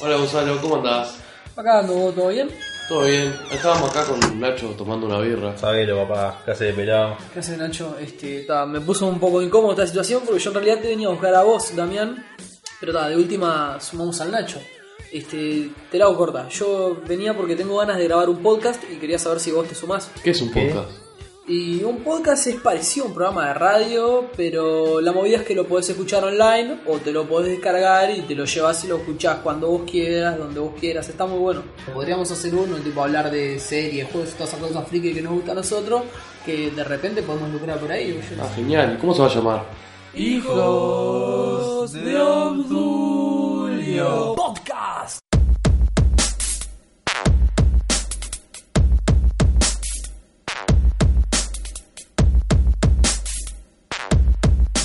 Hola Gonzalo, ¿cómo andás? Acá ando, ¿todo bien? ¿Todo bien? Estábamos acá con Nacho tomando una birra. Sabelo, papá, clase de pelado. ¿Qué haces, Nacho? Este, ta, me puso un poco incómodo esta situación porque yo en realidad te venía a buscar a vos, Damián. Pero ta, de última sumamos al Nacho. Este, te la hago corta. Yo venía porque tengo ganas de grabar un podcast y quería saber si vos te sumás. ¿Qué es un ¿Qué? podcast? Y un podcast es parecido a un programa de radio, pero la movida es que lo podés escuchar online o te lo podés descargar y te lo llevas y lo escuchás cuando vos quieras, donde vos quieras. Está muy bueno. Podríamos hacer uno, tipo hablar de series, juegos, todas esas cosas friki que nos gustan a nosotros, que de repente podemos lucrar por ahí. yo no Ah, sé. genial. ¿Cómo se va a llamar? Hijos de Obdulio Podcast.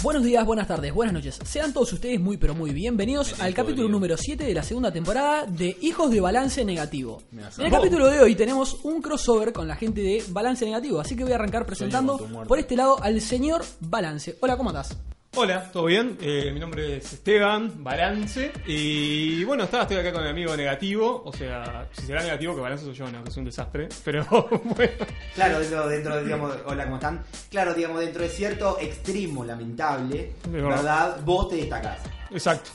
Buenos días, buenas tardes, buenas noches. Sean todos ustedes muy pero muy bienvenidos al capítulo número 7 de la segunda temporada de Hijos de Balance Negativo. En el capítulo de hoy tenemos un crossover con la gente de Balance Negativo, así que voy a arrancar presentando por este lado al señor Balance. Hola, ¿cómo estás? Hola, ¿todo bien? Eh, mi nombre es Esteban Balance y bueno, está, estoy acá con el amigo negativo, o sea, si será negativo que Balance soy yo, no, que es un desastre, pero bueno, Claro, dentro, dentro de, digamos, hola, ¿cómo están? Claro, digamos, dentro de cierto extremo lamentable, Es verdad. ¿verdad? Vos te destacás. exacto.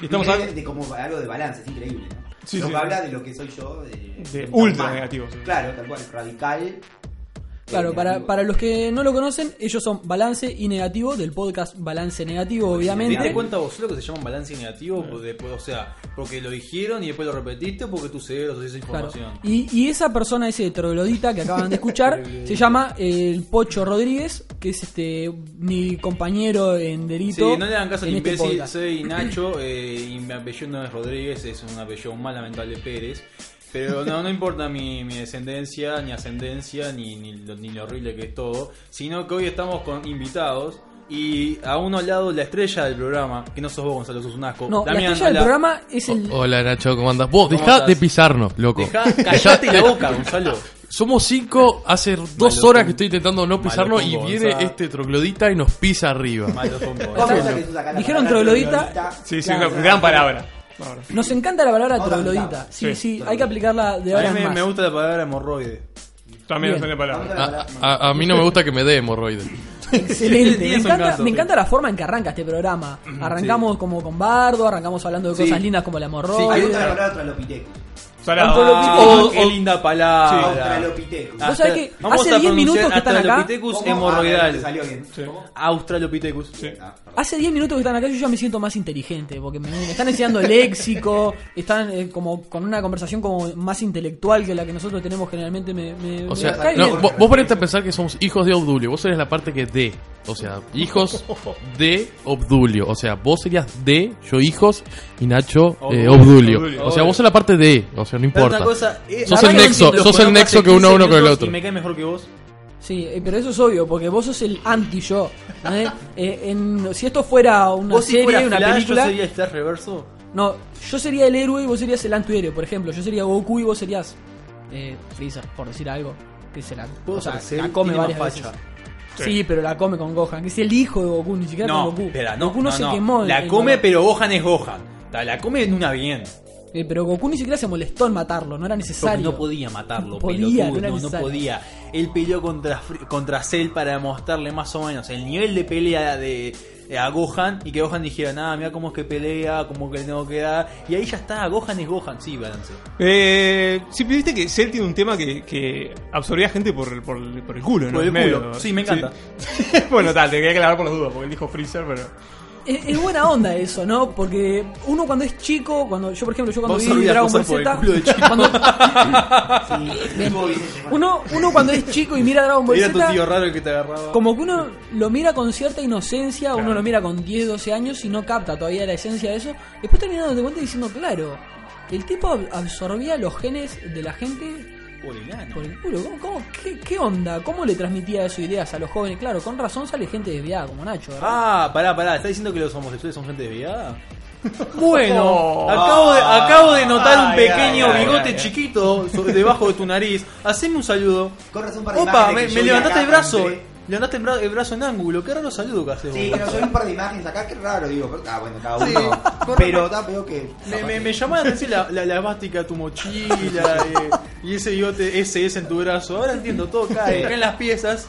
Y estamos Increíble acá- de como algo de balance, es increíble, ¿no? Sí, lo sí. que habla de lo que soy yo. De, De un ultra humano. negativo, sí. Claro, tal cual, radical. Claro, eh, para, negativo. para los que no lo conocen, ellos son Balance y Negativo, del podcast Balance Negativo, ¿Te diste obviamente. cuenta vos solo que se llama un balance negativo? Pues Después, o sea, porque lo dijeron y después lo repetiste o porque tu cerebro asoció esa Claro. información. Y, y esa persona, ese troglodita que acaban de escuchar, se llama eh, el Pocho Rodríguez, que es este mi compañero en Sí, Derito. no le hagan caso al en este imbécil, podcast. soy Nacho eh, y mi apellido no es Rodríguez, es un apellido más lamentable Pérez. Pero no, no importa mi, mi descendencia, ni ascendencia, ni, ni, lo, ni lo horrible que es todo, sino que hoy estamos con invitados y a uno al lado la estrella del programa, que no sos vos Gonzalo, sos un asco. No, la Damián, estrella del hola. programa es el. Hola Nacho, ¿cómo andas? Vos, ¿Cómo dejá estás? de pisarnos, loco. Dejá, Dejá- callate la boca, Gonzalo. Somos cinco, hace dos Malo horas con- que estoy intentando no malo pisarnos con y Gonza. viene este troglodita y nos pisa arriba. Malo con vos. Vamos a usar que se saca la Dijeron palabra troglodita. Sí, sí, Claro, una claro. gran palabra. Ahora. Nos encanta la palabra No, troglodita. lamentable. Sí, sí, Sí. hay que aplicarla de A ahora mí en me, más. me gusta la palabra hemorroide. También Bien. es una Vamos palabra. a la A, palabra. a- a mí no me gusta que me dé hemorroides. Excelente, me Tienes un encanta, gato, me sí. encanta la forma en que arranca este programa. Arrancamos como con bardo, arrancamos hablando de Sí. cosas lindas como la Sí, hemorroide. Me hay gusta la palabra tralopiteco. Salado. Oh. Ah, o- qué linda palabra. Australopiteco. Ah, sabés que hace 10 minutos que están acá. Australopithecus ¿Cómo? Ah, te hemorroidal. salió bien. Sí. ¿Cómo? Australopithecus. Ah, perdón. Hace 10 minutos que están acá, yo ya me siento más inteligente, porque me, me están enseñando léxico, están eh, como con una conversación como más intelectual que la que nosotros tenemos generalmente. Me, me- O me sea, cae no, bien. vos, vos ponete a pensar que somos hijos de Obdulio. Vos serías la parte que de. O sea, hijos de Obdulio. O sea, vos serías de, yo hijos y Nacho eh, Obdulio. Obdulio. O sea, vos sos la parte de. O sea, no Pero una importa. cosa, eh, Sos la el verdad que nexo, no entiendo, sos el conozco nexo hace que uno a 15 uno con el minutos otro. Y me cae mejor que vos. Sí, eh, pero eso es obvio, porque vos sos el anti-yo. ¿eh? Eh, en- si esto fuera una Vos si serie, fueras una Flash, película. yo sería Star Reverso. No, yo sería el héroe y vos serías el antihéroe, por ejemplo. Yo sería Goku y vos serías eh, Freezer, por decir algo. Que se la, Puedo o sea, ser la Cell, come tiene varias más veces. facha. Sí. pero la come con Gohan, que es el hijo de Goku, ni siquiera No, con Goku. espera, no, Goku no, se no. quemó. en- La en- come, pero Gohan es Gohan. Ta, La come en una bien. Eh, pero Goku ni siquiera se molestó en matarlo, no era Porque necesario. no podía matarlo, No podía, pelotudo, no era no, no necesario. podía. Él peleó contra, Fr- contra Cell para mostrarle más o menos el nivel de pelea de eh, a Gohan y que Gohan dijera, nada, mira cómo es que pelea, cómo que le tengo que dar. Y ahí ya está, Gohan es Gohan, sí, balance. Eh, sí, viste que Cell tiene un tema que, que absorbía gente por, por, por el culo, ¿no? Por el Medio- culo. Sí, me encanta. bueno, tal, te quería aclarar por las dudas, porque él dijo Freezer, pero... Es, es buena onda eso, ¿no? Porque uno cuando es chico, cuando yo por ejemplo, yo cuando Vos vi sabías Dragon Ball cosas por el Z, culo de chico. cuando- Sí, estuvo bien, llegó. uno, uno cuando es chico y mira Dragon Ball Era tu Z, tío raro el que te agarraba. como que uno lo mira con cierta inocencia, uno lo mira con 10, 12 años y no capta todavía la esencia de eso. Después termina dándote cuenta y diciendo, claro, el tipo ab- absorbía los genes de la gente Por el ano. por el culo. ¿Cómo, cómo- qué, qué onda? ¿Cómo le transmitía sus ideas a los jóvenes? Claro, con razón sale gente desviada como Nacho, ¿verdad? Ah, pará, pará, ¿estás diciendo que los homosexuales son gente desviada? bueno, Oh. Acabo, de, acabo de notar un Ay, pequeño ay, ay, bigote ay, ay. chiquito sobre- debajo de tu nariz. Haceme un saludo. Corres un par de Opa, imágenes me, que me yo vi levantaste acá, el brazo. entré. levantaste el, bra- el brazo en ángulo. Qué raro saludo que haces Sí, vos. pero son un par de imágenes acá, qué raro, digo. pero- Ah, bueno, cada uno. Sí, correcto. pero da, veo que. Me, me, me llamaba la atención la, la, la esvástica de tu mochila eh, y ese bigote SS en tu brazo. Ahora entiendo, todo cae, caen las piezas.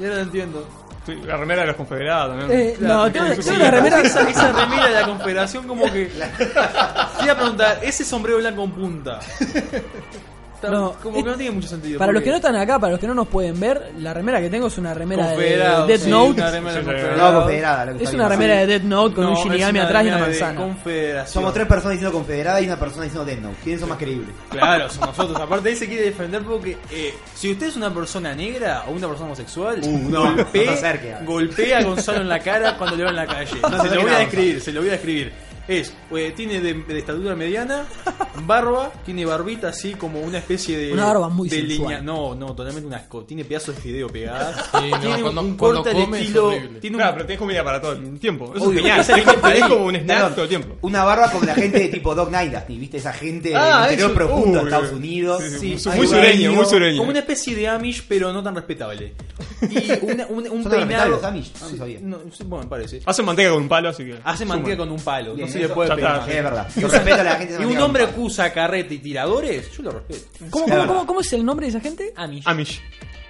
Y ahora entiendo. Sí, La remera de los confederados también. Eh, no, tengo, tengo la remera. esa, esa remera de la Confederación como que... Te iba a preguntar, ese sombrero blanco en punta. Está- No, como es- que no tiene mucho sentido. Para los que no porque- están acá, para los que no nos pueden ver, la remera que tengo es una remera de Confederados, Death sí, Note. una remera de Sí, No, Confederados. confederada. lo que Es está una bien. remera de Death Note con No, un es Shinigami una atrás y una remera de manzana. Confederación. Somos tres personas diciendo confederada y una persona diciendo Death Note. ¿Quiénes son más creíbles? Claro, somos nosotros. Aparte, él se quiere defender porque eh, si usted es una persona negra o una persona homosexual, Uh, no, no se acerque. ah. golpea a Gonzalo en la cara cuando le va en la calle. se No se lo acerque voy nada, a describir, se lo voy a describir. Es, eh, tiene de, de estatura mediana, barba, tiene barbita así como una especie de. Una barba muy de sensual. línea- No, no, totalmente un asco. Tiene pedazos de fideo pegadas. Sí, no, tiene un- cuando- un cuando corte al come es estilo. horrible. Tiene un Claro, pero tenés comida para todo el tiempo. Eso Obvio. es genial. Esa Es como, gente es ahí. como un snack Perdón, todo el tiempo. Una barba como la gente de tipo Dog Night Dusty, ¿viste? Esa gente Ah, del interior eso- profundo de uh, Estados Unidos. sí, Sí, muy sureño, muy sureño. Como una especie de Amish, pero no tan respetable. Y una- un- un ¿Son peinado. los Amish? No, no Sí, sabía. no, sí, bueno, me parece. Hacen manteca con un palo, así que. Hace manteca con un palo, Bien, no se le eso- puede ya pedir está, más. Sí, es verdad. Yo respeto a la gente. Y un hombre que usa carrete y tiradores, yo lo respeto. ¿Cómo, Sí, cómo, es cómo, verdad. cómo es el nombre de esa gente? Amish. Amish.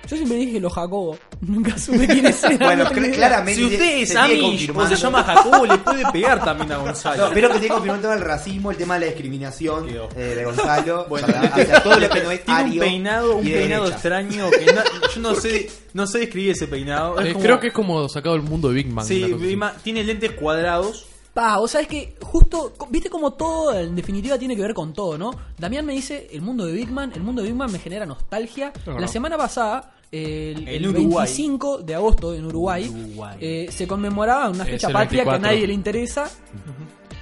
Yo siempre dije los Jacobo. Nunca supe quiénes eran. Bueno, no tengo cl- idea. claramente. Si usted se- es se sigue Amish o confirmando. se llama Jacobo, le puede pegar también a No, Gonzalo. pero que tiene confirmado el tema del racismo, el tema de la discriminación Quedó. eh, de Gonzalo. Bueno. ¿verdad? hacia todo lo que no es Tiene un ario peinado, un y de peinado derecha. extraño que no- yo no sé, no sé describir ese peinado. Es Eh, como- Creo que es como sacado el mundo de Big Man. sí, una cosa así. Bima- tiene lentes cuadrados. Pa, o sea, es que justo, co- viste como todo en definitiva tiene que ver con todo, ¿no? Damián me dice el mundo de Big Man, el mundo de Big Man me genera nostalgia. Ajá. La semana pasada, el, En el Uruguay. 25 de agosto en Uruguay, Uruguay. eh, se conmemoraba una Es fecha el patria que a 24. nadie le interesa,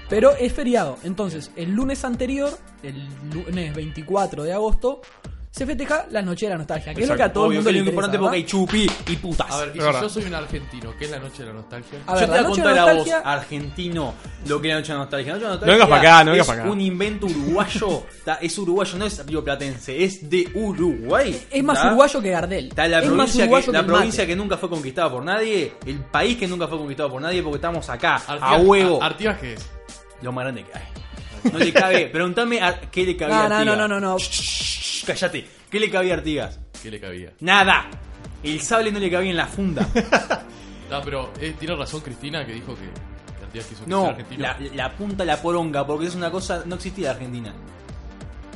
pero es feriado. Entonces, el lunes anterior, el lunes 24 de agosto, se festeja la noche de la nostalgia, que es lo que a todo el Obvio, mundo que le es lo interesa. importante ¿verdad? porque hay chupi y putas. A ver, y Es si verdad. yo soy un argentino, ¿qué es la noche de la nostalgia? A ver, Yo te voy la a noche de contar a vos, nostalgia- argentino, lo que es la noche de la nostalgia. La noche de la No vengas nostalgia pa' acá, no vengas es pa' acá. un invento uruguayo. está, es uruguayo, no es rioplatense, es de Uruguay. Es más está. uruguayo que Gardel. Está la es más provincia, uruguayo que, la el mate. provincia que nunca fue conquistada por nadie, el país que nunca fue conquistado por nadie, porque estamos acá, a Artigas- huevo. a- Artigas qué es. Lo más grande que hay. No le cabe, preguntame a- qué le cabía a No, no, Artigas. no, no, no, no. Shh, cállate. ¿Qué le cabía a Artigas? ¿Qué le cabía? Nada. El sable no le cabía en la funda. No, pero eh, tiene razón Cristina que dijo que Artigas quiso que sea No, argentino. la, la punta la poronga, porque es una cosa, no existía en Argentina.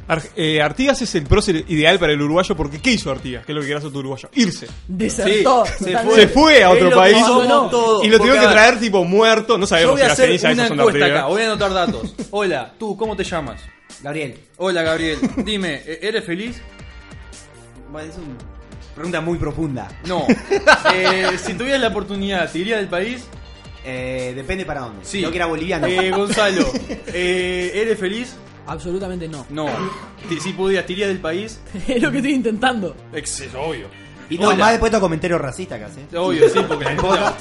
Ar- eh, Artigas es el prócer ideal para el uruguayo porque ¿qué hizo Artigas? ¿Qué es lo que quiere hacer tu uruguayo? Irse. Desertó. Sí, totalmente. Se fue a Es otro lo que país somos No, no. todos. y Porque, lo tuvieron a que ver, traer tipo muerto. No Yo sabemos voy si a la hacer ceniza una esas son encuesta acá, Artigas. voy a anotar datos. Hola, tú, ¿cómo te llamas? Gabriel. Hola, Gabriel. Dime, ¿e- ¿eres feliz? Bueno, es una pregunta muy profunda. No. Eh, si tuvieras la oportunidad, ¿te irías del país? Eh, depende para dónde. Sí. Creo que era boliviano. Eh, Gonzalo, eh, ¿eres feliz? Absolutamente no. No. Te- Si pudieras, ¿te irías del país? Es lo que estoy intentando. Ex- Es obvio. y no, Hola. más después de comentario racista que hace. Obvio, sí, porque la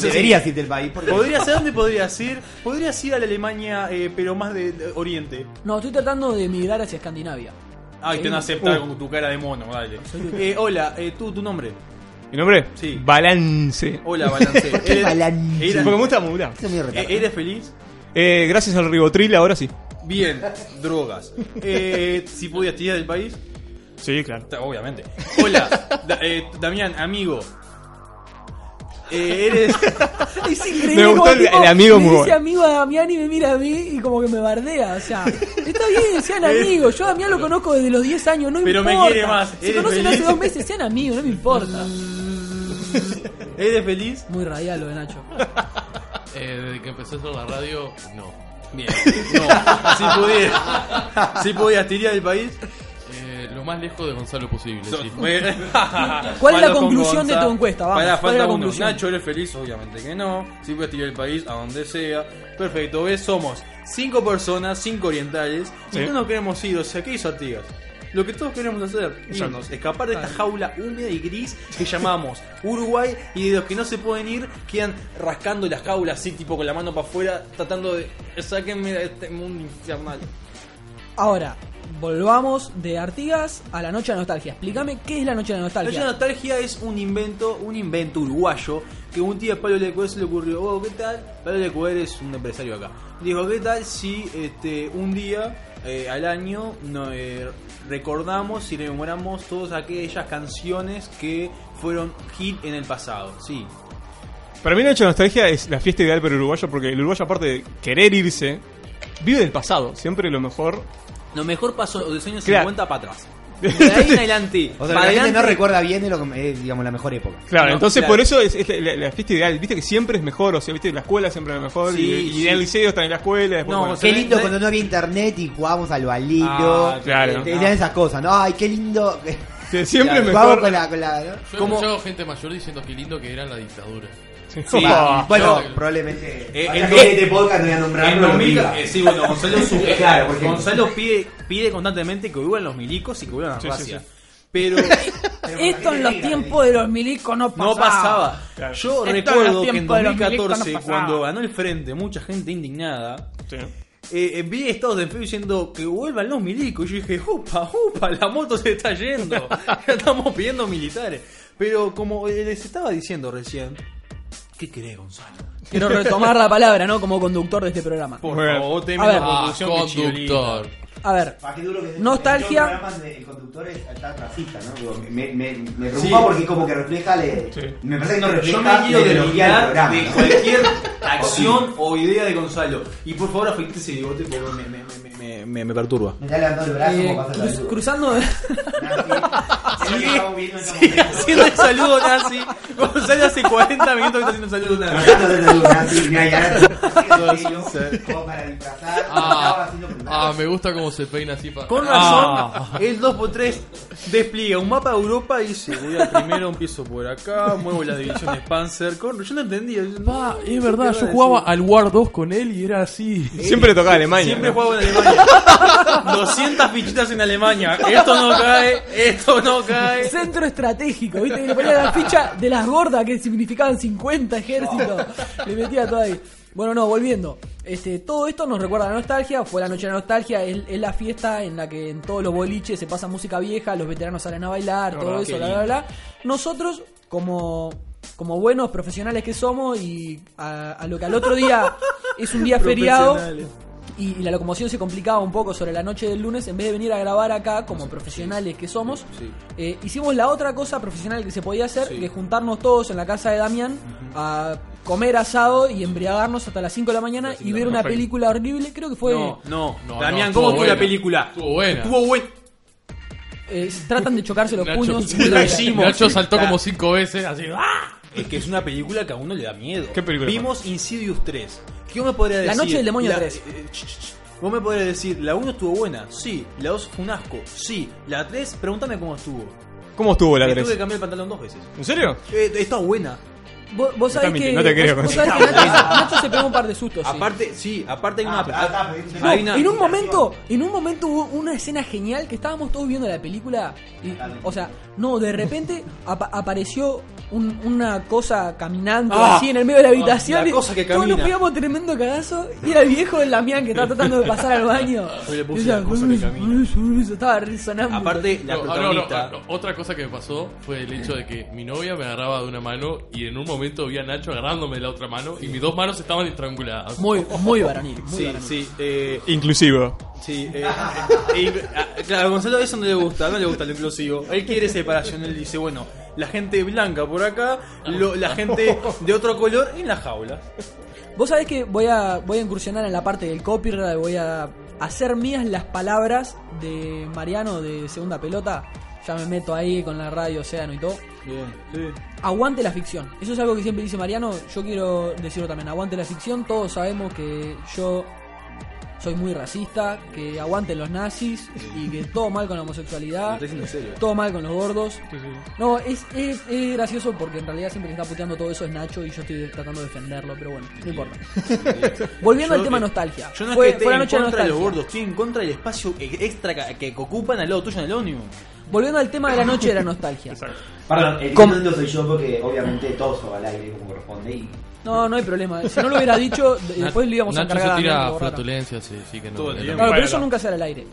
Deberías irte del país porque ¿Podrías, ¿A dónde podrías ir? Podrías ir a la Alemania, eh, pero más de, de Oriente. No, estoy tratando de emigrar hacia Escandinavia. Ay, Ah, te van a aceptar con tu cara de mono, dale. Eh, hola, eh, tú, tu nombre. ¿Mi nombre? Sí. Balance. Hola, balance. qué ¿Eres- balance? eras- Porque me gusta mudar. Eso es muy retardado. eh, ¿Eres feliz? Eh, gracias al ribotril ahora sí. Bien, drogas. Eh, si podías tirar del país, Sí, claro. Ta- obviamente. Hola, Da- eh, Damián, amigo. Eh, eres. Es increíble. Me gustó como el- el amigo me muy dice bueno. amigo a Damián y me mira a mí y como que me bardea. O sea, está bien, sean amigos. Yo a Damián lo conozco desde los 10 años, no Pero me importa. quiere más. Se Eres conocen feliz. hace dos meses, sean amigos, no me importa. ¿Eres feliz? Muy radial lo de Nacho. Eh, desde que empecé a hacer la radio, no. Bien. No, si pudieras. Si podías tirar del país. Eh, lo más lejos de Gonzalo posible. So- sí. me- ¿Cuál es la Palo con conclusión de Gonza. tu encuesta? Vamos, Pará, ¿cuál es falta la uno. conclusión? Nacho, ¿eres feliz? Obviamente que no. Si puedes tirar el país a donde sea. Perfecto, ¿ves? Somos cinco personas, cinco orientales. Sí. Y todos nos queremos ir, o sea, ¿qué hizo Artigas? Lo que todos queremos hacer, irnos, escapar de esta jaula húmeda y gris que llamamos Uruguay y de los que no se pueden ir quedan rascando las jaulas así, tipo con la "Eh, mano para afuera, tratando de... Sáquenme de este mundo infernal. Ahora, volvamos de Artigas a la noche de la nostalgia. Explícame qué es la noche de la La nostalgia. Noche de nostalgia es un invento, un invento uruguayo que un tío de Pablo Lecuer se le ocurrió, oh, ¿qué tal? Pablo Lecuer es un empresario acá. Dijo, ¿qué tal si este, un día eh, al año no, eh, recordamos y rememoramos todas aquellas canciones que fueron hit en el pasado? Sí. Para mí, Noche de Nostalgia es la fiesta ideal para el uruguayo, porque el uruguayo, aparte de querer irse, vive del pasado. Siempre lo mejor. Lo mejor pasó de los años Claro. 50 para atrás. De ahí en adelante. O sea, para la gente no adelante, recuerda bien de lo que es, digamos, la mejor época. Claro, No, entonces claro. por eso es, es la, la- la fiesta ideal. Viste que siempre es mejor, o sea, viste la escuela siempre es la mejor, Sí, y, y sí. en el liceo está en la escuela. Después, No, bueno. o sea, Qué lindo ¿sabes? cuando no había internet y jugábamos al balito. Ah, claro. Te decían esas cosas, ¿no? Ay, qué lindo. Sí, siempre es Jugábamos mejor. con la. Con la ¿no? Yo he ¿Cómo? escuchado gente mayor diciendo que lindo que era la dictadura. Sí. Ah, bueno, no. probablemente. Eh, Ahora en que dos- este podcast no voy a nombrar En no lo 2000, diga. eh, sí, bueno, Gonzalo, su- eh, Claro, por ejemplo. Gonzalo pide, pide constantemente que huyan los milicos y que huyan las Sí, sí, racias. sí. Pero Esto en los tiempos de los milicos no pasaba. no pasaba. Claro. Yo Esto en recuerdo los que en tiempos de los milicos 2014, no pasaba. cuando ganó el frente, mucha gente indignada. Sí. Eh, envié estados de Facebook diciendo que vuelvan los milicos. Y yo dije, upa, upa, la moto se está yendo. Ya estamos pidiendo militares. Pero como eh, les estaba diciendo recién, ¿qué querés, Gonzalo? Quiero retomar la palabra, ¿no? Como conductor de este programa. Por Bueno. favor, te A ver. Ah, conductor. A ver, Pa, qué duro que se- Nostalgia. en todos los programas de- El conductor es está racista, ¿no? Digo, Me, me, me preocupa porque como que refleja. le- Sí. Me parece que no Yo refleja me quiero la ideología del denominar programa. de ¿no? cualquier acción o idea de Gonzalo. Y por favor, afecte ese bigote porque me, me, me, me, me, me perturba. Me está levantando el brazo eh, como pasa cruz- el cruzando. Haciendo el saludo nazi, Gonzalo hace 40 minutos que está haciendo el saludo nazi. Ah, ah, me gusta cómo se peina así para. Con razón, el 2x3 despliega un mapa de Europa y dice: Voy al primero, empiezo por acá, muevo las divisiones Panzer. Con... Yo no entendía. yo- Pa, es ¿qué verdad, iba Ah, yo a jugaba decir? al War 2 con él y era así. Siempre tocaba Alemania. Siempre ¿no? juego en Alemania. 200 fichitas en Alemania. Esto no cae, esto no cae. Centro estratégico, ¿viste? Y le ponía la ficha de las gordas que significaban 50 ejércitos. Le metía todo ahí. Bueno, no, volviendo. Este, todo esto nos recuerda a la nostalgia. Fue la noche de la nostalgia. Es, es la fiesta en la que en todos los boliches se pasa música vieja, los veteranos salen a bailar, todo verdad, eso, qué bla, bla, bla. Nosotros, como, como buenos profesionales que somos y a, a lo que al otro día es un día feriado Profesionales. y, y la locomoción se complicaba un poco sobre la noche del lunes, en vez de venir a grabar acá como profesionales que somos, Sí. eh, hicimos la otra cosa profesional que se podía hacer, Sí. que es juntarnos todos en la casa de Damián a comer asado y embriagarnos hasta las 5 de la mañana y ver una Perfecto. película horrible. Creo que fue... No, no, No, Damián, no, estuvo ¿cómo estuvo la buena. película? Estuvo buena. Estuvo buena. eh, se tratan de chocarse los Nacho, puños. lo hicimos. Nacho saltó como cinco veces, así. ¡ah! Es que es una película que a uno le da miedo. ¿Qué película fue? Vimos Insidious 3. ¿Qué uno me podría La decir? noche del demonio La- 3. eh, eh, ch, ch, ch. Vos me podrías decir, la 1 estuvo buena, sí. La 2 fue un asco, sí. La 3, pregúntame cómo estuvo. ¿Cómo estuvo la Le tuve que 3? cambiar el pantalón dos veces. ¿En serio? Eh, está buena. Vos, vos sabés que, mintiendo, no te creo, vos- vos Gonzalo. sabés que Nacho, Nacho se pegó un par de sustos. sí. Aparte, sí, aparte hay una. Ah, pero- No, hay una- en un momento, en un momento hubo una escena genial que estábamos todos viendo la película. y- o sea, no, de repente apa- apareció un- una cosa caminando Ah, así en el medio de la habitación. la y cosa que todos nos camina. pegamos tremendo cagazo. Y era el viejo de Lamián que estaba tratando de pasar al baño. Yo le puse Y ella, la cosa que camina. Estaba resonando. Aparte, la No, ah, no, no, protagonista. ah, no. Otra cosa que me pasó fue el hecho de que mi novia me agarraba de una mano y en un momento vi a Nacho agarrándome de la otra mano y mis dos manos estaban estranguladas. Muy, muy varonil. muy Sí, varonil. sí. Eh, Inclusivo. Sí, eh, eh, eh, ah, claro, a Gonzalo eso no le gusta, no le gusta lo inclusivo. Él quiere separación, él dice, bueno, la gente blanca por acá, lo- la gente de otro color en la jaula. Vos sabés que voy a, voy a incursionar en la parte del copyright, voy a hacer mías las palabras de Mariano de Segunda Pelota. Ya me meto ahí con la radio Océano y todo. Bien, Aguante la ficción. Eso es algo que siempre dice Mariano. Yo quiero decirlo también. Aguante la ficción. Todos sabemos que yo soy muy racista, que aguanten los nazis y que todo mal con la homosexualidad, en serio. todo mal con los gordos. Sí, sí. No, es, es, es gracioso porque en realidad siempre que está puteando todo eso es Nacho y yo estoy tratando de defenderlo, pero bueno, no importa. Volviendo al Yo- tema nostalgia. Yo no Fue- es que fue la noche esté de en contra de los nostalgia. gordos, estoy en contra del espacio e- extra ca- que ocupan al lado tuyo en el ómnibus. Volviendo al tema de la noche de la nostalgia. Perdón, el Com- comando soy yo porque obviamente todo va al aire como corresponde y No, no hay problema. Si no lo hubiera dicho, de- después le íbamos a Nacho cargar se a tira Damián, lo borraron. flatulencias, sí, sí que no. Todo el no- tiempo. Claro, pero Bueno. eso nunca sale al aire.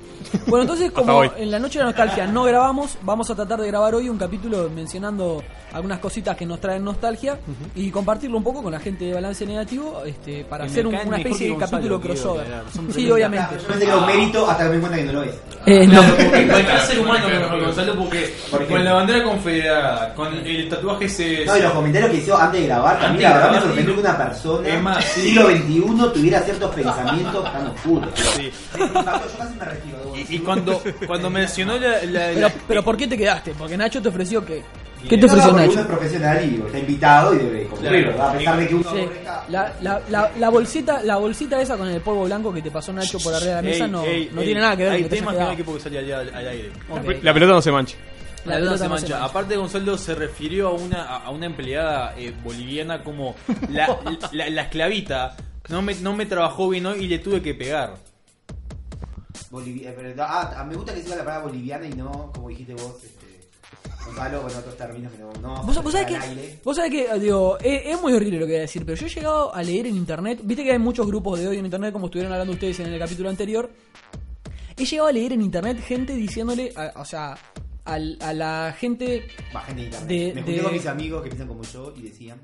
Bueno, entonces, como hoy. en la noche de la nostalgia no grabamos, vamos a tratar de grabar hoy un capítulo mencionando algunas cositas que nos traen nostalgia y compartirlo un poco con la gente de Balance Negativo este, para Que me hacer un- caen una mejor especie que de Gonzalo, capítulo quiero crossover. aclarar. Son Sí, tremendos. obviamente. Yo pensé que era un mérito hasta que me di cuenta que no lo es. Eh, no. Cualquier ser humano mejor que Gonzalo porque ¿Por qué? con la bandera confederada, con el tatuaje ese. No, y los comentarios que hizo antes de grabar, Antes también de la verdad me grabar, sorprendió sí. que una persona Es más, sí. siglo XXI tuviera ciertos pensamientos tan oscuros. Sí. Impactó, Yo casi me retiro. debo Y, y decirlo. cuando, cuando mencionó la. la- Pero, la- pero ¿por qué te quedaste? Porque Nacho te ofreció que... ¿Qué Bien. te No, no, ofreció porque uno Nacho? es profesional y está invitado y debe cumplirlo, ¿verdad? A pesar de que uno Sí. aborrezca- La, la, la, la bolsita la bolsita esa con el polvo blanco que te pasó Nacho por arriba de la mesa Ey, no, ey, no ey, tiene nada que ver Hay con lo que te temas que hayas no hay que quedado. porque salir al, al aire. Ok. La pelota no se mancha. La La pelota se no se mancha. mancha. Aparte, Gonzalo se refirió a una, a a una empleada eh, boliviana como la, la, la esclavita. No me, no me trabajó bien hoy y le tuve que pegar. Bolivia- pero- ah, ah, me gusta que siga la palabra boliviana y no, como dijiste vos, este, Gonzalo, con otros términos que no. no Vos, vos sabés al que, aire. vos sabés que, eh, digo, es, es muy horrible lo que voy a decir, pero yo he llegado a leer en internet, viste que hay muchos grupos de hoy en internet, como estuvieron hablando ustedes en el capítulo anterior, he llegado a leer en internet gente diciéndole, a- o sea, al- a la gente... Va, gente de internet. de- me junté de- con mis amigos que piensan como yo y decían.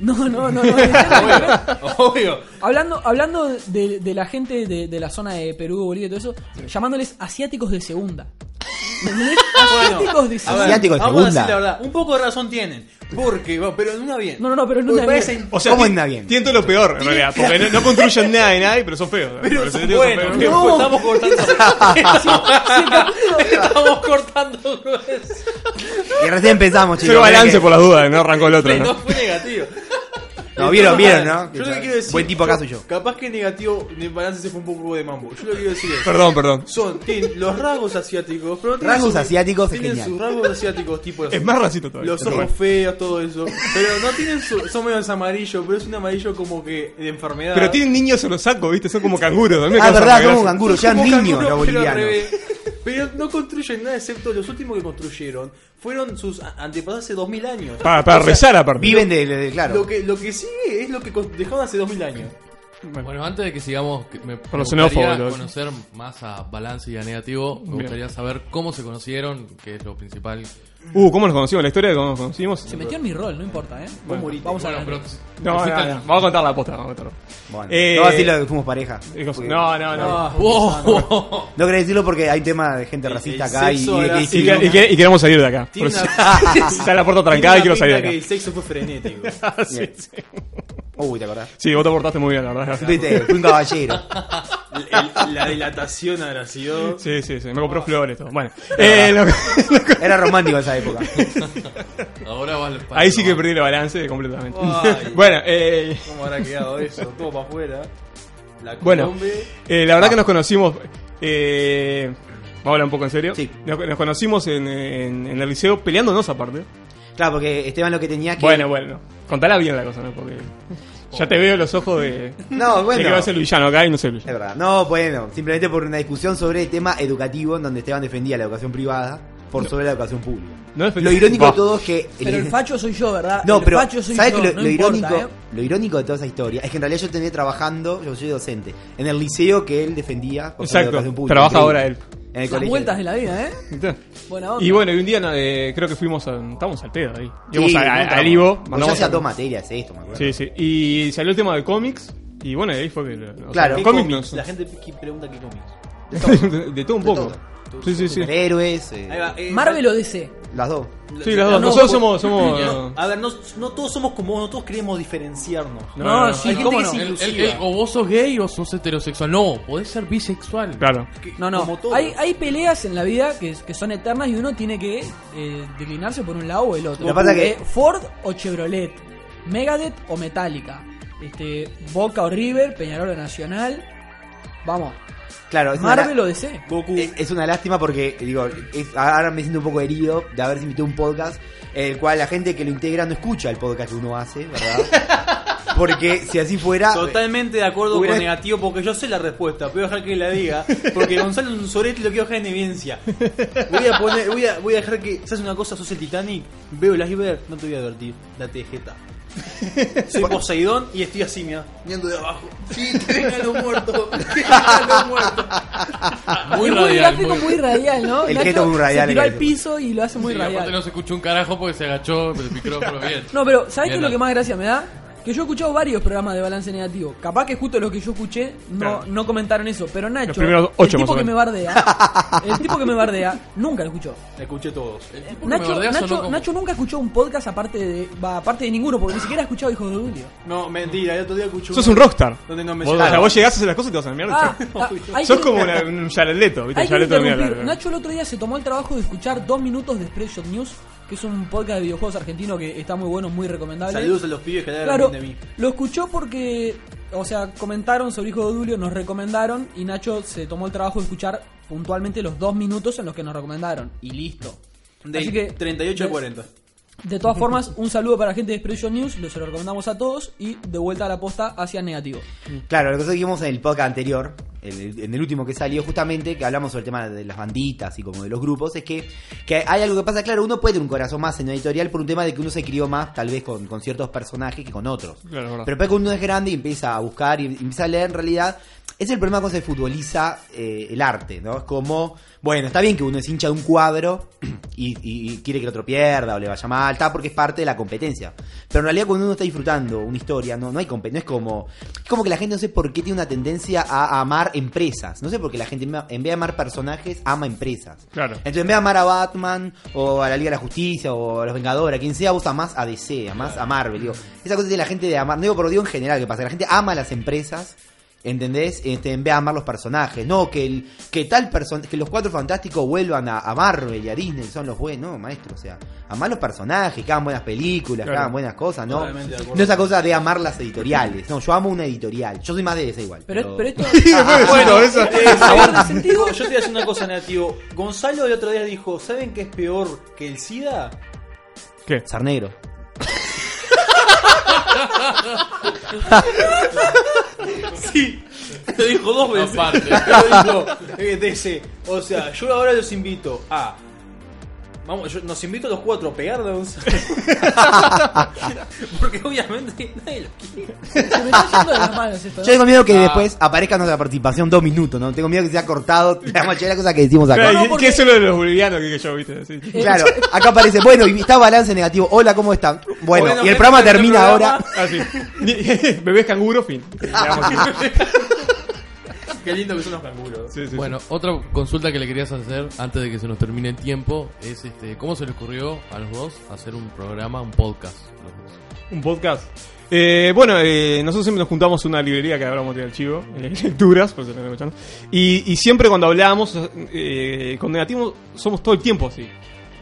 No, no, no, no, en serio, Obvio. Hablando, hablando de, de la gente de, de la zona de Perú, Bolivia y todo eso, llamándoles asiáticos de segunda. ¿Me entendés? asiáticos de A ver, segunda. Asiático de vamos a decir segunda. la verdad. Un poco de razón tienen. Porque, bueno, pero en una bien. No, no, no, pero en Porque una parecen- bien. O sea, ¿Cómo ti- anda bien? Tienen todo lo peor, en realidad. Porque no, no construyen nada de nadie, pero son feos. Por Pero eso son digo, son buenos. feos. No, estamos cortando. estamos cortando grueso. Y recién empezamos, chicos. Yo balance mirá pues. por las dudas, no arrancó el otro. No ¿no? fue negativo. No, vieron, vieron, ¿no? Yo lo que quiero decir. Buen tipo acá soy yo. Capaz que negativo, de balance se fue un poco de mambo. Yo lo que quiero decir es. Perdón, perdón. Son, tienen los rasgos asiáticos. Pero no tienen Rasgos sus- asiáticos es Tienen genial. sus rasgos asiáticos, tipo. Es más racito todavía. Los Pero ojos bueno. feos, todo eso. Pero no tienen su, son medio amarillo, pero es un amarillo como que de enfermedad. Pero tienen niños en los sacos, ¿viste? Son como canguros. A mí me Ah, causan verdad, gracia. como canguros, Son sean como niños canguros, los pero al bolivianos. revés. Pero no construyen nada excepto los últimos que construyeron fueron sus a- antepasados hace 2000 años. Para, para O sea, rezar aparte. Viven de, de- de- claro. Lo que, lo que sigue es lo que con- dejaron hace 2000 años. Bueno, antes de que sigamos, que me, Con me los xenófobos, gustaría los- conocer más a Balance y a Negativo. Me Bien. gustaría saber cómo se conocieron, que es lo principal. Uh, ¿cómo nos conocimos? ¿La historia de cómo nos conocimos? Se metió en mi rol, no importa, ¿eh? Bueno, Vamos vamos a Bueno, pero- No, no, resulta- no. Vamos a contar la posta. Vamos a contarlo. Bueno, Eh, no así lo que fuimos pareja. Porque- No, no, no. Ah, ¡Wow! No quería decirlo porque hay tema de gente El- racista el acá y, sexo y de ahora que sí Y, hicimos- que- y que- y queremos salir de acá. Por Tiene eso- una- Está la tiene puerta trancada y una quiero salir pinta que de el sexo fue frenético. acá. Sí, sí. Uy, ¿te acordás? Sí, vos te portaste muy bien, la verdad. Viste, fui un caballero. El- el- la dilatación habrá sido. Sí, sí, sí. Me compró flores todo. Bueno. Eh, lo que- Era romántico esa época. Ahora va el ahí sí que perdí el balance completamente. Ay. Bueno, eh, ¿Cómo habrá quedado eso? Todo para afuera. La Bueno, Colombe. eh, la verdad que nos conocimos. Eh, Vamos a hablar un poco en serio. Sí. Nos, nos conocimos en, en- en el liceo peleándonos aparte. Claro, porque Esteban lo que tenía que. Bueno, bueno. Contala bien la cosa, ¿no? Porque ya te veo los ojos de, No, de que bueno. va a ser Luillano acá y no sé Es verdad. No, bueno, simplemente por una discusión sobre el tema educativo en donde Esteban defendía la educación privada por sobre la educación pública. No defendí- lo irónico Bah. de todo es que. Pero el facho soy yo, ¿verdad? No, el pero facho soy ¿sabes yo, que lo, no lo importa, irónico, ¿eh? lo irónico de toda esa historia es que en realidad yo tenía trabajando, yo soy docente, en el liceo que él defendía por sobre la Exacto. educación pública. Trabaja Increíble. ahora él. En el Las colegio. vueltas de la vida, ¿eh? Buena onda. Y bueno, y un día no, eh, creo que fuimos a, estábamos al pedo ahí. Íbamos Sí, a- a- nunca al más. Ivo. Porque mandamos Ya hacía a- dos materias esto, me acuerdo. Sí, sí. Y salió el tema de cómics. Y bueno, ahí fue que. lo- o sea, Claro. ¿Qué cómics Cómics. nos- La gente que pregunta qué cómics. de, de todo un De poco. Sí, sí, sí. Superhéroes, eh, Ahí va, eh, Marvel o DC. las dos. Sí, las dos. No, vos- Nosotros somos. somos No, A ver, no, no todos somos como vos, no todos queremos diferenciarnos. No, No, no, no. sí, Hay cómo no. gente que sí. Él- él- inclusiva. él- o vos sos gay o sos heterosexual. No, podés ser bisexual. Claro. Que- No, como no. todos. Hay, hay peleas en la vida que, que son eternas y uno tiene que eh, declinarse por un lado o el otro. Lo que pasa que- Eh, Ford o Chevrolet, Megadeth o Metallica, este, Boca o River, Peñarol o Nacional. Vamos, Claro, es una la- Marvel o DC. Goku. Eh, Es una lástima porque, digo, es- ahora me siento un poco herido de haberse invitado a un podcast en el cual la gente que lo integra no escucha el podcast que uno hace, ¿verdad? Porque si así fuera. Totalmente de acuerdo Hubiera- con negativo porque yo sé la respuesta, pero voy a dejar que la diga porque Gonzalo es un sorete y lo quiero dejar en evidencia. Voy a poner, voy a, voy a dejar que, ¿sabes una cosa? Sos el Titanic, veo el iceberg, no te voy a advertir, date jeta. Soy Poseidón y estoy así, mira. Viendo de abajo. Sí, tienen a los muertos. Tienen a los muertos. Ah, Muy es muy radial. gráfico, muy, radial, ¿no? El gesto muy radial, Se tiró el al gesto. piso y lo hace muy Sí, aparte radial. no se escuchó un carajo porque se agachó el micrófono bien. No, pero ¿sabés qué Bien, es lo que dale. más gracia me da? Que yo he escuchado varios programas de balance negativo. Capaz que justo los que yo escuché no, Claro. no comentaron eso. Pero Nacho, primeros ocho, el tipo más que me o menos. bardea, el tipo que me bardea, nunca lo escuchó. Escuché todos. El tipo que me Nacho, bardea sonó Nacho- como- Nacho nunca escuchó un podcast aparte de, va, aparte de ninguno, porque ni siquiera ha escuchado Hijos de Julio. No, mentira, el otro día escuché Sos uno un rockstar. Donde no me Vos, o sea, vos llegás a hacer las cosas y te vas a la mierda. Ah, chao. ah, hay Sos que- como una- un yareleto, ¿viste? Hay que Yareleto de mierda. interrumpir. Nacho el otro día se tomó el trabajo de escuchar dos minutos de Spreadshot News, que es un podcast de videojuegos argentino que está muy bueno, muy recomendable. Saludos a los pibes que hablaron Claro, bien de mí. lo escuchó porque, o sea, comentaron sobre Hijo de Dulio, nos recomendaron y Nacho se tomó el trabajo de escuchar puntualmente los dos minutos en los que nos recomendaron. Y listo. De Así que- 38 a de- 40. De todas formas, un saludo para la gente de Expression News, lo- se lo recomendamos a todos y de vuelta a la posta hacia negativo. Claro, lo que dijimos en el podcast anterior, el- en el último que salió justamente, que hablamos sobre el tema de las banditas y como de los grupos, es que, que hay algo que pasa, claro, uno puede tener un corazón más en una editorial por un tema de que uno se crió más tal vez con, con ciertos personajes que con otros. Claro, es verdad. Pero después cuando uno es grande y empieza a buscar y empieza a leer en realidad, es el problema cuando se futboliza eh, el arte, ¿no? Es como, bueno, está bien que uno es hincha de un cuadro y, y- y quiere que el otro pierda o le vaya mal, está porque es parte de la competencia. Pero en realidad cuando uno está disfrutando una historia, no, no hay competencia, no es como, es como que la gente no sé por qué tiene una tendencia a amar empresas, no sé por qué la gente en vez de amar personajes, ama empresas. Claro. Entonces, en vez de amar a Batman, o a la Liga de la Justicia, o a los Vengadores, a quien sea, vos amás a DC, amás a Marvel. Digo, esa cosa de la gente de amar, no digo por digo en general, que pasa, la gente ama a las empresas, ¿entendés? Este, en vez de amar los personajes. No, que el, que tal persona, que los cuatro fantásticos vuelvan a, a Marvel y a Disney, son los buenos, no, maestro, o sea, amar los personajes, que hagan buenas películas, que Claro. hagan buenas cosas, ¿no? Totalmente de acuerdo. No esa cosa de amar las editoriales. No, yo amo una editorial. Yo soy más de DC igual. Pero, pero esto... ah, Ah, bueno, eso. ¿Tiene sentido? Yo te voy a decir una cosa, negativo. Gonzalo el otro día dijo, ¿saben qué es peor que el SIDA? ¿Qué? Sarnegro. Sí, lo dijo dos veces. Aparte. Lo dijo, eh, DC. O sea, yo ahora los invito a. Vamos, yo- nos invito a los cuatro a pegar de Porque obviamente nadie los quiere. Se me está yendo de las manos esto, ¿no? Yo tengo miedo que después aparezca nuestra participación dos minutos, ¿no? Tengo miedo que sea cortado la mayoría de las cosas que decimos acá. Claro, no, y- porque- que eso es lo de los bolivianos que, que yo, viste. Sí. Claro, acá aparece, bueno, y está balance negativo. Hola, ¿cómo están? Bueno, Bueno, y el gente, programa este termina programa- ahora. Ah, sí. Ni- Bebés canguro, fin. Digamos así. Qué lindo que son los canguros. Sí, sí, sí. Bueno, otra consulta que le querías hacer antes de que se nos termine el tiempo es este, ¿cómo se les ocurrió a los dos hacer un programa, un podcast? los dos? Un podcast. Eh, bueno, eh, nosotros siempre nos juntamos en una librería que hablamos de archivo, eh, lecturas, por si lo están escuchando. Y, y siempre cuando hablábamos eh, con negativo, somos todo el tiempo así.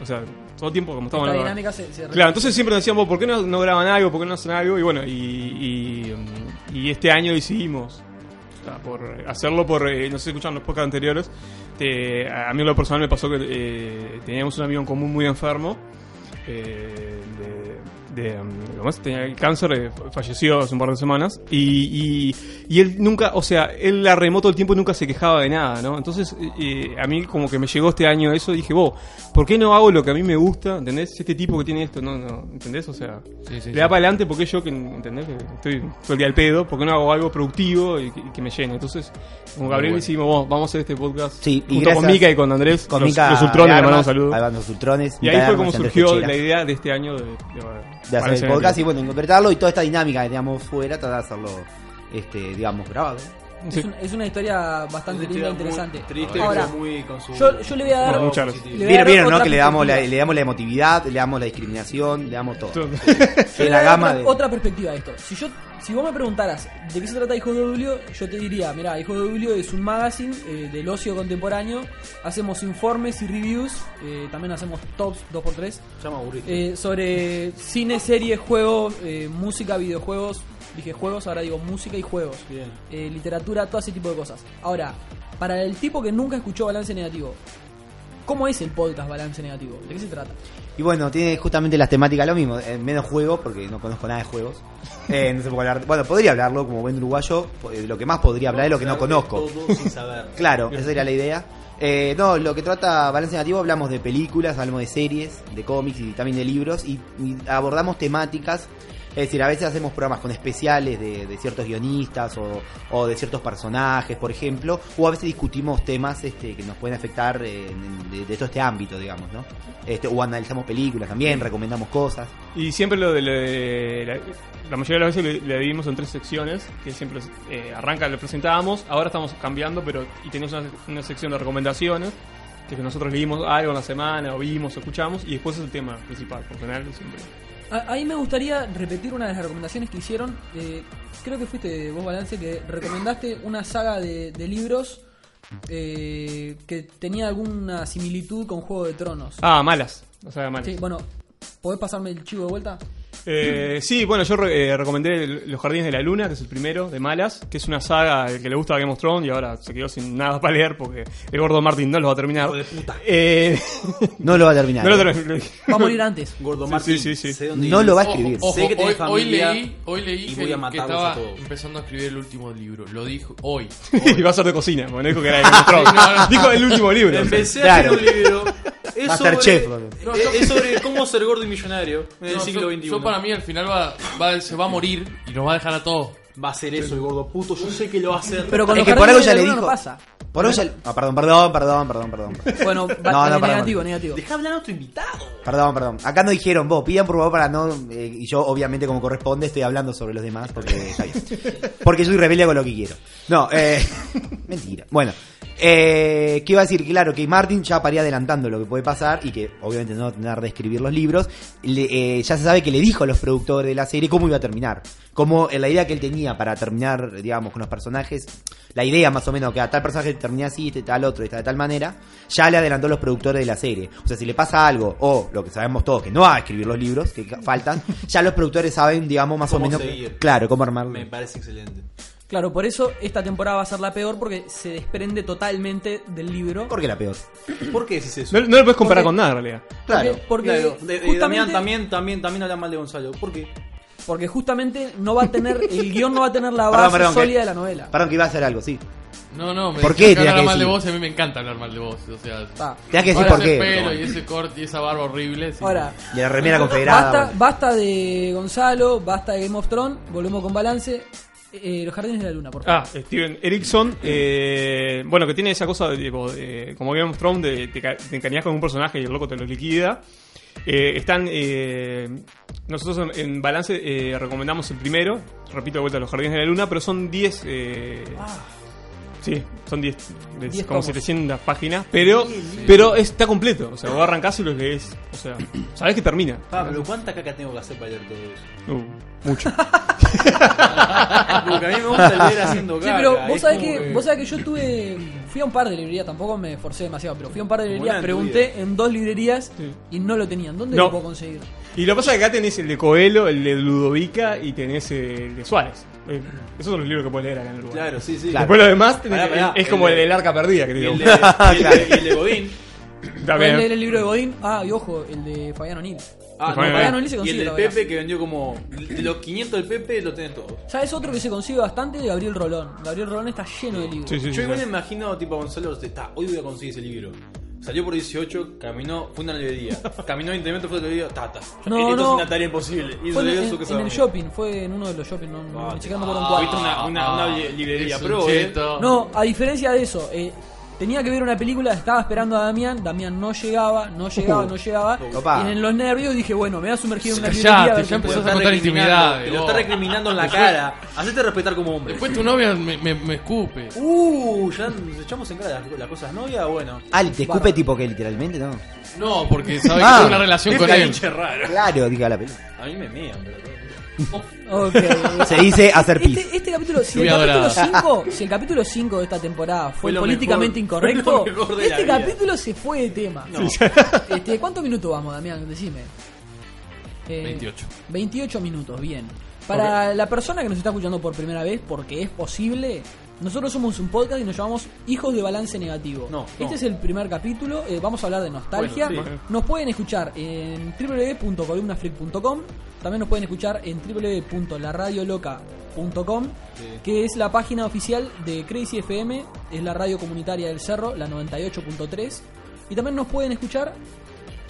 O sea, todo el tiempo como estamos La hablando. dinámica se- se- Claro, entonces siempre nos decían, "Vos, ¿por qué no, no graban algo? ¿Por qué no hacen algo? Y bueno, y, y, mm, y este año decidimos ah, por hacerlo por, eh, no sé si escucharon los podcasts anteriores, Te- a mí en lo personal me pasó que eh, teníamos un amigo en común muy enfermo, eh, de, de, mm, ¿cómo es? tenía el cáncer, eh, falleció hace un par de semanas, y, y, y él nunca, o sea, él la remoto el tiempo y nunca se quejaba de nada, ¿no? Entonces eh, a mí como que me llegó este año eso, y dije, vos, ¿por qué no hago lo que a mí me gusta? ¿Entendés? Si Este tipo que tiene esto, no, no, ¿entendés? O sea, Sí, sí, le da para adelante porque yo, que, ¿entendés? Que estoy todo el día al pedo, porque no hago algo productivo y que, y que me llene. Entonces, como Gabriel bueno. decidimos, "Vos, vamos a hacer este podcast Sí, y junto gracias- con Mica y con Andrés, Con los, Mica los de Ultrones, le Armas, mandamos saludos. ahí van los Ultrones. Y Mica ahí de fue Armas, como Andrés surgió Cochera. la idea de este año de, de- de Valencia hacer el podcast y Negativo. bueno, interpretarlo y toda esta dinámica que teníamos fuera, tratar de hacerlo, este, digamos, grabado. Sí. Es, una, es una historia bastante linda e interesante. Triste, Ahora, pero muy con su- yo, yo le voy a dar... Bueno, muchas gracias. positivo. le voy a Vieron, dar vieron, ¿no? otra Que le damos, la, perspectiva. le damos la emotividad, le damos la discriminación, le damos todo. Yo En le la voy a dar gama otra, de... otra perspectiva a esto. Si yo, si vos me preguntaras de qué se trata Hijo de Dulio, yo te diría, mira, Hijo de Dulio es un magazine eh, del ocio contemporáneo. Hacemos informes y reviews, eh, también hacemos tops 2x3 Ya me aburrí. eh, sobre cine, series, juegos, eh, música, videojuegos. Dije juegos, ahora digo música y juegos. Bien. Eh, literatura, todo ese tipo de cosas. Ahora, para el tipo que nunca escuchó Balance Negativo, ¿cómo es el podcast Balance Negativo? ¿De qué se trata? Y bueno, tiene justamente las temáticas lo mismo. eh, menos juego, porque no conozco nada de juegos. Eh, no se puede hablar. Bueno, podría hablarlo como buen uruguayo. po- eh, Lo que más podría hablar es lo que no conozco. Todo sin saber. Claro, esa era la idea. Eh, no, lo que trata Balance Negativo, hablamos de películas, hablamos de series, de cómics y también de libros. Y, y abordamos temáticas Es decir, a veces hacemos programas con especiales de, de ciertos guionistas o, o de ciertos personajes, por ejemplo, o a veces discutimos temas este, que nos pueden afectar eh, en- de, de todo este ámbito, digamos, ¿no? Este, o analizamos películas también, recomendamos cosas. Y siempre lo de, lo de- la, la mayoría de las veces le dividimos en tres secciones, que siempre eh, arranca, lo presentábamos, ahora estamos cambiando, pero y tenemos una, una sección de recomendaciones, que es que nosotros leímos algo en la semana, o vimos, o escuchamos, y después es el tema principal, por lo general siempre. A- Ahí me gustaría repetir una de las recomendaciones que hicieron. Eh, creo que fuiste vos, Balance, que recomendaste una saga de, de libros eh, que tenía alguna similitud con Juego de Tronos. Ah, malas, o sea, malas. Sí, bueno, ¿podés pasarme el chivo de vuelta? Eh, sí, bueno, yo re- eh, recomendé el- Los Jardines de la Luna, que es el primero, de Malas, que es una saga al que le gusta Game of Thrones y ahora se quedó sin nada para leer porque el gordo Martin no lo va a terminar. Eh, No lo va a terminar. ¿eh? no lo terminé. Va a morir antes. Gordo Sí, Martín, sí, sí, sí. sé dónde No vives. lo va a escribir. Ojo, Sé que hoy, tenés hoy familia leí, hoy leí y que, voy a que matarlos estaba a todos. empezando a escribir el último libro. Lo dijo hoy. Y va a ser de cocina, porque no dijo que era de Game of Thrones. Dijo el último libro. Empecé Claro. a hacer un libro. Es sobre, Masterchef, no, yo- es sobre cómo ser gordo y millonario en el No, siglo yo- XXI. Yo para mí al final va, va- se va a morir y nos va a dejar a todos. Va a ser eso el gordo puto. Yo sé que lo va a hacer. Pero con Es los que por algo jardines ya de le Luna no dijo. pasa. Por hoy ya le- ah, perdón, perdón, perdón, perdón, perdón. Bueno, va- No, no, eh, perdón. negativo, negativo. Deja hablar a tu invitado. Perdón, perdón. Acá no dijeron, vos, pidan por favor para no. eh, y yo, obviamente, como corresponde, estoy hablando sobre los demás porque está bien. Porque soy rebelde con lo que quiero. No, eh. mentira. Bueno, eh, ¿qué iba a decir? Claro, que Martin ya paría adelantando lo que puede pasar y que obviamente no va a tener de escribir los libros. Le- eh, ya se sabe que le dijo a los productores de la serie cómo iba a terminar. Como la idea que él tenía para terminar, digamos, con los personajes. La idea más o menos que a tal personaje termina así, este tal otro, esta de tal manera. Ya le adelantó a los productores de la serie. O sea, si le pasa algo, o lo que sabemos todos, que no va a escribir los libros que ca- faltan, ya los productores saben, digamos, más o Cómo menos. seguir. Claro, cómo armarlo. Me parece excelente. Claro, por eso esta temporada va a ser la peor porque se desprende totalmente del libro. Porque la peor. ¿Por qué decís eso? No, no lo puedes comparar Porque- con nada en realidad. Claro. Porque- Porque, Claro, de- de- justamente, Damián también, también, también habla mal de Gonzalo. ¿Por qué? porque justamente no va a tener, el guión no va a tener la base Perdón, perdón, sólida que- de la novela. Perdón, que iba a hacer algo, sí. No, no, me ¿Por decían qué que tenía hablar que mal de decir? vos y a mí me encanta hablar mal de vos. O sea, Está. Tenés que decir ahora por ese qué. pelo y ese corte y esa barba horrible. sí. Ahora, De la remera confederada. basta, bueno. basta de Gonzalo, basta de Game of Thrones, volvemos con balance. Eh, los jardines de la luna, por favor. Ah, Steven Erickson, eh, bueno, que tiene esa cosa, de, tipo, de- como Game of Thrones, de, te, ca- te encariñas con un personaje y el loco te lo liquida. Eh, están, eh, nosotros en, en balance eh, recomendamos el primero, repito de vuelta, Los Jardines de la Luna, pero son 10... eh, Sí, son 10, es 10 como tomos. 700 páginas, pero, pero está completo. O sea, vos arrancás y lo lees. O sea, sabés que termina. Pablo, ¿cuánta caca tengo que hacer para leer todo eso? Uh, mucho. Ah, Porque a mí me gusta leer haciendo Sí, caca. pero vos es sabés como que, vos sabés que yo estuve. Fui a un par de librerías, tampoco me esforcé demasiado, pero fui a un par de librerías, Buena pregunté en dos librerías Sí. y no lo tenían. ¿Dónde No. lo puedo conseguir? Y lo que pasa es que acá tenés el de Coelho, el de Ludovica y tenés el de Suárez. Eh, Esos son los libros que puedes leer acá en el lugar. Claro, sí, sí. Después lo demás tenés- Pará, pará. es como El el, de- del arca perdida, que te Y digo. el de, y el de- y el de Godín. También. Podés leer el libro de Godín. Ah, y ojo, el de Fabián O'Neill. Ah, Fabián pará, O'Neill se y el consigue del todavía. Pepe que vendió como. de Los 500 del Pepe lo tienen todos. ¿Sabes otro que se consigue bastante? Gabriel Rolón. Gabriel Rolón está lleno de libros. Sí, sí, sí, Yo igual sí. me imagino, tipo, a Gonzalo, está, hoy voy a conseguir ese libro. Salió por 18, caminó, fue a una librería. Caminó 20 metros, fue a otra librería, tata. No, Esto no. es una tarea imposible. Y Fue en, se dio en- su casa en el dormida. shopping, fue en uno de los shopping, no, no, Ah, ni siquiera me acuerdo en ah, cuál. viste una, una, una li- librería Es un pro, eh. cheto. No, a diferencia de eso, eh, tenía que ver una película, estaba esperando a Damián, Damián no llegaba, no llegaba, Uh, no llegaba. Opa. Y en los nervios dije, bueno, me voy a sumergir en una Callate, librería. a ver ya qué Te empezó puedo lo Empezás a está contar recriminando, intimidades, Te lo vos. está recriminando en la cara. Hacete respetar como hombre. Después tu novia me, me- me escupe. Uh, ya nos echamos en cara las, las cosas novia, bueno. Ah, ¿te escupe tipo que literalmente no? No, porque sabe que Ah, tengo una relación con él. Pinche raro. Claro, diga la película. A mí me mean, pero. Ok. Se dice hacer pis. Este, este capítulo, si el Lluvia capítulo, dorada. 5, si el capítulo 5 de esta temporada fue, Fue lo políticamente mejor, incorrecto, fue lo mejor de este la vida. capítulo se fue de tema. Este, ¿Cuántos minutos vamos, Damián? Decime. Eh, 28. 28 minutos, bien. Para la persona que nos está escuchando por primera vez, porque es posible, nosotros somos un podcast y nos llamamos Hijos de Balance Negativo. No, este no. es el primer capítulo, eh, vamos a hablar de nostalgia. Bueno, sí. Nos pueden escuchar en www.columnafreak.com, también nos pueden escuchar en www.laradioloca.com, que es la página oficial de Crazy FM, es la radio comunitaria del Cerro, la 98.3, y también nos pueden escuchar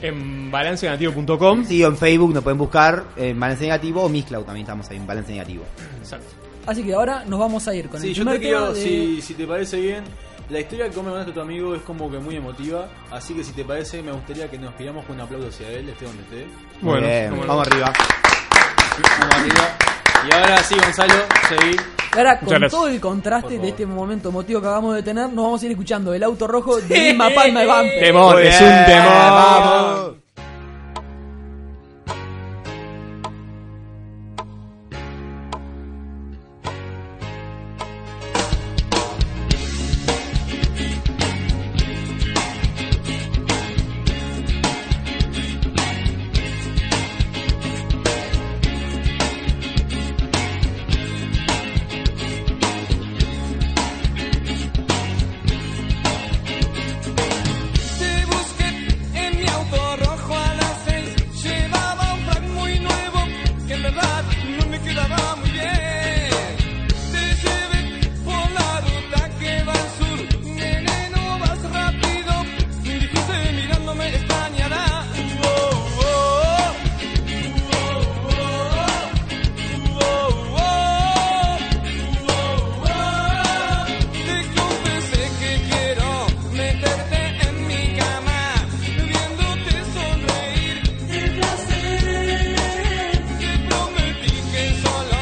en balancenegativo.com. Sí, o en Facebook nos pueden buscar en Balance Negativo o Miss Cloud también estamos ahí en Balance Negativo. Exacto. Así que ahora nos vamos a ir con Sí, el yo primer te quiero, tema de- si, si te parece bien, la historia que come con tu amigo es como que muy emotiva, así que si te parece, me gustaría que nos pidamos con un aplauso hacia él, esté donde esté. Muy Bueno, bien, cómo no. vamos arriba. Vamos arriba. Y ahora sí, Gonzalo, seguí. Ahora, con gracias. todo el Por contraste favor. de este momento emotivo que acabamos de tener, nos vamos a ir escuchando El Auto Rojo de Vilma Palma y Vamp. Temón, Muy Oh, es un bien, temón. vamos. Te busqué en mi auto rojo a las seis. Llevaba un frac muy nuevo que en verdad no me quedaba muy bien. Te llevé por la ruta que va al sur. Nene, no vas rápido. Si dijiste mirándome extrañará. Oh, oh, oh. Oh, oh, oh. Oh, oh. Te confesé que quiero meterte en mi cama, viéndote sonreír. El placer. Te prometí que solo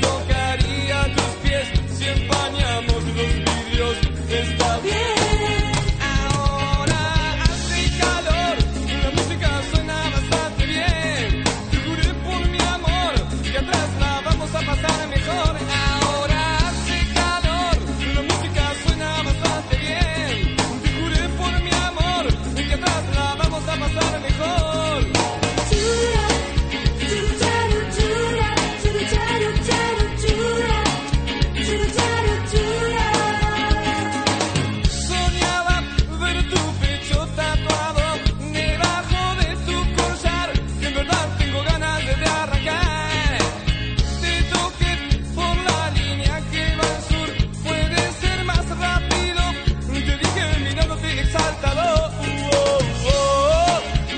tocaría tus pies si empañamos los vidrios. Está bien. Ahora hace calor y la música suena bastante bien. Te juré por mi amor que atrás la vamos a pasar mejor. Ahora hace calor y la música suena bastante bien. Te juré por mi amor que atrás la vamos a pasar mejor. Soñaba ver tu pecho tatuado debajo de tu collar. que En verdad tengo ganas de arrancar. Te toqué por la línea que va al sur. Puede ser más rápido. Te dije mirándote exaltado. Oh, oh, oh, oh,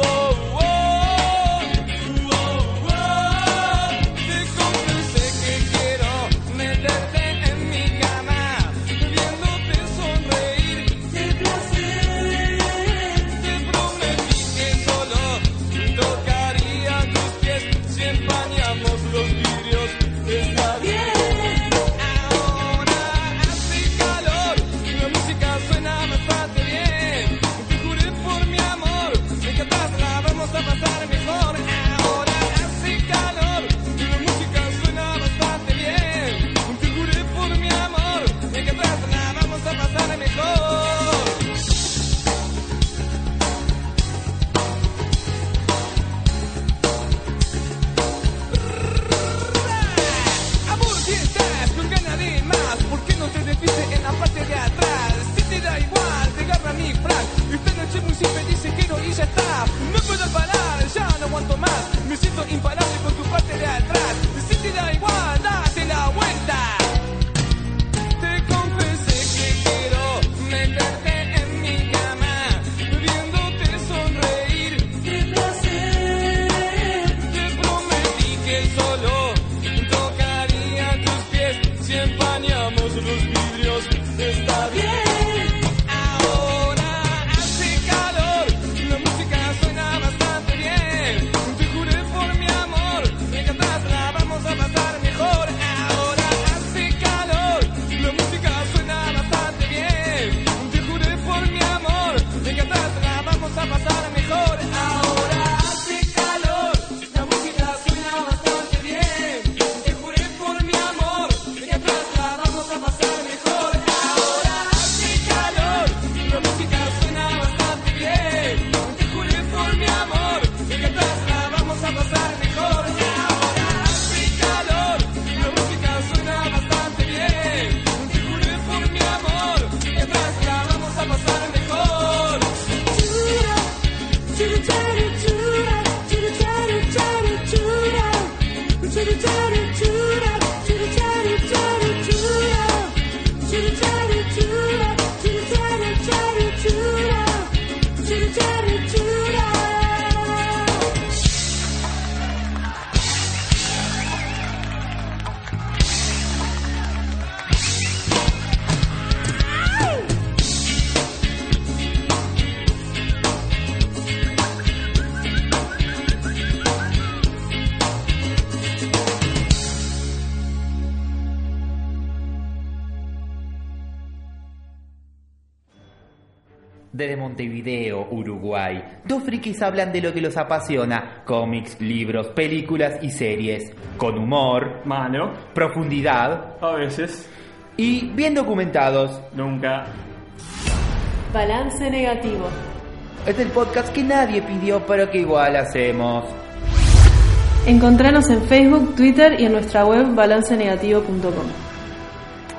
oh, oh, oh. Te confesé que quiero meterte en mi cama, viéndote sonreír. ¡Qué placer! Te prometí que solo tocaría tus pies si empañamos los vidrios. Está bien. Ahora hace calor, la música suena bastante bien. Te juré por mi amor, de que atrás la vamos a pasar mejor. Ahora hace calor, la música suena bastante bien. Te juré por mi amor, de que atrás la vamos a pasar mejor. Amor, si estás con ganas de más, ¿por qué no te desviste en la parte de atrás? Si te da igual, te agarra mi frac. Esta noche muy simple dice quiero y ya está. No puedo parar, ya no aguanto más. Me siento imparable con tu parte de atrás. Si te da igual, date la vuelta. Te confesé que quiero meterte en mi cama, viéndote sonreír. ¡Qué placer! Te prometí que solo tocaría tus pies si empañamos los vidrios. Está bien. Ahora hace calor, la música suena bastante bien. Te juré por mi amor, de que atrás la vamos a pasar mejor. Ahora hace calor, la música suena bastante bien. Te juré por mi amor, de que atrás la vamos a pasar mejor. Ahora hace calor, la música suena bastante bien. Te juré por mi amor, de que atrás la vamos a pasar mejor. Ahora hace Desde Montevideo, Uruguay, dos frikis hablan de lo que los apasiona, cómics, libros, películas y series, con humor, Malo. profundidad A veces. y bien documentados. Nunca. Balance negativo. Este Es el podcast que nadie pidió pero que igual hacemos. Encontranos en Facebook, Twitter y en nuestra web balancenegativo.com.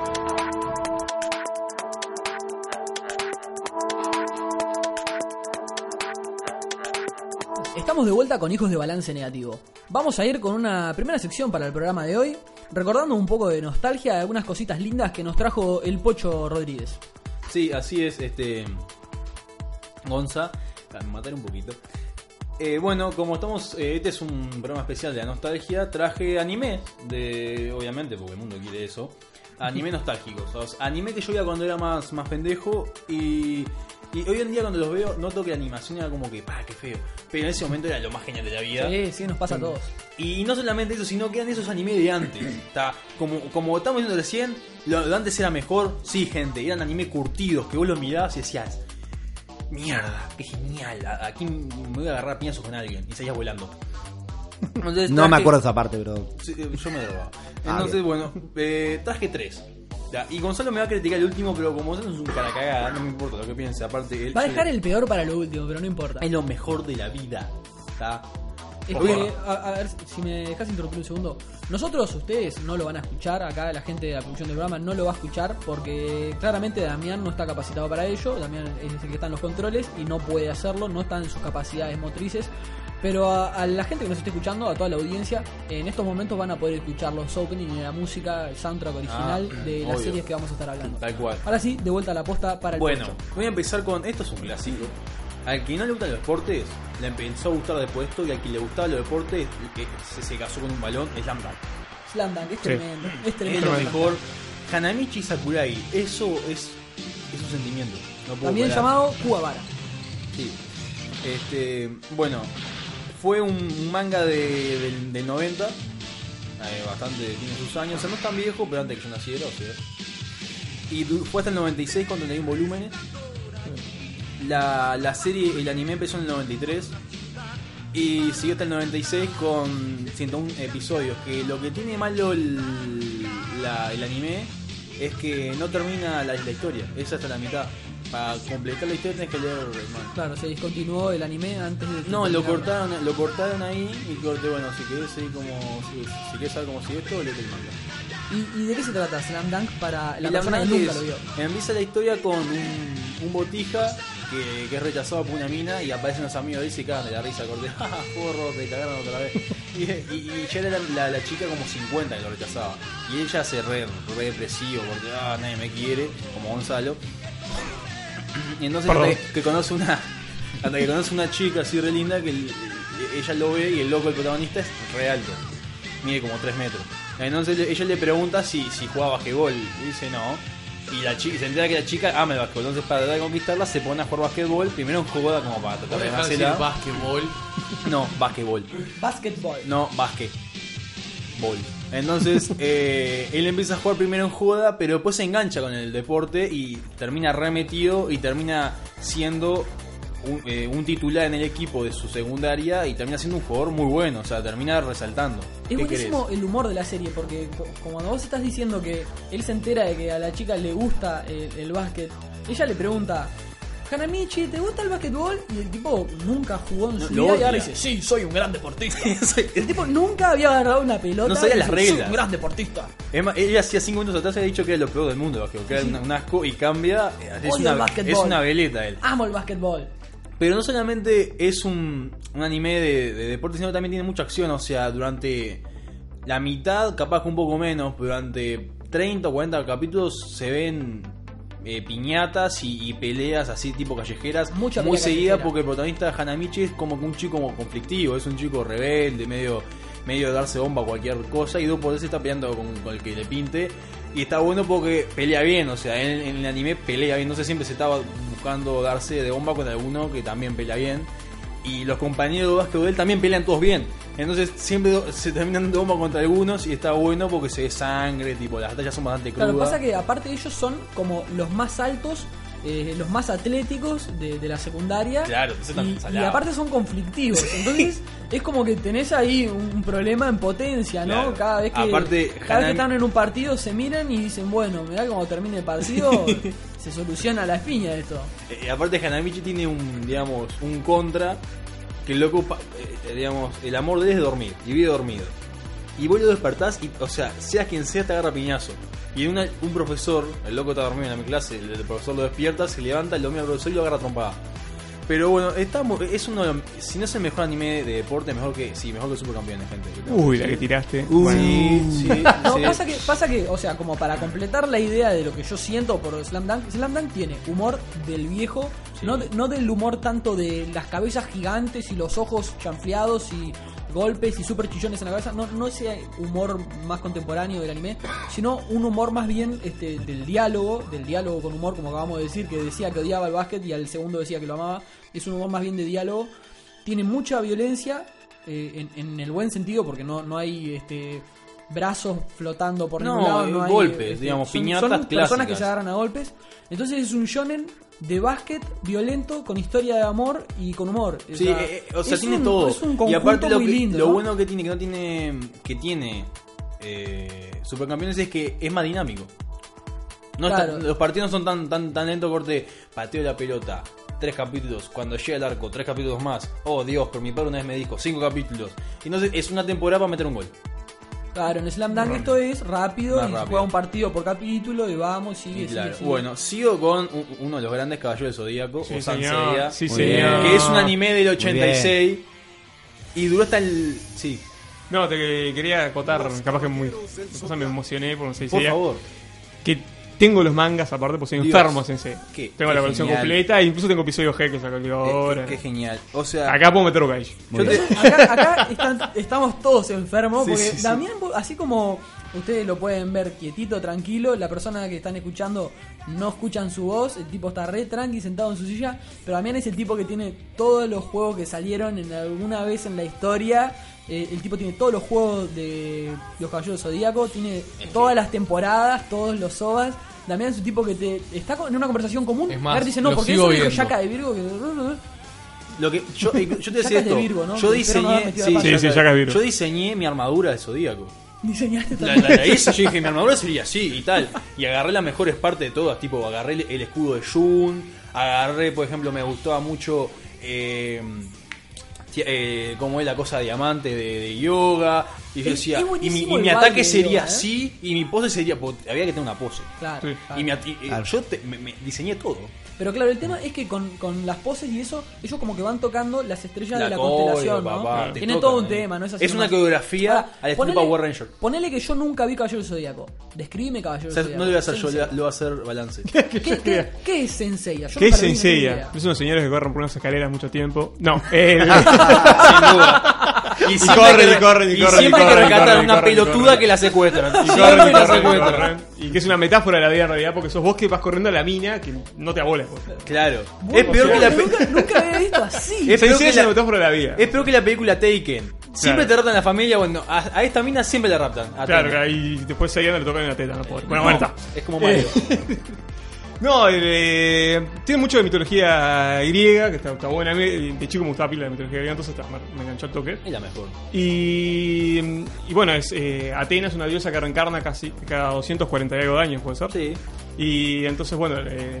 Estamos de vuelta con Hijos de Balance Negativo. Vamos a ir con una primera sección para el programa de hoy, recordando un poco de nostalgia de algunas cositas lindas que nos trajo el Pocho Rodríguez. Sí, así es, este. Gonza. Ah, Me mataré un poquito. Eh, bueno, como estamos. eh, este es un programa especial de la nostalgia. Traje anime. De, obviamente, porque el mundo quiere eso. Anime nostálgicos. o sea, anime que yo veía cuando era más, más pendejo. Y. Y hoy en día cuando los veo noto que la animación era como que, pa, qué feo. Pero en ese momento era lo más genial de la vida. Sí, sí, nos pasa a todos. Y no solamente eso, sino que eran esos animes de antes. Está, como, como estamos viendo recién, lo, lo antes era mejor. Sí, gente, eran anime curtidos que vos los mirabas y decías, mierda, qué genial, a- aquí me voy a agarrar a piñazos con alguien. Y seguías volando. Entonces, No me traje- acuerdo esa parte, bro. Sí, eh, yo me drogaba. Ah, Entonces, bien. bueno, eh, traje tres. Ya, y Gonzalo me va a criticar el último, pero como Gonzalo es un cara cagada, no me importa lo que piense. Aparte, él Va a dejar el peor para lo último, pero no importa. es lo mejor de la vida. Está. Es que, a, a ver, si me dejas interrumpir un segundo. Nosotros, ustedes, no lo van a escuchar. Acá la gente de la producción del programa no lo va a escuchar porque claramente Damián no está capacitado para ello. Damián es el que está en los controles y no puede hacerlo, no está en sus capacidades motrices. Pero a, a la gente que nos esté escuchando, a toda la audiencia, en estos momentos van a poder escuchar los openings y la música, el soundtrack original Ah, de las obvio. series que vamos a estar hablando. Tal cual. Ahora sí, de vuelta a la posta para el Bueno, pocho. voy a empezar con. Esto es un clásico. Al que no le gustan los deportes, le empezó a gustar después de esto. Y al que le gustaban los deportes, el que se, se casó con un balón, es Lambda. Slam Dunk, es tremendo. Es Es tremendo. lo mejor. Hanamichi Sakurai, eso es, es un sentimiento. No puedo También parar. llamado Kuwabara. Sí. Este, bueno, fue un un manga de, del, del 90. eh, bastante, tiene sus años. O sea, no es tan viejo, pero antes que yo naciera, o sea. Y du- fue hasta el 96 con 31 volúmenes. La, la serie, el anime empezó en el 93. Y siguió hasta el 96 con 101 episodios. Que lo que tiene malo el, la- el anime es que no termina la, la historia. Es hasta la mitad. Para completar la historia tenés que leer el manga. Claro, se discontinuó el anime antes de. que No, lo terminara. cortaron, lo cortaron ahí y corté, bueno, si querés seguir como. Si, si querés saber cómo sigue esto, léete el manga. ¿Y, y de qué se trata Slam Dunk para la Y persona que verdad nunca es, lo vio? Empieza la historia con un, un botija que, que es rechazado por una mina y aparecen los amigos de él y se cagan de la risa, corté, jaja, forro, te cagaron otra vez. Y, y- y ya era la, la- la chica como 50 que lo rechazaba. Y ella se re, re depresivo porque ah, nadie me quiere, como Gonzalo. Y entonces Perdón. hasta que conoce una. Hasta que conoce una chica así re linda que el- ella lo ve y el loco, el protagonista, es re alto. Mide como 3 metros. Entonces le- ella le pregunta si, si jugaba basquetbol. Y dice no. Y la chica, se entera que la chica ama el basquetbol. Entonces para tratar de conquistarla se pone a jugar basquetbol. Primero jugada como para tratar Voy a de dejar de decir hacerla. básquetbol. No, basquetbol. Basketball. No, basquet. Ball. Entonces, eh, él empieza a jugar primero en joda, pero después se engancha con el deporte y termina remetido y termina siendo un, eh, un titular en el equipo de su secundaria y termina siendo un jugador muy bueno, o sea, termina resaltando. ¿Qué Es querés? buenísimo el humor de la serie, porque co- como cuando vos estás diciendo que él se entera de que a la chica le gusta el, el básquet, ella le pregunta, Hanamichi, ¿te gusta el básquetbol? Y el tipo nunca jugó en No, su lo vida y odia. ahora dice, sí, soy un gran deportista. el tipo nunca había agarrado una pelota. No sabía y las dice, Soy reglas. un gran deportista. Es más, él hacía 5 minutos atrás había dicho que era lo peor del mundo, el basquetbol, que era un- un asco y cambia. Odio Es el una, basquetbol. es una veleta él. Amo el básquetbol. Pero no solamente es un, un anime de, de deporte, sino que también tiene mucha acción. O sea, durante la mitad, capaz que un poco menos, pero durante 30 o 40 capítulos se ven eh, piñatas y, y peleas así tipo callejeras. Mucha muy pelea seguida callejera. porque el protagonista Hanamichi es como que un chico como conflictivo, es un chico rebelde, medio medio de darse bomba a cualquier cosa y dos por tres está peleando con, con el que le pinte y está bueno porque pelea bien, o sea, en, en el anime pelea bien, no sé, siempre se estaba buscando darse de bomba con alguno que también pelea bien y los compañeros de básquetbol también pelean todos bien. Entonces siempre do- se terminan de bomba contra algunos y está bueno porque se ve sangre, tipo las batallas son bastante Claro, crudas. lo que pasa que aparte ellos son como los más altos eh, los más atléticos de, de la secundaria. Claro, eso y, también y salado. aparte son conflictivos. Entonces es como que tenés ahí un problema en potencia, ¿no? Claro. Cada vez que Aparte, cada vez que Hanami- están en un partido se miran y dicen, bueno, mirá cómo termine el partido, se soluciona la piña esto. Eh, aparte Hanamichi tiene un, digamos, un contra que el loco, pa- eh, digamos, el amor de él es dormir y vive dormido. Y vos lo despertás y, o sea, seas quien sea te agarra piñazo. Y en una- un profesor, el loco está dormido en mi clase, el, el profesor lo despierta, se levanta, lo mira al profesor y lo agarra a trompada. Pero bueno, está, mu- es uno de los- si no es el mejor anime de deporte, mejor que, sí, mejor que Supercampeones, gente. Yo creo. Uy, Sí. la que tiraste. Uy. Bueno. Sí, sí, No, sí. pasa que, pasa que, o sea, como para completar la idea de lo que yo siento por Slam Dunk, Slam Dunk tiene humor del viejo, no, de- no del humor tanto de las cabezas gigantes y los ojos chanfleados y golpes y super chillones en la cabeza, no, no ese humor más contemporáneo del anime, sino un humor más bien este, del diálogo, del diálogo con humor, como acabamos de decir, que decía que odiaba el básquet y al segundo decía que lo amaba, es un humor más bien de diálogo, tiene mucha violencia eh, en, en el buen sentido porque no, no hay este brazos flotando por No, ningún lado, eh, hay, golpes, este, digamos, son- piñatas son personas que clásicas. se agarran a golpes. Entonces es un shonen de básquet violento con historia de amor y con humor. O Sí, sea, eh, eh, o sea, es tiene un- todo. Es un conjunto y aparte lo, muy que- lindo. lo ¿no? bueno que tiene, que no tiene, que tiene eh, Supercampeones es que es más dinámico. No es tan- Claro. los partidos no son tan, tan, tan lento corte, pateo la pelota, tres capítulos, cuando llega el arco, tres capítulos más. Oh Dios, por mi padre una vez me dijo, cinco capítulos. Entonces es una temporada para meter un gol. Claro, en Slam Dunk esto es rápido Más y se rápido. juega un partido por capítulo y vamos, sigue, Y sigue, claro, sigue. Bueno, sigo con un- uno de los grandes caballeros del Zodíaco, Sí, o Saint señor. Seiya, Sí, que señor. es un anime del 86 y duró hasta el... Sí, No, te quería acotar, capaz que muy. Cosa me emocioné por no sé si por era- favor. Que tengo los mangas aparte, porque soy Dios. enfermo, sensei. Qué- Tengo la qué versión genial. completa e incluso tengo episodio G que sacó Eh, ahora. Qué, qué genial. O sea, Acá puedo meter Okaiji. yo te- Acá, acá están- estamos todos enfermos Sí, porque sí, sí. Damián, así como ustedes lo pueden ver quietito, tranquilo, la persona que están escuchando no escuchan su voz, el tipo está re tranqui sentado en su silla, pero Damián es el tipo que tiene todos los juegos que salieron en alguna vez en la historia. eh, el tipo tiene todos los juegos de los Caballeros Zodíaco, tiene todas las temporadas, todos los OVAs. Damián es un tipo que te está con- en una conversación común. Es más, Gar dice, no, lo porque sigo eso me dijo viendo. Yaka de Virgo que... Lo que yo, eh, yo te Yaka decía es de esto. Virgo, ¿no? Yo Espero no haber diseñé, metido sí, la pata. Sí, sí, Yaka es Virgo. yo diseñé mi armadura de zodíaco. Diseñaste La, también. la- la hice, yo dije, mi armadura sería así y tal. Y agarré las mejores partes de todas, tipo, agarré el, el escudo de Jun, agarré, por ejemplo, me gustaba mucho eh, ti- eh, cómo es la cosa diamante de, de yoga. Y yo Es- decía, es y mi, buenísimo y el mi baile ataque de sería yoga, ¿eh? así y mi pose sería, porque había que tener una pose. Claro, Sí. claro. Y mi ati- eh, Claro. yo te- me- me diseñé todo. Pero claro, el tema es que con, con las poses y eso, ellos como que van tocando las estrellas La de la coreo, constelación, ¿no? papá, te Tiene tocan, todo un eh. tema, ¿no? Es, así Es una nomás. coreografía Ahora, al estilo ponele- Power Ranger. Ponele que yo nunca vi Caballero Zodíaco. Describime Caballero O sea, Zodíaco. no lo voy a hacer yo, Sensei. lo lo va a hacer balance. ¿Qué, qué, qué es Sensei? Yo ¿Qué no es perdí ni sencilla? idea. Es unos señores que corren por unas escaleras mucho tiempo. No, eh, Y, corren, hay que- y corren, y y corren, siempre y hay que corren, rescatar corren, una corren, pelotuda corren. que la secuestran. y Siempre corren, la y corren, y secuestran. corren. Y que es una metáfora de la vida en realidad, porque sos vos que vas corriendo a la mina que no te abolas. vos. Claro. Bueno, Es peor, que la pe- nunca, nunca había visto así. Es- Esa peor es que una la- metáfora de la vida. es peor que la película Taken. Siempre Claro. te raptan la familia. Bueno, a, a esta mina siempre la raptan. A Taken. Claro, claro, y después se le tocan en la teta. No puedo. Bueno, Eh. No, bueno, está. Es como Mario. No, el, eh, tiene mucho de mitología griega, que está, está buena. A mí, eh, De chico me gustaba pila la mitología griega, entonces está, me- me enganchó el toque. es la mejor. Y, y bueno, es, eh, Atenas es una diosa que reencarna casi cada 240 y algo de años, puede ser. Sí. Y entonces, bueno, eh,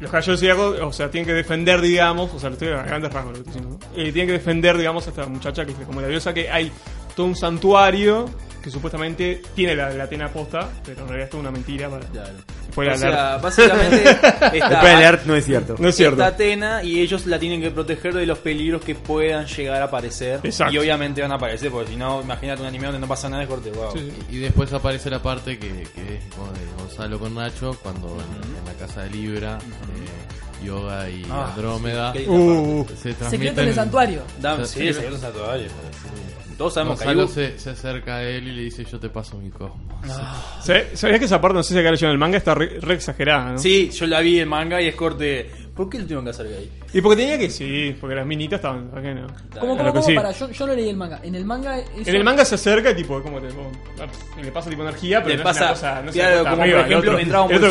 los caballeros zodiacos, o sea, tienen que defender, digamos, o sea, lo estoy a grandes rasgos lo que estoy diciendo, ¿no? Eh, tienen que defender, digamos, a esta muchacha que es como la diosa, que hay todo un santuario que supuestamente tiene la, la Atena posta, pero en realidad es toda una mentira para... Claro. Puede o sea, hablar. básicamente Después del está, art no es cierto. No es cierto. está Atena y ellos la tienen que proteger de los peligros que puedan llegar a aparecer. Exacto. Y obviamente van a aparecer, porque si no, imagínate un anime donde no pasa nada de corte. Wow. Sí, sí. Y después aparece la parte que, que es como de Gonzalo con Nacho, cuando en- en, la casa de Libra, eh, Yoga y Ah, Andrómeda sí, qué Uh, se Secreto en transmiten. el santuario. Dame, sí, Sí, se abrió un santuario. Todos sabemos que hay Gonzalo un- se, se acerca a él y le dice: Yo te paso mi cosmos. ¿sabés- ¿Sabías que esa parte, no sé si acá leyeron el manga, está re, re exagerada, ¿no? Sí, yo la vi en manga y es corte. ¿Por qué lo tuvieron que hacer gay? Y porque tenía que sí, porque las minitas estaban. ¿Para qué no? ¿Cómo, A cómo, lo que cómo? sí. Pará, yo, yo no leí el manga. En el manga. eso- En el manga se acerca y tipo, como te como, le pasa tipo energía, pero Le no pasa, es una cosa, no claro, se como por ejemplo en Dragon Ball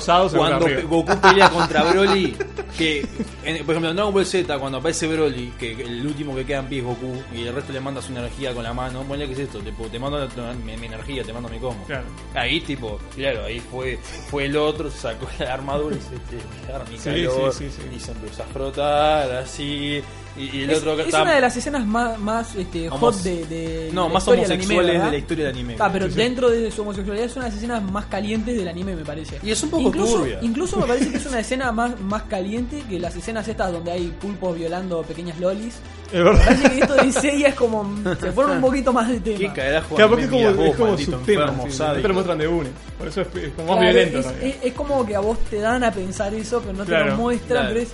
Z, cuando Pe- Goku pelea contra Broly, que, en- por ejemplo, en Dragon Ball Z, cuando aparece Broly, que el último que queda en pie es Goku, y el resto le manda su energía con la mano, ponle que es esto, te, te mando la- mi, mi energía, te mando mi combo. Claro. Ahí, tipo, claro, ahí fue fue el otro, sacó la armadura y se te agarra mi Sí, calor, sí, sí, y se empezó a frotar, así, y, y el es, otro... es estaba- una de las escenas más, más este, Homos- hot de, de- No, de la más historia del anime, homosexuales de ¿verdad? la historia del anime. Ah, pero Sí, sí. dentro de su homosexualidad es una de las escenas más calientes del anime, me parece. Y es un poco incluso, turbia. Incluso me parece que es una escena más, más caliente que las escenas estas donde hay pulpos violando pequeñas lolis. Es verdad. Me parece que esto de Iseia es como... Se fueron un poquito más de tema. ¿Qué carajo? Claro, porque es anime mirás como, es vos, como maldito su tema, enfermo, sí, sí, no sádico? te lo muestran de una. Por eso es, es como más Claro, violento. es, todavía. es- es como que a vos te dan a pensar eso, pero no te Claro. lo muestran, Claro. Eh,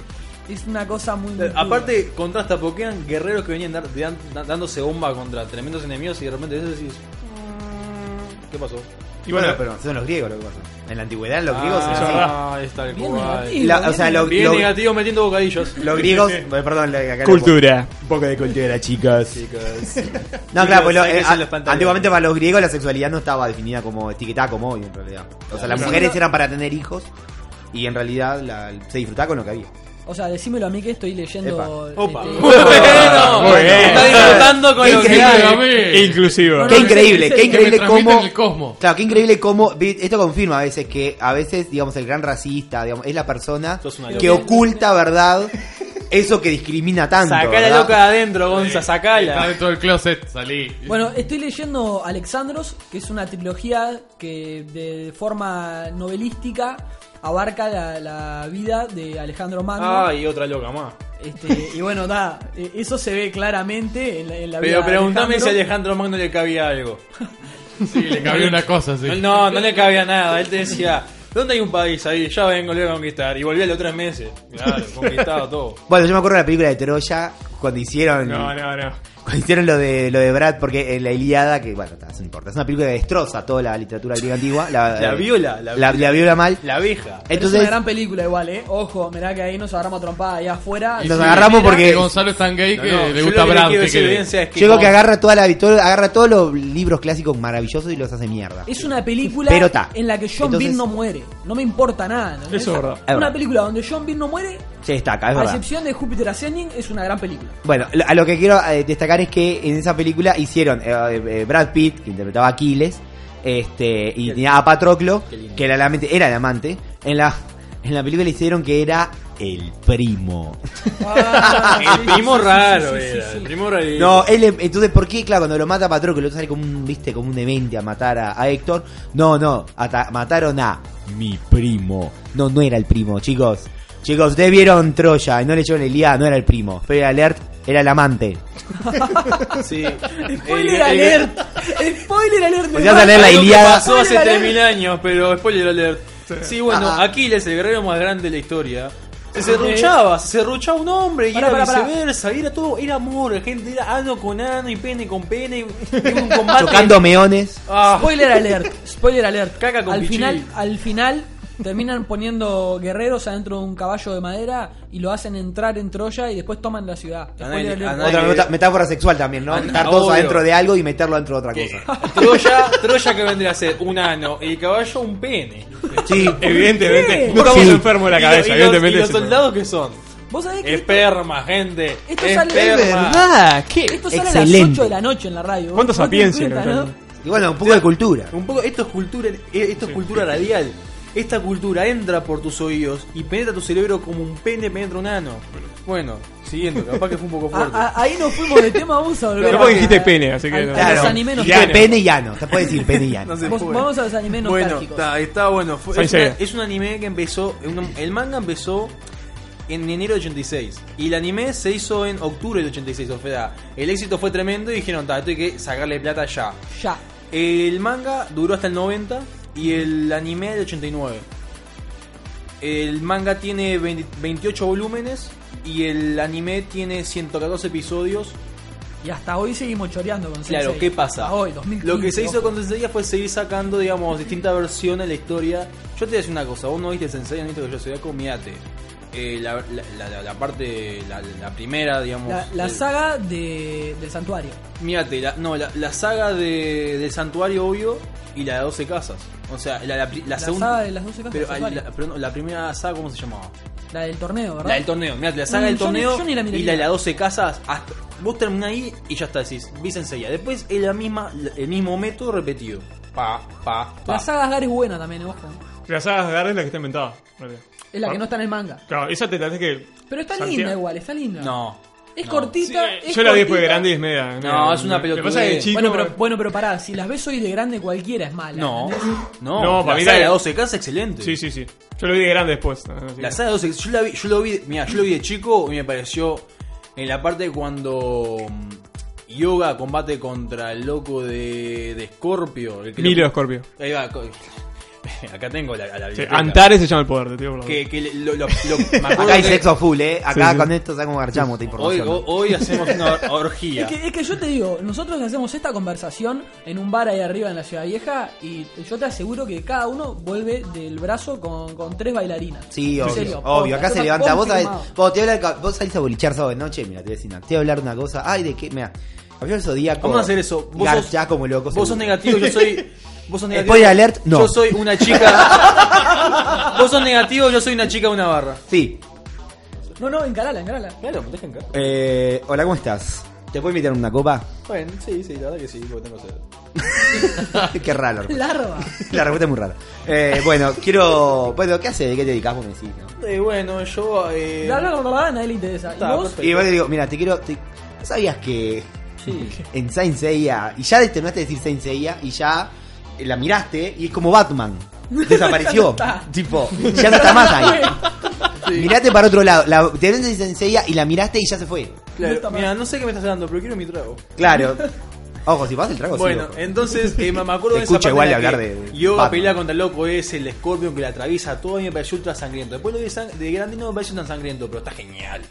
pero es, es una cosa muy... muy Aparte, contrasta, porque eran guerreros que venían dar- dan- dan- dándose bomba contra tremendos enemigos y de repente eso decís. "Mm, ¿Qué pasó? Y bueno, Bueno, pero son los griegos lo que pasa. En la antigüedad, los griegos. es Ah, es tal Bien cual. negativo, La- o bien sea, lo- Bien negativo metiendo bocadillos. Los griegos. eh, Perdón, la- acá Cultura. Un poco de cultura, chicas. Chicos. No, claro, pues lo- Sáquense eh, a- los pantalones. antiguamente para los griegos la sexualidad no estaba definida como etiquetada como hoy en realidad. O sea, las Claro. mujeres eran para tener hijos y en realidad la- se disfrutaba con lo que había. O sea, decímelo a mí que estoy leyendo... Epa. Opa. este, Bueno, Muy bien. está disfrutando con Qué lo que increíble. hay. E Inclusiva. Qué no, sí, increíble, sí, qué sí. increíble Que me transmiten cómo. el cosmo. Claro, qué increíble cómo. vi- Esto confirma a veces que a veces, digamos, el gran racista, digamos, es la persona Sos una que loca. oculta, ¿verdad? Eso que discrimina tanto. Sacá la ¿verdad? loca de adentro, Gonza, Está sacala. dentro del closet, salí. Bueno, estoy leyendo Alexandros, que es una trilogía que de forma novelística abarca la, la vida de Alejandro Magno. Ah, y otra loca más. Este, y bueno, da, eh, eso se ve claramente en la, en la vida Pero de preguntame si a Alejandro. Alejandro Magno le cabía algo. Sí, le cabía una cosa, sí. No, no le cabía nada. Él te decía, ¿dónde hay un país ahí? Ya vengo, lo voy a conquistar. Y volví a los tres meses. Claro, conquistado todo. Bueno, yo me acuerdo de la película de Troya cuando hicieron. No, no, no. Cuando hicieron lo de, lo de Brad, porque en la Iliada, que bueno, está, no importa, es una película que destroza toda la literatura griega antigua. La, La eh, viola, la la, la viola mal. La abeja. Pero Entonces, es una gran película igual, eh. Ojo, mirá que ahí nos agarramos a trompada allá afuera. Nos agarramos Mira porque- que Gonzalo es tan gay No, que no, le yo gusta lo que Brad. quiero ¿qué decir, querés? evidencia, es yo creo que como- agarra, toda la, todo- agarra todos los libros clásicos maravillosos y los hace mierda. Es una película Pero está. en la que John Entonces- Bean no muere. No me importa nada. ¿no? Eso es verdad. Es Una verdad. película donde John Bean no muere, Se destaca, es a verdad. excepción de Júpiter Ascending, es una gran película. Bueno, lo- a lo que quiero eh, destacar es que en esa película hicieron eh, eh, Brad Pitt, que interpretaba a Aquiles, este, y tenía a Patroclo, que era el amante, era el amante. En la, en la película le hicieron que era el primo. El primo Sí, sí, raro, sí, sí, era, sí, El sí. primo raro. No, él, em- entonces, ¿por qué? Claro, cuando lo mata Patroclo, el otro sale como un, viste, como un demente a matar a, a Héctor. No, no, ata- mataron a mi primo. No, no era el primo, chicos. Chicos, ustedes vieron Troya y no leyeron el día, no era el primo. Spoiler alert, era el amante. Sí. Spoiler El- el- alert. Spoiler alert. Pues ya se lee la Algo que Iliada. pasó hace Spoiler 3.000 años, pero spoiler alert. Sí, bueno, Ajá. Aquiles, el guerrero más grande de la historia. Se serruchaba, se serruchaba un hombre y Pará, era pará, pará. viceversa, y era todo, era amor, gente, era ano con ano y pene con pene, y, y un combate. Tocando meones. Ah, Spoiler alert, spoiler alert. Caca con al pichín. final, al final terminan poniendo guerreros adentro de un caballo de madera y lo hacen entrar en Troya y después toman la ciudad. Spoiler nadie- a alert. nadie- Otra meta- metáfora sexual también, ¿no? Ah, Estar todos obvio. adentro de algo y meterlo dentro de otra cosa. Troya, Troya que vendría a ser un ano y el caballo un pene. Sí, Evidentemente. Sí. No estamos enfermos de la Y lo- cabeza, y los- evidentemente. y los es eso. soldados que son. Vos sabés Eh, que esto, Esperma, gente. Esto sale- Esperma. Es Ah, verdad, qué esto sale a las 8 de la noche en la radio. ¿Cuánta Vos te sapiencia cuenta, que ¿no? están- Y bueno, un poco de cultura. Un poco, esto es cultura, eh, esto es cultura radial. Esta cultura entra por tus oídos y penetra tu cerebro como un pene penetra un ano. Bueno, siguiendo, capaz que fue un poco fuerte. A- a- ahí nos fuimos de tema, vamos a volver. Pero a- vos dijiste pene, así que. Al- no. a los Claro. animes Ya, nostálgicos. pene y ano. Se puede decir pene y ano. No sé, Vos- pobre. vamos a los animes Bueno, nostálgicos. está, está bueno. Fue- Saint es, una- Seiya. es un anime que empezó. un- el manga empezó en enero de 86. Y el anime se hizo en octubre de 86. O sea, el éxito fue tremendo y dijeron, "Ta, esto hay que sacarle plata ya. Ya. El manga duró hasta el 90 y el anime de 89. El manga tiene 20 28 volúmenes y el anime tiene 114 episodios. Y hasta hoy seguimos choreando con Sensei. Claro, ¿qué pasa? Hasta Ah, hoy, 2015, Lo que se hizo ojo. con Sensei fue seguir sacando, digamos, distintas versiones de la historia. Yo te voy a decir una cosa, vos no viste Sensei, no viste que yo soy mirate. eh, la, la- la- la parte, la, la primera, digamos. La, la del- saga de, del santuario. Mírate, la, no, la, la saga de, del santuario, obvio, y la de 12 casas. O sea, la, la, pri- la La segunda. saga de las 12 casas Pero, del ah, santuario. la, pero no, la primera saga, ¿cómo se llamaba? La del torneo, ¿verdad? La del torneo. Mirá, la saga Mm, del yo ni- torneo yo ni la y miraría. la de las 12 casas. Hasta, vos terminás ahí y ya está, decís, vis enseguida. Después es la misma, el mismo método repetido. Pa, pa, pa. La saga Asgard es buena también, ¿eh? ojo. La saga de Asgard es la que está inventada. vale. Es la que Ah. no está en el manga. Claro, esa te la tenés que. Pero está Santiago. linda igual, está linda. No. Es No. cortita. Sí, es Yo la vi después cortita. de grande y eh. es media. No, es una Lo que pelotudez. pasa es que de chico. Bueno pero, bueno, pero pará, si las ves hoy de grande, cualquiera es mala. No, ¿entendés? no, No, la para mí saga la- de las 12 casas, excelente. Sí, sí, sí. Yo lo vi de grande después. ¿no? Así La que- saga de 12 yo, la vi, yo lo vi, mira, yo lo vi de chico y me pareció en la parte cuando mm, Yoga combate contra el loco de, de Scorpio. el que lo- Milo Scorpio. Ahí va, co- acá tengo la, a la Sí, biblioteca. Antares se llama el poder, te digo. por la Eh, Que, que le- lo, lo- lo- me acuerdo Acá hay que sexo full, ¿eh? Acá Sí, sí. con esto sabemos cómo garchamos esta Hoy, información. ho- hoy hacemos una or- orgía. Es que, es que yo te digo, nosotros hacemos esta conversación en un bar ahí arriba en la Ciudad Vieja y yo te aseguro que cada uno vuelve del brazo con, con tres bailarinas. Sí, En obvio. serio, posta, obvio. Acá yo se te- levanta. Vos, sabés, confirmado. vos, te habla- vos salís a bolichar sábado de noche. Mira, te voy a decir una- Te voy a hablar una cosa. Ay, de qué. Mira, Gabriel Zodíaco. Vamos a hacer eso. Vos sos- garchás como loco. Vos sos seguro. negativo, yo soy. Vos sos negativo. Spoiler alert, no. Yo soy una chica. vos sos negativo, yo soy una chica de una barra. Sí. No, no, encarala, encarala. Claro, dejen acá. Eh, hola, ¿cómo estás? ¿Te puedo invitar una copa? Bueno, sí, sí, la verdad que sí, porque tengo sed. qué raro. Larva. La respuesta es muy rara. Eh, bueno, quiero. Bueno, ¿qué haces? ¿De qué te dedicas? Vos me decís, ¿no? Eh, bueno, yo. Eh... Bla, bla, bla, bla, bla, a nadie le interesa. ¿Y Está, vos? perfecto. Y vos le digo, mira, te quiero. te- ¿No ¿Sabías que en Saint Seiya, y ya terminaste de decir Saint Seiya, y ya eh, la miraste, y es como Batman. Desapareció. Ya no está. tipo, ya no está más ahí. Miraste para otro lado. La, te ves en Saint Seiya y la miraste y ya se fue. No está Claro, mal. mira, no sé qué me estás dando, pero quiero mi trago. Claro. Ojo, si vas el trago, Oh, sí, Bueno, loco. entonces eh, me me acuerdo Te de esa escucho parte igual en de la hablar que de- de Yo Batman. pelea contra el loco es el Scorpion que la atraviesa todo y me pareció ultra sangriento. Después lo vi sang- de grande y no me pareció tan sangriento, pero está genial.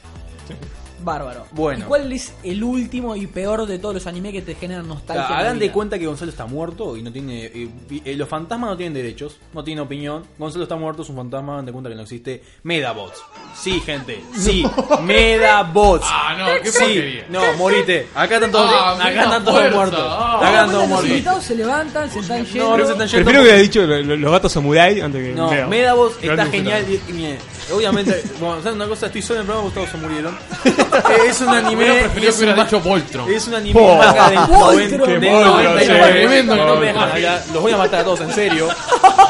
Bárbaro. Bueno. ¿Y cuál es el último y peor de todos los animes que te generan nostalgia? en la Hagan de vida? cuenta que Gonzalo está muerto y no tiene. eh, y- eh, los fantasmas no tienen derechos, no tienen opinión. Gonzalo está muerto, es un fantasma, hagan de cuenta que no existe. Medabots. Sí, gente. Sí, Medabots. Ah, no, qué Sí, porquería. no, morite. Acá están todos, Ah, acá mira, están todos puerta. muertos. Ah. Acá están todos Los muertos. invitados se levantan, se están No, yendo. no se están yendo. Prefiero que hubieras dicho lo- lo- los gatos samurai antes que. No, Medabots. Medabots Lo está antes que genial. Medabots. Y, y mire, obviamente, bueno, ¿saben una cosa? Estoy solo en el programa, todos se murieron. Eh, es un anime. y Prefiero que es, un hubieras ma- dicho Voltron. es un anime Po. manga del Voltron, 90 del Voltron, 99. sí. Tremendo que no me dejan Bueno, ya, Los voy a matar a todos, en serio.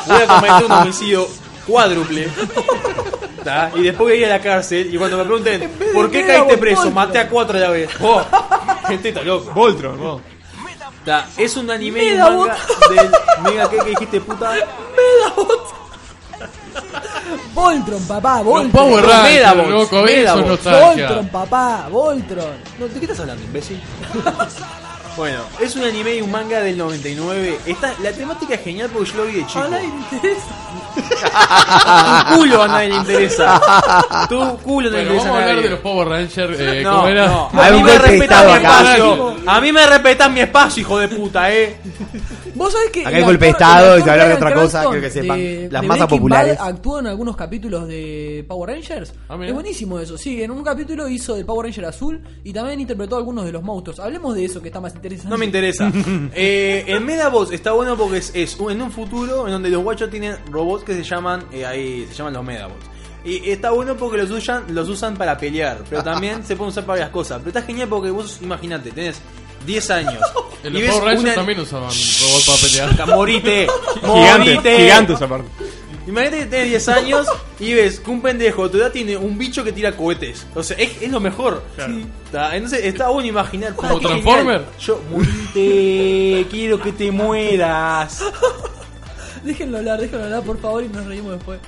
Voy a cometer un homicidio cuádruple. ¿Tá? Y después voy a ir a la cárcel. Y cuando me pregunten, de ¿por qué Medabots, caíste preso? Voltron. Maté a cuatro a la vez. Oh, gente está loco. Voltron, vos. Tá, Es un anime y Medabots. manga del mega que que dijiste puta. Voltron, papá, Los Voltron. Power Medabots, Rangers, loco, eso es Medabots, nostalgia. Voltron, papá, Voltron. No, ¿de qué estás hablando, imbécil? bueno, es un anime y un manga del 99. Está, la temática es genial porque yo lo vi de chico. A nadie le interesa. Tu culo a nadie le interesa. Tu culo no le Bueno, interesa vamos a a hablar nadie. de los Power Rangers. Eh, No, ¿Cómo era? no. Hay A mí un me golpe de respetan mi estado acá. espacio. A mí me respetan mi espacio, hijo de puta, eh. Vos sabés que. Acá el hay golpe de actor- el estado y se actor habla de Brian otra cosa, Cranston quiero que sepan. de- Las de masas Breaking populares. Bad Actuó en algunos capítulos de Power Rangers. Ah, mira. es buenísimo eso. Sí, en un capítulo hizo del Power Ranger azul y también interpretó algunos de los monstruos. Hablemos de eso que está más interesante. No me interesa. Eh, el Medabots está bueno porque es, es un- en un futuro en donde los guachos tienen robots que se llaman eh, ahí se llaman los Medabots. Y está bueno porque los usan, los usan para pelear, pero también se pueden usar para varias cosas. Pero está genial porque vos imagínate, tenés 10 años. En los Power Rangers una- también usaban robots para pelear. Morite, Gigante, morite. gigante esa parte. Imagínate que tenés 10 años y ves que un pendejo de tu edad tiene un bicho que tira cohetes. O sea, es, es lo mejor. Claro. Sí. Está- Entonces está bueno imaginar. ¿Como ah, qué Transformer? genial. Yo, morite, quiero que te mueras. Déjenlo hablar, déjenlo hablar, por favor, y nos reímos después.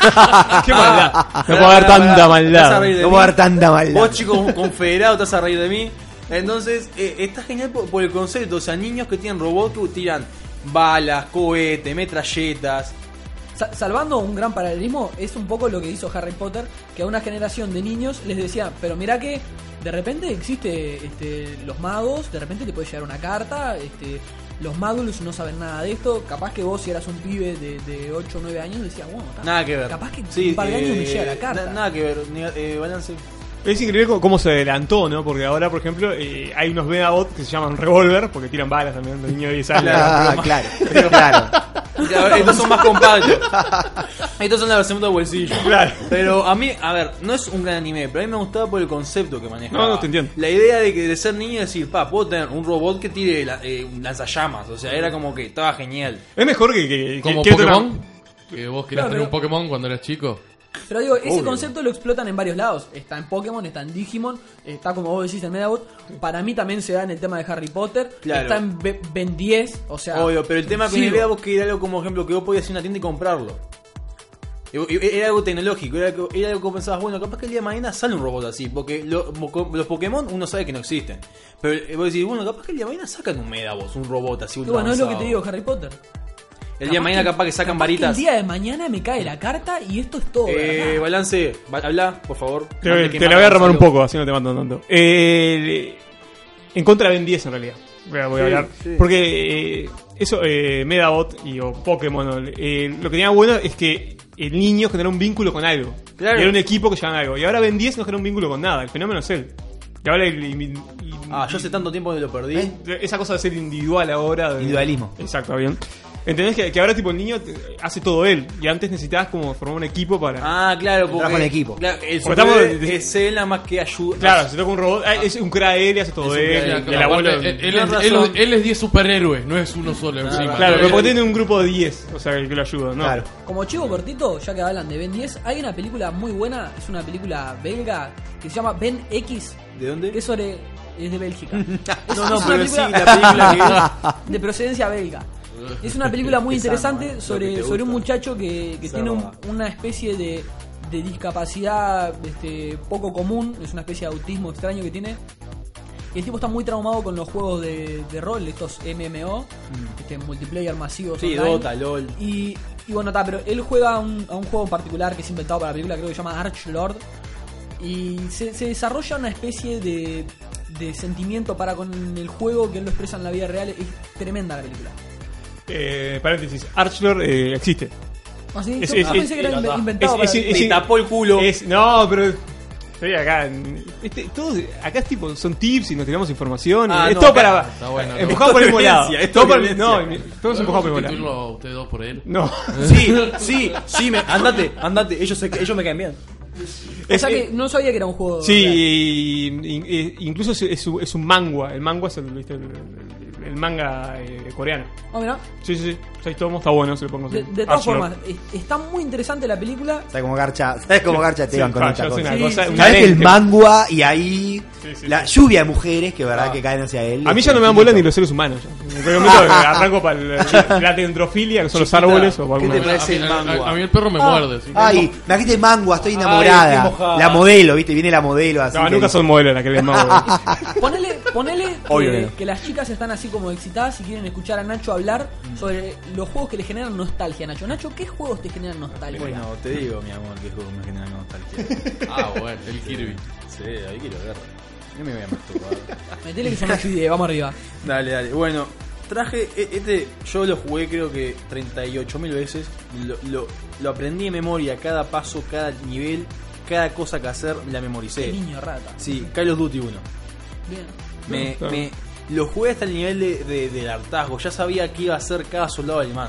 Ah, Qué maldad. No Pará, puedo haber pará, pará. tanta Vas a maldad. reír de No puedo mí. dar tanta maldad. Vos, chicos confederados, te vas a reír de mí. Entonces, eh, está genial por, por el concepto. O sea, niños que tienen robots que tiran balas, cohetes, metralletas. Sa- salvando un gran paralelismo, es un poco lo que hizo Harry Potter, que a una generación de niños les decía, pero mirá que de repente existe este, los magos, de repente te puede llegar una carta, este, Los Madulus no saben nada de esto. Capaz que vos, si eras un pibe de, de 8 o 9 años, decías, bueno, está- Nada que ver. Capaz que Sí, un par de años me eh, llega la carta. na- nada que ver. Ni- eh, balance. Es increíble cómo- cómo se adelantó, ¿no? Porque ahora, por ejemplo, eh, hay unos Megabot que se llaman Revolver, porque tiran balas también, los niños de 10 años. Ah, Pero- claro, claro. Claro, estos son más compactos. Estos son la versión de bolsillo. Pero a mí, a ver, no es un gran anime, pero a mí me gustaba por el concepto que manejaba. No, no, te entiendo. La idea de que de ser niño y decir, pa, puedo tener un robot que tire la- eh, un lanzallamas. O sea, era como que estaba genial. Es mejor que. que- que- Como que otra- Pokémon. Que vos querías Claro, tener un pero- Pokémon cuando eras chico. Pero digo, ese Obvio. concepto lo explotan en varios lados. Está en Pokémon, está en Digimon, está como vos decís en Medabot. Para mí también se da en el tema de Harry Potter. Claro. Está en Be- Ben 10, o sea... Obvio, pero el tema con sigo. el vos que era algo como ejemplo que vos podías ir a una tienda y comprarlo. Y- y- Era algo tecnológico, era algo, era algo que pensabas, bueno, capaz que el día de mañana sale un robot así, porque lo- moco- los Pokémon uno sabe que no existen. Pero eh, vos decís, bueno, capaz que el día de mañana sacan un Medabos, un robot así, Y un bueno, es lo que te digo, Harry Potter. El día de mañana capaz que sacan capaz varitas. que El día de mañana me cae la carta y esto es todo. Eh, ¿verdad? balance, va- habla, por favor. Creo Antes que que te la mate voy a remar un Gonzalo. poco, así no te matan tanto. Eh, el- en contra de Ben 10, en realidad. Voy a, voy a Sí, hablar. sí. Porque eh, eso, eh, Medabot y, o Pokémon, o- eh, lo que tenía bueno es que el niño generó un vínculo con algo. Claro. Y era un equipo que llevaba algo. Y ahora Ben 10 no genera un vínculo con nada. El fenómeno es él. Y ahora el- y- y- Ah, yo hace tanto tiempo que lo perdí. esa cosa de ser individual ahora. de- Individualismo. Exacto, bien. ¿Entendés que, que ahora tipo el niño te- hace todo él? Y antes necesitabas como formar un equipo para... Ah, claro, porque. trabajo en equipo. Claro, el Porque estamos- superhéroe es él nada más que ayuda. Claro, se toca un robot. Ah, es un cra él, hace todo Es un él. cra él, y Eh, el abuelo. Aparte, él, Tienes él- razón. él- él es 10 superhéroes, no es uno solo. encima. Claro, pero Él- porque tiene un grupo de 10, o sea, que lo ayuda, ¿no? Claro. Como chivo cortito, ya que hablan de Ben 10, hay una película muy buena, es una película belga, que se llama Ben X, ¿De dónde? Ah, que es sobre... Es de Bélgica. Es- No, no, es una pero sí, la película- película que. de procedencia belga. Es una película muy Pesado, interesante ¿eh? Lo que sobre, te sobre un gusta. muchacho que, que tiene un- una especie de, de discapacidad este, poco común, es una especie de autismo extraño que tiene. Y el tipo está muy traumado con los juegos de, de rol, estos MMO, Mm. este, multiplayer masivos. Sí, online. Dota, LOL. Y, y bueno, está, pero él juega a un, a un juego en particular que es inventado para la película, creo que se llama Archlord. Y se, se desarrolla una especie de, de sentimiento para con el juego que él lo expresa en la vida real. Es tremenda la película. Eh, paréntesis, Archlor eh, existe. ¿Ah, sí? Es- Yo es- yo pensé es- que era es- inve- inventado. es- para- es- Te tapó el culo. Es, no, pero... Estoy acá. en- este, todo- acá es tipo, son tips y nos tiramos información. Ah, es no, todo acá- para... está bueno, está empujado por el mismo lado. Violencia, es Todo todo para el- no, violencia. todos empujados por el mismo Título lado. a ustedes dos por él. No. Sí, sí, sí, me, andate, andate. Ellos, se- ellos me caen bien. o sea que no sabía que era un juego. Sí, real. y- y- y- incluso es, es un- es un mangua. El mangua es el, ¿viste? el- el- el manga eh, coreano. Ah, mirá. Sí, sí, sí. Seis tomos, está bueno, se lo pongo. De, así. de todas Arsenal. formas, es- está muy interesante la película. ¿Sabes cómo garcha, ¿sabes cómo Sí, garcha Esteban con fa, esta yo soy cosa? una Sí, cosa- sí. una ¿Sabes que el lente. mangua y ahí Sí, sí, Ah. la lluvia de mujeres que verdad que caen hacia él? A mí ya no me dan bola ni los seres humanos. ya. Pero me arranco eh, para el- la dendrofilia, que son los árboles o ¿qué alguna te cosa. parece el a, a- mangua? a mí el perro me muerde. sí. Ay, me dijiste mangua, estoy Ay, enamorada. estoy mojada. la modelo, viste, viene la modelo así. No, que nunca dice- son modelos las que les mago. Ponele, ponele Obvio que que, no. que las chicas están así como excitadas y quieren escuchar a Nacho hablar sobre los juegos que le generan nostalgia. Nacho, Nacho, ¿qué juegos te generan nostalgia? Bueno, te digo, mi amor, que juego me genera nostalgia. Ah, bueno, el Kirby. Sí, ahí quiero ver. Yo me voy a masturbar. Metele que yo no estoy idea, vamos arriba. Dale, dale. Bueno, traje e- este, yo lo jugué creo que 38.000 veces. Lo, lo- lo aprendí de memoria, cada paso, cada nivel, cada cosa que hacer, la memoricé. Niño rata. Sí, Call of Duty 1. Bien. Me, Claro. me- lo jugué hasta el nivel de, de- del hartazgo, ya sabía que iba a ser cada soldado alemán.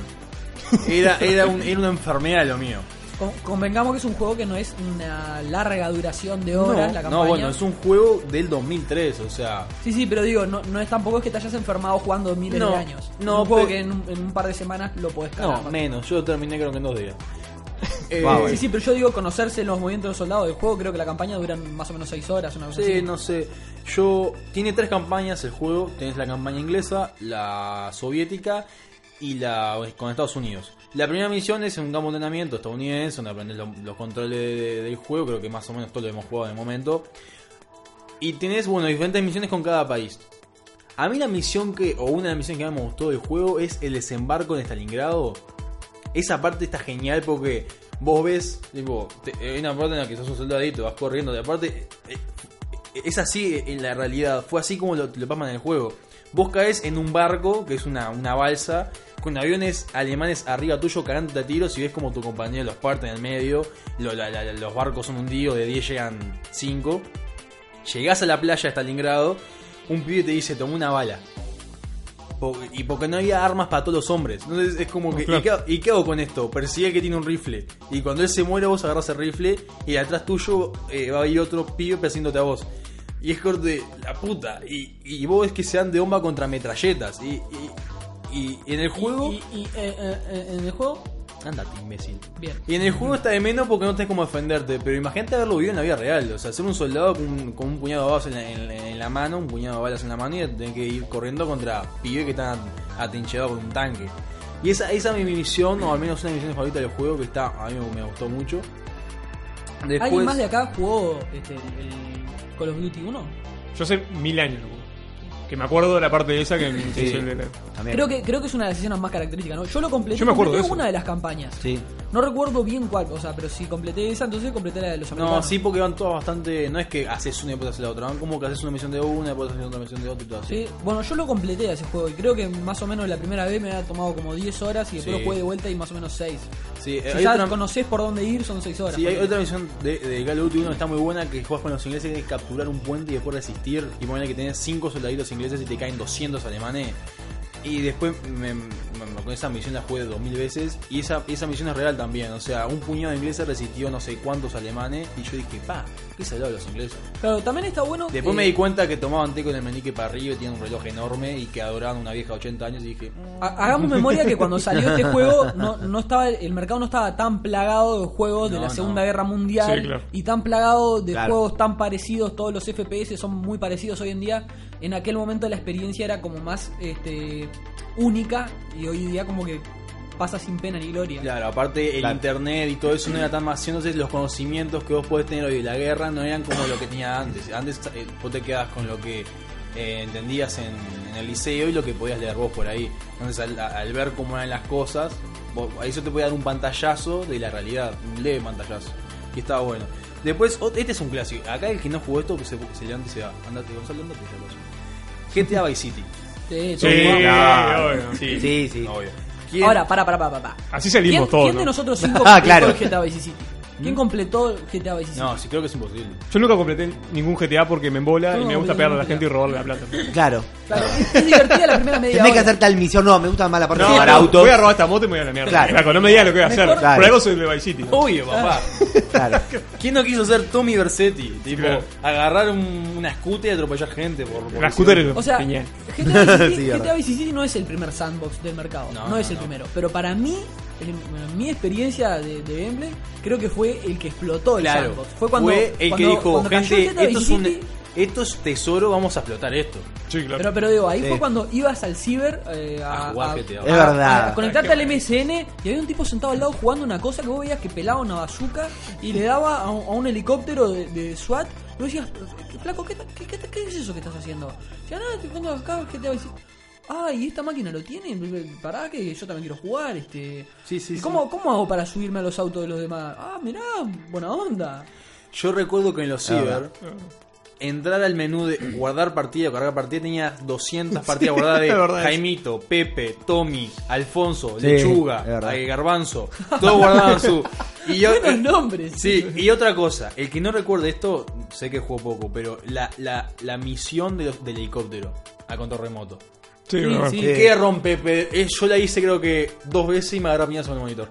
Era, era, un- era una enfermedad lo mío. Con- convengamos que es un juego que no es una larga duración de horas la campaña. no, no, bueno, es un juego del 2003, o sea, Sí, sí, pero digo, no, no es tampoco es que te hayas enfermado jugando miles No, de años. no, un juego pero- que en un, en un par de semanas lo podés no, cargar. menos, yo lo terminé creo que en dos días. Wow, Sí, sí, pero yo digo conocerse los movimientos de los soldados del juego, creo que la campaña dura más o menos 6 horas, una cosa Sí, así. no sé. Yo. Tiene tres campañas el juego. Tenés la campaña inglesa, la soviética y la con Estados Unidos. La primera misión es en un campo de entrenamiento estadounidense, donde aprendes lo- los controles de- del juego. Creo que más o menos todo lo hemos jugado de momento. Y tenés, bueno, diferentes misiones con cada país. A mí la misión que, o una de las misiones que más me gustó del juego es el desembarco en Stalingrado. Esa parte está genial porque vos ves, tipo, te- hay una parte en la que sos un soldadito, vas corriendo, de aparte, eh, eh, es así en la realidad, fue así como lo, lo plasman en el juego. Vos caes en un barco, que es una, una balsa, con aviones alemanes arriba tuyo cagándote a tiros y ves como tu compañero los parte en el medio. lo- la- la- los barcos son hundidos, de 10 llegan 5. Llegás a la playa de Stalingrado, un pibe te dice, tomó una bala. Po- y porque no había armas para todos los hombres. Entonces es como que. ¿y, qué, hago- y qué hago con esto? Persigue al que tiene un rifle. Y cuando él se muere, vos agarras el rifle. Y atrás tuyo eh, va a ir otro pibe persiguiéndote a vos. Y es corte, la puta. Y, y vos ves que se dan de bomba contra metralletas. Y, y- y en el juego. Y, y, eh, eh, eh, en el juego, Andate, imbécil. bien. Y en el juego está de menos porque no tenés cómo defenderte. Pero imagínate haberlo vivido en la vida real. O sea, ser un soldado con, un- con un puñado de balas en la, en la- en la mano, un puñado de balas en la mano y tener que ir corriendo contra pibes que están atrincherados con un tanque. Y esa, esa es mi misión, o al menos una de mis misiones favoritas del juego, que está a mí me, me gustó mucho. ¿Alguien más de acá jugó este, el, el Call of Duty 1? Yo sé mil años. loco. Que me acuerdo de la parte esa que me hizo el- el- Creo que, creo que es una de las escenas más características, ¿no? Yo lo completé Yo me acuerdo completé de eso. una de las campañas. Sí. No recuerdo bien cuál, o sea, pero si completé esa, entonces completé la de los No, americanos. sí, porque van todas bastante. No es que haces una y después haces la otra, van como que haces una misión de una, después haces otra misión de otra y todo así. Sí, bueno, yo lo completé a ese juego y creo que más o menos la primera vez me ha tomado como 10 horas y después Sí. lo jugué de vuelta y más o menos 6. Sí, eh, Si hay ya otra- conocés por dónde ir, son 6 horas. Sí, hay ponele. otra misión de, de Call of Duty 1 que está muy buena que juegas con los ingleses que es capturar un puente y después resistir. Y poner que tenés 5 soldaditos ingleses y te caen 200 alemanes. Y después me- me- con esa misión la jugué 2000 veces. Y esa, esa misión es real también. O sea, un puñado de ingleses resistió no sé cuántos alemanes. Y yo dije, pa, ¿qué se de los ingleses? Claro, también está bueno. Después eh, me di cuenta que tomaban té con el menique para arriba y tenían un reloj enorme y que adoraban a una vieja de 80 años. Y dije, mm, ha- Hagamos memoria que cuando salió este juego no, no estaba el mercado no estaba tan plagado de juegos de No, la no. Segunda Guerra Mundial Sí, claro. y tan plagado de Claro. juegos tan parecidos, todos los FPS son muy parecidos hoy en día. En aquel momento la experiencia era como más este, única y hoy en día como que pasa sin pena ni gloria. Claro, aparte el Claro. internet y todo eso no era tan masivo, entonces los conocimientos que vos podés tener hoy de la guerra no eran como lo que tenía antes. Antes eh, vos te quedabas con lo que eh, entendías en, en el liceo y lo que podías leer vos por ahí. Entonces al, al ver cómo eran las cosas, vos- ahí eso te podía dar un pantallazo de la realidad, un leve pantallazo. Y estaba bueno. Después, ot- este es un clásico. Acá el que no jugó esto, que se, se levanta y se va. Andate, Gonzalo, andate ya, Gonzalo. GTA Vice City. Sí, Sí, todo igual. obvio. Sí, sí. Obvio. ¿Quién- Ahora, para, para, para, para. Así salimos ¿Quién, todos. quién ¿no? de nosotros cinco completó Ah, claro. ¿Mm? el GTA Vice City? ¿Quién completó el GTA Vice City? No, sí, creo que es imposible. Yo nunca completé ningún GTA porque me embola Yo y no me gusta completé pegarle a la ningún gente y robarle la plata. Claro. Claro, es, es divertida la primera media Tenés que hora. hacer tal misión. No, me gusta más la parte de No, robar no, autos. voy a robar esta moto y me voy a la mierda. Claro. Flaco, no me digas lo que voy a Mejor- hacer. Claro. Por algo soy de Vice City. Obvio, papá. Claro. ¿Quién no quiso ser Tommy Versetti? Tipo, Claro. agarrar un- una scooter y atropellar gente por. por La scooter es lo O sea, genial. GTA Vice, Sí, City, verdad. GTA Vice City no es el primer sandbox del mercado. No, No, no, es el no. primero. Pero para mí, en, en mi experiencia de, de gameplay, creo que fue el que explotó el Claro. sandbox. Fue cuando. el cuando- que dijo, cuando cayó gente, GTA esto es, Vice un, e-". City, esto es tesoro, vamos a explotar esto. Sí, claro. Pero, pero digo, ahí Sí. fue cuando ibas al ciber eh, a, A jugar GTA. Es verdad. a conectarte Ah, al MSN y había un tipo sentado al lado jugando una cosa que vos veías que pelaba una bazooka y le daba a un, a un helicóptero de, de SWAT. Y vos decías, "Qué flaco, ¿qué, ta- qué, qué, qué es eso que estás haciendo? Ya nada, te pongo acá, ¿qué te va a decir? Ah, y esta máquina lo tiene, pará que yo también quiero jugar, este. Sí, sí, ¿Y sí. ¿Cómo, ¿Cómo hago para subirme a los autos de los demás? Ah, mirá, buena onda. Yo recuerdo que en los ciber, entrar al menú de guardar partida, cargar partida, tenías 200 partidas guardadas de es verdad eso. Jaimito, Pepe, Tommy, Alfonso, Sí, Lechuga, es verdad. eh, Garbanzo. Todos guardaban su. Y yo, eh, Buenos nombres. Sí, y otra cosa, el que no recuerde esto, sé que jugó poco, pero la, la, la misión de los- del helicóptero a control remoto. Sí, sí, bueno. sí. ¿Qué rompe? pe- eh, Yo la hice creo que dos veces y me agarró piñazo en el monitor.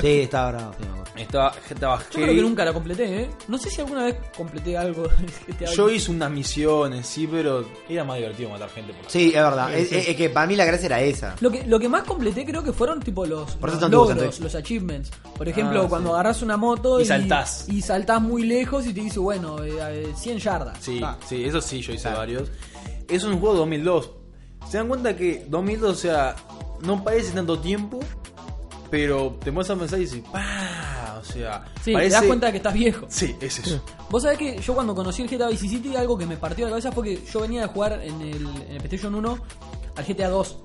Sí, está bravo. sí, me acuerdo. Estaba, estaba Yo creo heavy. que nunca la completé, ¿eh? No sé si alguna vez completé algo que te Yo hice unas misiones, sí, pero era más divertido matar gente. Por la- Sí, es verdad. Es, es- es que para mí la gracia era esa. Lo que, lo que más completé creo que fueron tipo los, Por eso los son logros, dibujantes. los achievements. Por ejemplo, Ah, sí. cuando agarras una moto Y saltás. Y saltás muy lejos y te dice, bueno, eh, eh, 100 yardas. Sí, Ah. sí, eso sí, yo hice varios. Es un juego de 2002. Se dan cuenta que 2002, o sea, no parece tanto tiempo, pero te muestras a pensar y dices, ¡pah! O sea, Sí, parece... te das cuenta que estás viejo. Sí, es eso. Vos sabés que yo cuando conocí el GTA Vice City algo que me partió la cabeza fue que yo venía de jugar en el, en el PlayStation 1 al GTA 2.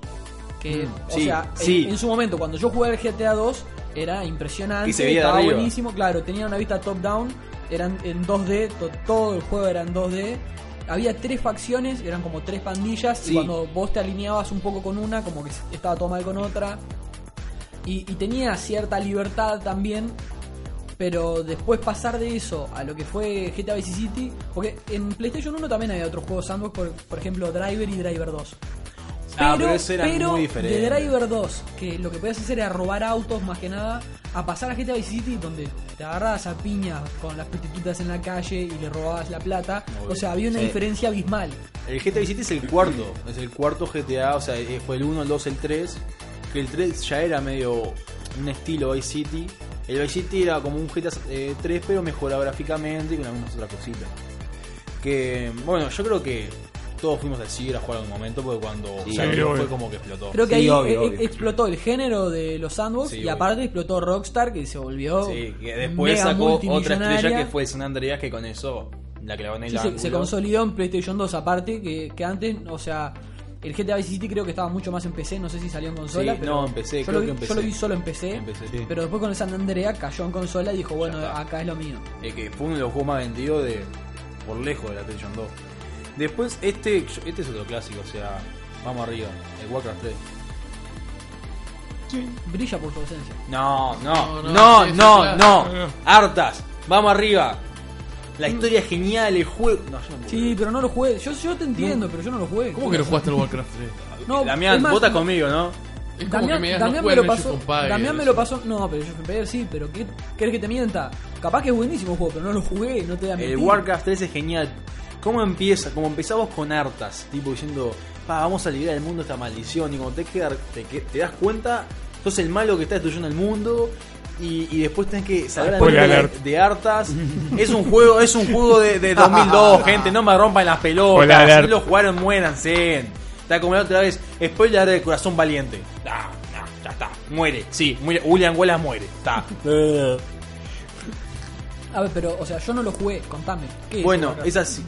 Que, o Mm, sí, sea, en- sí. En, su momento, cuando yo jugué al GTA 2 era impresionante, Y se veía de estaba arriba. buenísimo, claro, tenía una vista top down, eran en 2D, to- todo el juego era en 2D había tres facciones, eran como tres pandillas, Sí. y cuando vos te alineabas un poco con una, como que estaba todo mal con otra. Y, y tenía cierta libertad también, pero después pasar de eso a lo que fue GTA Vice City, porque en PlayStation 1 también había otros juegos sandbox, por, por ejemplo Driver y Driver 2. Ah, pero ese era pero muy diferente. De Driver 2, que lo que podías hacer era robar autos más que nada, a pasar a GTA Vice City, donde te agarrabas a piñas con las prostitutas en la calle y le robabas la plata. Obvio. O sea, había una Sí. diferencia abismal. El GTA Vice City es el cuarto, es el cuarto GTA, o sea, eh, fue el 1, el 2, el 3, que el 3 ya era medio un estilo Vice City. El Vice City era como un GTA eh, 3, pero mejorado gráficamente y con algunas otras cositas. Que, bueno, yo creo que todos fuimos al CIR a jugar en un momento, porque cuando Sí, salió obvio, fue obvio. como que explotó. Creo que ahí obvio, e- obvio. e- explotó el género de los sandbox Sí, y obvio. aparte explotó Rockstar, que se volvió. Sí, que después mega sacó otra estrella multimillonaria. que fue San Andreas, que con eso la clavó en el Sí, se, ángulo. se consolidó en PlayStation 2 aparte, que, que antes, o sea, el GTA Vice City creo que estaba mucho más en PC, no sé si salió en consola. Sí, pero no, en PC, yo creo lo que vi- en Yo PC. lo vi solo en PC, En PC, sí. pero después con el San Andrea cayó en consola y dijo, bueno, está. acá es lo mío. Eh, que fue uno de los juegos más vendidos de, por lejos de la PlayStation 2. Después, este, este es otro clásico, o sea, vamos arriba, el Warcraft 3. Brilla por su ausencia. No, No, no, no, no, sí, no, sí, no, claro. hartas, vamos arriba. La historia es genial, el juego. No, yo no puedo. Sí, pero no lo jugué. Yo, yo te entiendo, pero yo no lo jugué. ¿Cómo que no jugaste al Warcraft 3? No, Damián, es más, vos estás conmigo, ¿no? Es como que Damián, me digas, Damián no me juegan lo en pasó. Shoot 'em Pie, Damián me eso. lo pasó. No, pero yo Empire sí, pero ¿qué querés que te mienta? Capaz que es buenísimo el juego, pero no lo jugué y no Eh, te da El Warcraft 3 es genial. ¿Cómo empieza? Como empezamos con hartas, tipo diciendo, "Pa, vamos a liberar el mundo de esta maldición. Y cuando te, quedar- te, que- te das cuenta, sos el malo que está destruyendo el mundo. Y, y después tenés que saber Ah, Spoiler de, alert. de hartas. es un juego, es un juego de, de 2002, gente. No me rompan las Spoiler pelotas. alert. Si lo jugaron, muéranse. Está como la otra vez. Spoiler de corazón valiente. Ah, ah, ya está. Muere. Sí, muere. William Wallace muere. Está. A ver, pero, o sea, yo no lo jugué, contame. ¿qué es bueno, Warcraft? es así.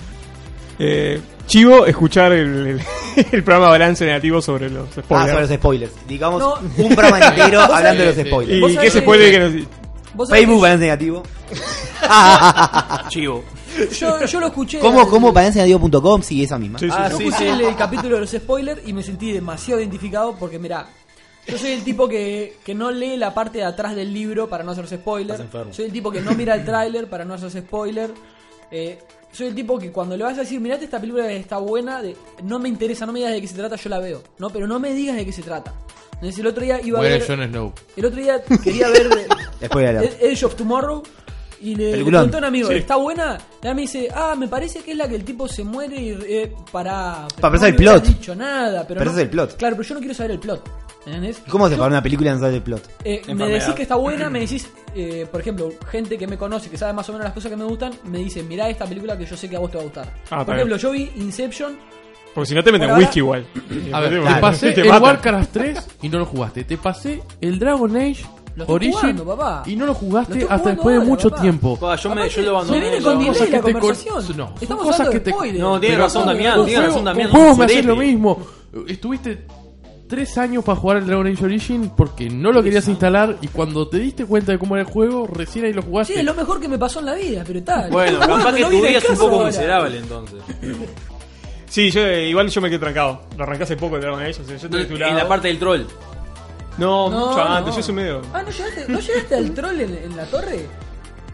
Eh, chivo, escuchar el, el- el programa Balance Negativo sobre los Ah, spoilers. sobre los spoilers. Digamos, No. un programa entero Vos hablando de sabés- los spoilers. Vos ¿Y qué sabés se que- puede que nos- ¿Vos sabés Facebook que balance negativo. Chivo. yo, yo lo escuché. ¿Cómo, al- cómo? Balancenegativo.com, sí, esa misma. Sí, sí, Ah, sí. Yo sí, escuché sí. el, el capítulo de los spoilers y me sentí demasiado identificado porque, mirá, yo soy el tipo que, que no lee la parte de atrás del libro para no hacerse spoiler. Estás enfermo. Soy el tipo que no mira el tráiler para no hacerse spoiler. Eh, soy el tipo que cuando le vas a decir, mirate esta película que está buena, de, no me interesa, no me digas de qué se trata, yo la veo. No, pero no me digas de qué se trata. Entonces el otro día iba a Muere ver... Jon Snow. El otro día quería ver de- Después de la- Ed- Edge of Tomorrow y le, le Peliculón. pregunté a un amigo, ¿está buena? Y él me dice, ah, me parece que es la que el tipo se muere y eh, para... Para no pensar el me hubieras plot. dicho nada, pero... Pero no- ese es el plot. Claro, pero yo no quiero saber el plot. ¿entendés? ¿Cómo se para una película en sabe el plot? Eh, me Enfermedad. decís que está buena, me decís, eh, por ejemplo, gente que me conoce, que sabe más o menos las cosas que me gustan, me dice, mirá esta película que yo sé que a vos te va a gustar. Ah, está por ejemplo, yo vi Inception, Porque si no te meten Bueno, whisky igual. A ver, Porque te pasé te el matan. Warcraft 3 y no lo jugaste. Te pasé el Dragon Age Lo estoy Origin jugando, papá. y no lo Lo jugaste estoy hasta jugando después de ahora, mucho papá. tiempo. Pa, yo me, Aparte, yo lo abandoné. me viene yo con abandoné. delay cosas la que te conversación. cor- no, son Estamos cosas hablando que de te- spoilers. No, tiene Pero razón con- Damián, con tiene juego- razón Damián. Con juegos me Sorete. haces lo mismo. Estuviste tres años para jugar el Dragon Age Origin porque no lo querías instalar y cuando te diste cuenta de cómo era el juego, recién ahí lo Sí, jugaste. es lo mejor que me pasó en la vida, pero está. Bueno, capaz que no tu viene día es un caso poco ahora. miserable entonces. Sí, yo, eh, igual yo me quedé trancado. Lo arrancé hace poco el Dragon Age. o sea, yo estoy de tu En lado. la parte del troll. No, No, mucho antes. no. Yo soy medio. Ah, ¿no llegaste, ¿no llegaste al troll en, en la torre?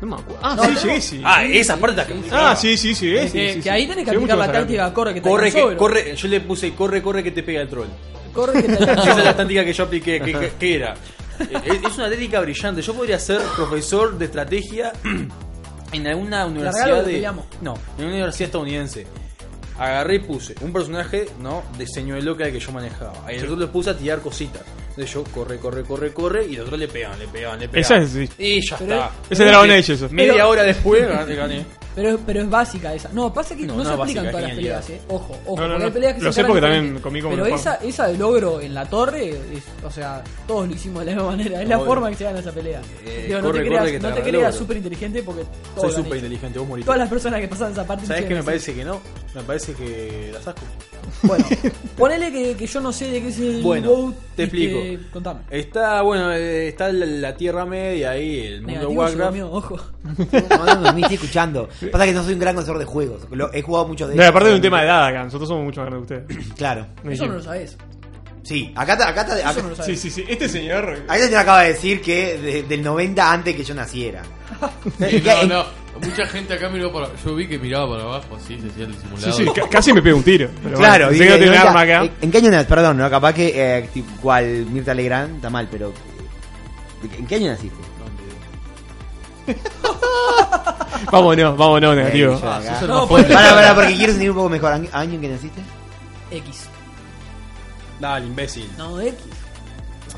No me acuerdo. Ah, No, sí, no. llegué, sí. Ah, esa parte la que Ah, sí, sí, sí. Eh, sí, que, sí, sí. que ahí tenés que Llegué aplicar mucho la más adelante. táctica corre que te Corre, que, alcanzó, bro. corre, yo le puse corre, corre que te pega el troll. corre que te Esa es la alcanzó. táctica que yo apliqué, que, que- que era. Eh, Es una técnica brillante. Yo podría ser profesor de estrategia en alguna Largalo universidad que te de. llamo. No, en una universidad estadounidense. Agarré y puse un personaje, ¿no? De señuelo que era el que yo manejaba. Ahí el otro le puse a tirar cositas. Entonces yo corre, corre, corre, corre. Y el otro le pegan, le pegan, le pegan. Esa es, sí. Y ya Pero está. Ese es Dragon Age, eso. Media Pero- hora después gané. gané. Pero, pero es básica esa. No, pasa que No, no, no se es aplican básica, todas las es peleas, eh. Ojo, ojo. No, porque no, no. hay peleas que Lo se sé encaran porque diferente. también comí como Pero un esa, esa del ogro en la torre, es- o sea, todos lo hicimos de la misma manera. Es la Obvio. forma en que se gana esa pelea. Eh, Digo, no corre, te corre que creas, te no agarra te el creas ogro. súper inteligente porque todos Soy lo han súper hecho. inteligente, vos moriste. Todas las personas que pasan esa parte ¿Sabes hicieron qué me así. parece que no? Me parece que la saco. Bueno, ponele que, que yo no sé de qué es el Bueno, WoW te y explico. que- contame. Está, bueno, eh, está la, la Tierra Media ahí, el mundo Negativo se Warcraft. durmió, ojo. No, no, no, ni estoy escuchando. Pasa que no soy un gran conocedor de juegos. Lo- he jugado muchos de No, aparte de un tema de edad acá, nosotros somos mucho más grandes que ustedes. Claro. Eso no lo sabés. Sí, acá está. Acá, está- acá- no lo Sí, sabés. sí, sí. Este señor. acá el señor acaba de decir que de- del 90 antes que yo naciera. Sí, no, no. Mucha gente acá miró para Yo vi que miraba para abajo, así se hacía el Sí, disimulado. sí, ca- casi me pega un tiro. Pero Claro, bueno, sé dije, que no tiene un ahorita, arma acá. eh, ¿en- ¿En qué año naciste? Perdón, ¿no? capaz que eh, tipo, cual Mirta Legrand está mal, pero. ¿En qué año naciste? Vámonos, vámonos, negativo. Eh, yo acá. sos el No, más pues- fuerte. Pará, pará, porque quiero sentir un poco mejor. ¿Año- ¿Año en que naciste? X. Dale, imbécil. No, X.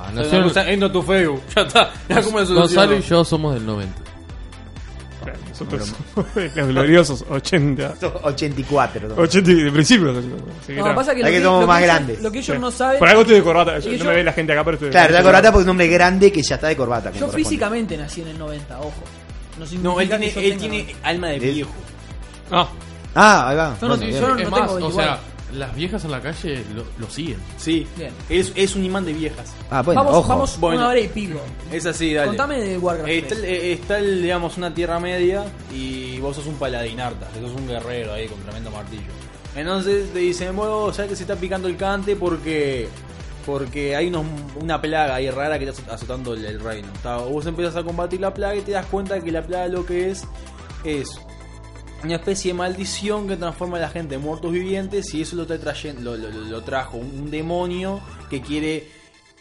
Ah, No, nació en- no tu Facebook. Ya está. Ya como eso Gonzalo y yo somos del 90. Claro, Nosotros somos los gloriosos 80. 84. ¿no? 80 y de principio. Así que No, nada. pasa que lo Hay que somos lo más ellos- grandes. Lo que ellos Sí. no saben. Por algo estoy de corbata. Y Yo, no yo- me ve la gente acá, pero estoy Claro, la corbata porque es un hombre grande que ya está de corbata. como Yo corresponde. físicamente nací en el 90, ojo. No, No, él significa que tiene, yo él tenga- tiene alma de Él- viejo. Ah, Ah, ahí va. Yo no Bueno, soy- bien. yo no- es tengo más, o 21. sea, las viejas en la calle lo, lo siguen. Sí. Bien. Es, es un imán de viejas. Ah, bueno, vamos, ojo. vamos Bueno. una hora y pico. Es así, dale. Contame de Warcraft. Eh, Está, el- 3. eh, está el, digamos, una tierra media y vos sos un paladinarta, que sos un guerrero ahí con tremendo martillo. Entonces te dicen, bueno, ya que se está picando el cante porque porque hay unos- una plaga ahí rara que está azotando el, el reino. Está- vos empezás a combatir la plaga y te das cuenta que la plaga lo que es es una especie de maldición que transforma a la gente en muertos vivientes y eso lo, está trayendo, lo, lo- lo- lo trajo un, un demonio que quiere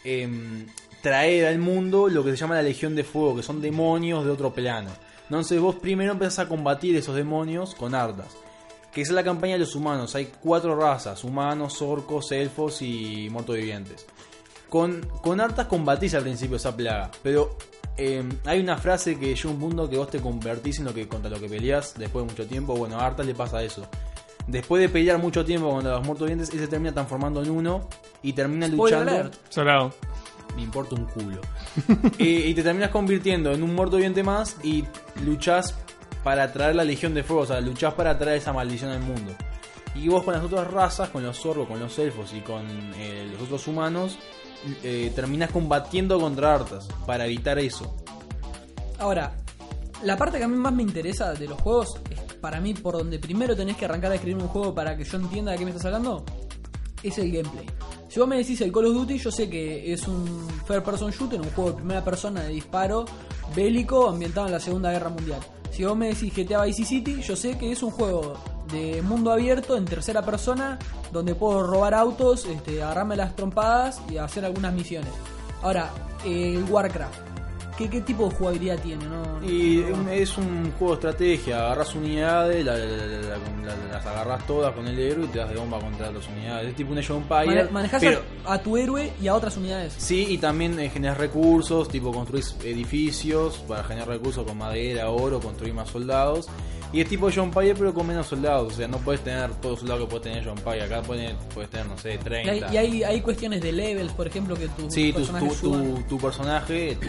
em, traer al mundo lo que se llama la Legión de Fuego, que son demonios de otro plano. Entonces vos primero empezás a combatir esos demonios con ardas. Que esa es la campaña de los humanos. Hay cuatro razas, humanos, orcos, elfos y muertos vivientes. Con, con hartas combatís al principio esa plaga, pero eh, hay una frase que llega un mundo que vos te convertís en lo que contra lo que peleás después de mucho tiempo. Bueno, a hartas le pasa eso. Después de pelear mucho tiempo con los muertos vivientes, él se termina transformando en uno y termina Spoiler luchando alert. salado. me importa un culo. y, y te terminas convirtiendo en un muerto viviente más y luchás para traer la Legión de Fuego, o sea, luchás para traer esa maldición al mundo. Y vos con las otras razas, con los zorros, con los elfos y con eh, los otros humanos, eh, terminás combatiendo contra hartas para evitar eso. Ahora, la parte que a mí más me interesa de los juegos es para mí por donde primero tenés que arrancar a escribir un juego para que yo entienda de qué me estás hablando es el gameplay. Si vos me decís el Call of Duty, yo sé que es un first person shooter, un juego de primera persona de disparo bélico ambientado en la Segunda Guerra Mundial. Si vos me decís GTA Vice City, yo sé que es un juego de mundo abierto en tercera persona donde puedo robar autos, este, agarrarme las trompadas y hacer algunas misiones. Ahora, el Warcraft. ¿Qué, qué tipo de jugabilidad tiene? No, Y no- un- eh, es un juego de estrategia, agarras unidades, la- la- la- la- la- las agarras todas con el héroe y te das de bomba contra las unidades. Es tipo un Age of Empires, Mane- manejás pero- a, a tu héroe y a otras unidades. Sí, y también eh, generas recursos, tipo construís edificios para generar recursos con madera, oro, construir más soldados. Y es tipo John Pye, pero con menos soldados. O sea, no puedes tener todos los soldados que puede tener John Pye. Acá puedes, tener, no sé, Y hay, 30. y hay, hay cuestiones de levels, por ejemplo, que tu sí, tu, personaje tu, suban. tu, tu personaje, tu-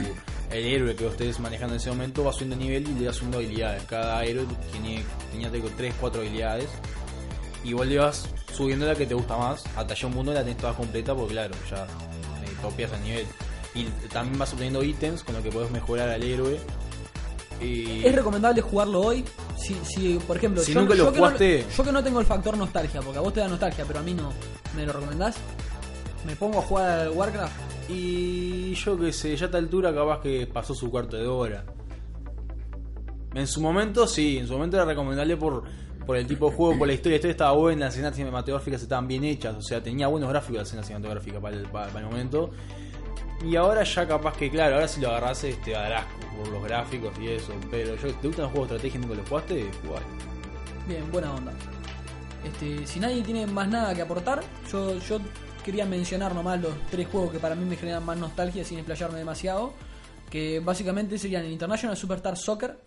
el héroe que ustedes manejando en ese momento, va subiendo nivel y le va subiendo habilidades. Cada héroe tiene, tenía 3, 4 habilidades. Y vos le vas subiendo la que te gusta más. Hasta ya un mundo la tenés toda completa, porque claro, ya eh, topeas el nivel. Y también vas obteniendo ítems con lo que podés mejorar al héroe. Y... ¿Es recomendable jugarlo hoy? Si, si por ejemplo, Si yo, nunca yo lo que no- jugaste- yo que no tengo el factor nostalgia, porque a vos te da nostalgia, pero a mí no. ¿Me lo recomendás? ¿Me pongo a jugar al Warcraft? Y yo qué sé, ya a esta altura capaz que pasó su cuarto de hora. En su momento sí, en su momento era recomendable por, por el tipo de juego, por la historia. La historia estaba buena, las escenas cinematográficas estaban bien hechas, o sea, tenía buenos gráficos las escenas cinematográficas para el, para- para el momento. Y ahora ya capaz que, claro, ahora si lo agarras te darás por los gráficos y eso. Pero yo, ¿te gustan los juegos de estrategia y nunca los jugaste? Jugalo. Bien, buena onda. Este, si nadie tiene más nada que aportar, yo, yo quería mencionar nomás los tres juegos que para mí me generan más nostalgia sin explayarme demasiado. Que básicamente serían el International Superstar Soccer,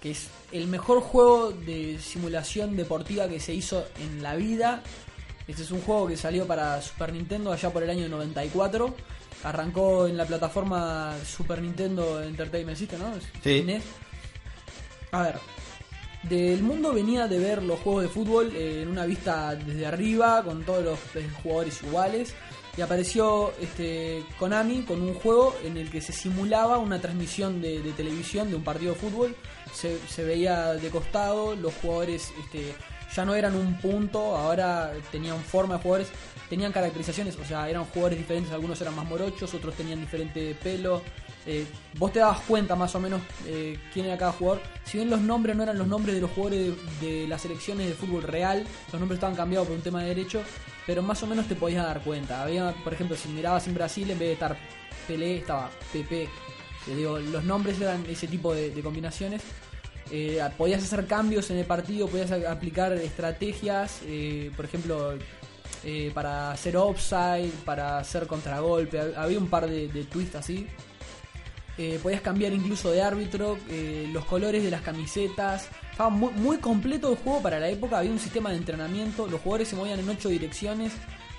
que es el mejor juego de simulación deportiva que se hizo en la vida. Este es un juego que salió para Super Nintendo allá por el año 94. Arrancó en la plataforma Super Nintendo Entertainment System, ¿no? Sí. NES. E A ver, del mundo venía de ver los juegos de fútbol eh, en una vista desde arriba, con todos los eh, jugadores iguales. Y apareció este Konami con un juego en el que se simulaba una transmisión de, de televisión de un partido de fútbol. Se, se veía de costado, los jugadores este, ya no eran un punto, ahora tenían forma de jugadores, tenían caracterizaciones, o sea, eran jugadores diferentes, algunos eran más morochos, otros tenían diferente pelo. Eh, vos te dabas cuenta más o menos eh, quién era cada jugador. Si bien los nombres no eran los nombres de los jugadores de, de las selecciones de fútbol real, los nombres estaban cambiados por un tema de derecho, pero más o menos te podías dar cuenta. Había, por ejemplo, si mirabas en Brasil, en vez de estar Pelé, estaba Pepe. Te digo, los nombres eran ese tipo de- de combinaciones. Eh, podías hacer cambios en el partido, podías a- aplicar estrategias, eh, por ejemplo, eh, para hacer offside, para hacer contragolpe. Hab- Había un par de, de twists así. Eh, podías cambiar incluso de árbitro, eh, los colores de las camisetas. Estaba muy, muy completo el juego para la época. Había un sistema de entrenamiento. Los jugadores se movían en ocho direcciones,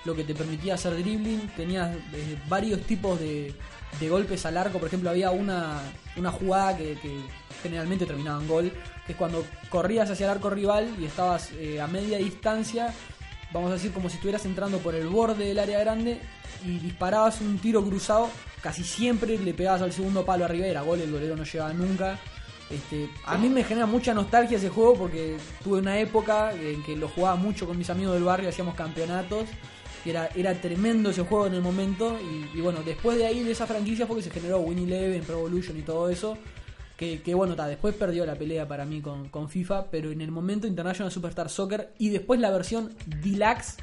lo que te permitía hacer dribbling. Tenías eh, varios tipos de, de golpes al arco. Por ejemplo, había una, una jugada que, que generalmente terminaba en gol, que es cuando corrías hacia el arco rival y estabas eh, a media distancia vamos a decir, como si estuvieras entrando por el borde del área grande y disparabas un tiro cruzado, casi siempre le pegabas al segundo palo arriba y era gol, el golero no llegaba nunca. Este, a mí me genera mucha nostalgia ese juego porque tuve una época en que lo jugaba mucho con mis amigos del barrio, hacíamos campeonatos. y Era, era tremendo ese juego en el momento. Y, y bueno, después de ahí, de esa franquicia, fue que se generó Win Eleven, Pro Evolution y todo eso. Que, que bueno, ta, después perdió la pelea para mí con, con FIFA, pero en el momento International Superstar Soccer y después la versión Deluxe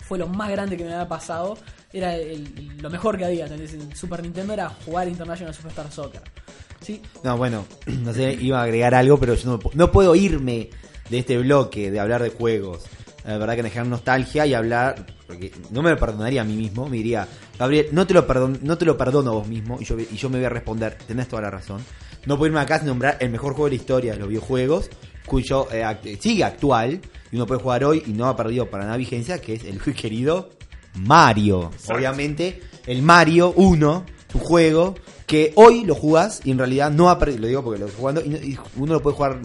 fue lo más grande que me había pasado. Era el- el- lo mejor que había, ¿entendés? En Super Nintendo era jugar International Superstar Soccer. ¿Sí? No, bueno, no sé, iba a agregar algo, pero yo no, pu- no puedo irme de este bloque de hablar de juegos. La verdad que me genera nostalgia y hablar, porque no me lo perdonaría a mí mismo, me diría, Gabriel, no te lo, perdon, no te lo perdono a vos mismo, y yo, y yo me voy a responder, tenés toda la razón. No puedo irme acá sin nombrar el mejor juego de la historia de los videojuegos, cuyo eh, act- sigue actual, y uno puede jugar hoy y no ha perdido para nada vigencia, que es el querido Mario. Obviamente, el Mario 1, tu juego, que hoy lo jugás y en realidad no ha perdido, lo digo porque lo estoy jugando, y, no- y uno lo puede jugar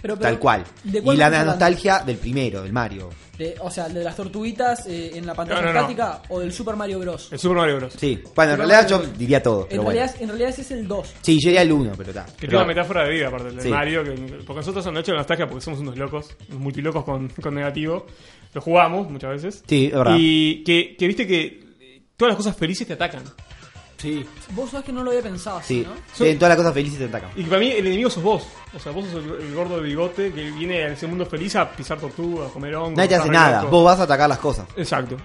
Pero- pero, tal cual. ¿de Y cuál la estás hablando? nostalgia del primero, del Mario. De- o sea, el de las tortuguitas eh, en la pantalla No, no, no. estática o del Super Mario Bros. El Super Mario Bros. Sí, bueno, en realidad yo diría todo, En pero bueno. realidad, en realidad ese es el 2. Sí, yo diría el 1, pero está. Que tiene una metáfora de vida, aparte del Sí. Mario. que- porque nosotros en la noche de nostalgia, porque somos unos locos, unos multilocos con, con negativo, lo jugamos muchas veces. Sí, es verdad. Y que, que viste que eh, todas las cosas felices te atacan. Sí. Vos sabés que no lo había pensado así, Sí, ¿no? Sí, en todas las cosas felices te atacan. Y que para mí el enemigo sos vos. O sea, vos sos el, el gordo de bigote que viene a ese mundo feliz a pisar tortugas, a comer hongos. Nadie te hace estar nada, loco. vos vas a atacar las cosas. Exacto.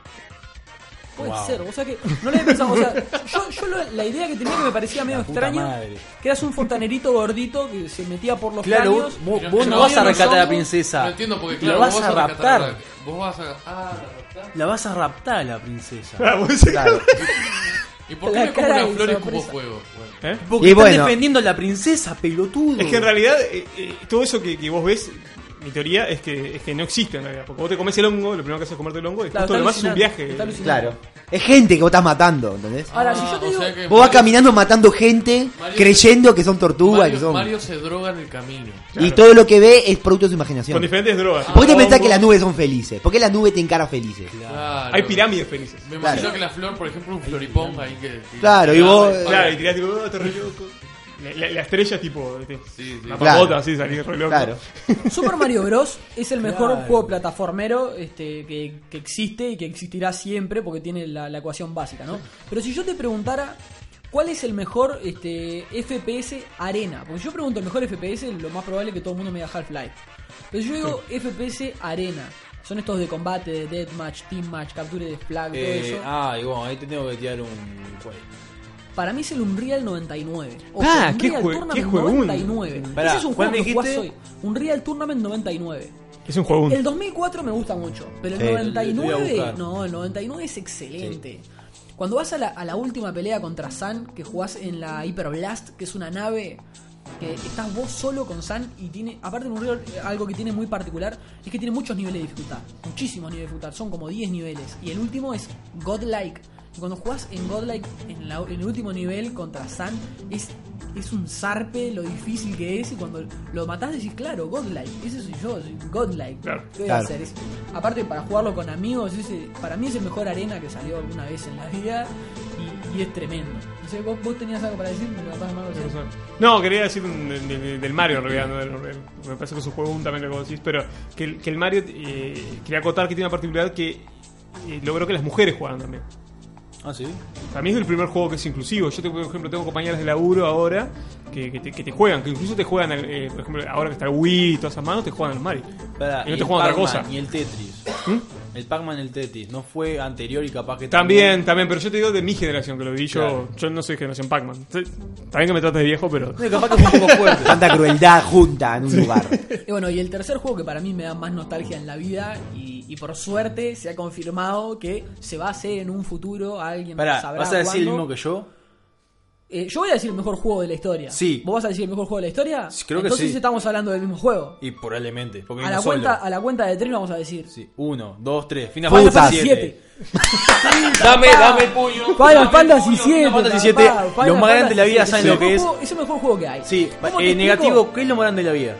Puede Wow. ser, o sea que no lo había pensado. O sea, yo, yo lo- la idea que tenía que me parecía medio puta extraña, madre. que eras un fontanerito gordito que se metía por los Claro, cráneos. vos- vos- vos no vas a rescatar a la princesa. No entiendo porque, La claro, vas vos a rescatar raptar. a- Vos vas a. Ah, la raptar. La vas a raptar a la princesa. Ah, vos- Claro. ¿Y por qué La me como cara una de flor y sorpresa. como fuego? ¿Eh? Porque Y están bueno. defendiendo a la princesa, pelotudo. Es que en realidad eh, eh, todo eso que, que vos ves, mi teoría es que, es que no existe en realidad. Porque vos te comes el hongo, lo primero que haces es comerte el hongo y Claro, todo lo demás es está un alucinante, viaje. está alucinante. Claro. Es gente que vos estás matando, ¿entendés? Ahora, Ah, si yo te digo. Vos vas caminando matando gente Mario- creyendo que son tortugas, que son... Mario se droga en el camino. Y todo lo que ve es producto de su imaginación. Con diferentes drogas. ¿Por qué te pensás Hongo. que las nubes son felices? ¿Por qué las nubes te encara felices? Claro. Hay pirámides felices. Me Claro. imagino que la flor, por ejemplo, un floriponga ahí que. que- Claro, y vos- Claro, y tirás tipo, oh, te re loco. La, la- la estrella es tipo. te- Una Claro. papota así, salís re loco. Claro. Super Mario Bros. es el mejor Claro. juego plataformero este, que, que existe y que existirá siempre porque tiene la, la ecuación básica, ¿no? Pero si yo te preguntara cuál es el mejor este, FPS arena, porque yo pregunto el mejor FPS, lo más probable es que todo el mundo me diga Half-Life. Pero yo digo FPS arena. Son estos de combate, de deathmatch, teammatch, captura de flag, todo Eh, eso. ah, y bueno, ahí te tengo que tirar un. juego. Para mí es el Unreal 99. Ojo, Ah, qué Unreal jue- qué Tournament juegún. 99. Pará, Ese es un ¿cuál juego que dijiste? jugás hoy. Unreal Tournament 99. Es un juego. El 2004 me gusta mucho, pero el Sí, lo voy a 99, buscar. no, el 99 es excelente. Cuando vas a la, a la última pelea contra San, que jugás en la Hyper Blast, que es una nave que estás vos solo con San y tiene, aparte en Unreal, eh, algo que tiene muy particular es que tiene muchos niveles de dificultad, muchísimos niveles de dificultad, son como 10 niveles y el último es Godlike, Y cuando jugás en Godlike, en, la- en el último nivel contra San, es, es un zarpe lo difícil que es. Y cuando lo matás, decís, claro, Godlike. Ese soy yo, soy Godlike. ¿Qué voy Claro. a hacer? Es- aparte, para jugarlo con amigos, ese, para mí es el mejor arena que salió alguna vez en la vida. Y, y es tremendo. No sé, vos, vos tenías algo para decir, me lo capaz, Marco, ¿sí? No, quería decir un- del- del, del Mario en realidad. ¿no? Del- del- me parece que es un juego también lo que vos decís, pero que, el- que el Mario. eh, quería acotar que tiene una particularidad que eh, logró que las mujeres jugaran también. Ah, sí. Para mí es el primer juego que es inclusivo. Yo, te- por ejemplo, tengo compañeras de laburo ahora que, que te, que te juegan, que incluso te juegan, al- eh, por ejemplo, ahora que está el Wii y todas esas manos, te juegan al Mario. Pará, y no te juegan otra cosa. ¿Mm? Pac-Man Y el Tetris. El Pac-Man y el Tetris. No fue anterior y capaz que También, también, pero yo te digo de mi generación que lo vi. Yo, Claro. yo no soy generación Pac-Man. Te- También que me trates de viejo, pero. No, capaz que fue un poco fuerte. Tanta crueldad junta en un Sí. lugar. Y bueno, y el tercer juego que para mí me da más nostalgia en la vida y, y por suerte se ha confirmado que se va a hacer en un futuro, alguien Pará, sabrá ¿vas a decir el cuándo. mismo que yo? Eh, yo voy a decir el mejor juego de la historia. Sí. ¿Vos vas a decir el mejor juego de la historia? creo que Entonces sí. estamos hablando del mismo juego. Y probablemente. Porque A vino la, solo. cuenta, a la cuenta de tres vamos a decir. Uno, dos, tres. Final Puta, Fantasy siete. dame, dame el puño. Final Fantasy Final Fantasy 7. VII, lo más grande de la vida, ¿saben lo que es? Es el mejor juego que hay. Sí, ¿Cómo te eh, explico? negativo, ¿qué es lo más grande de la vida?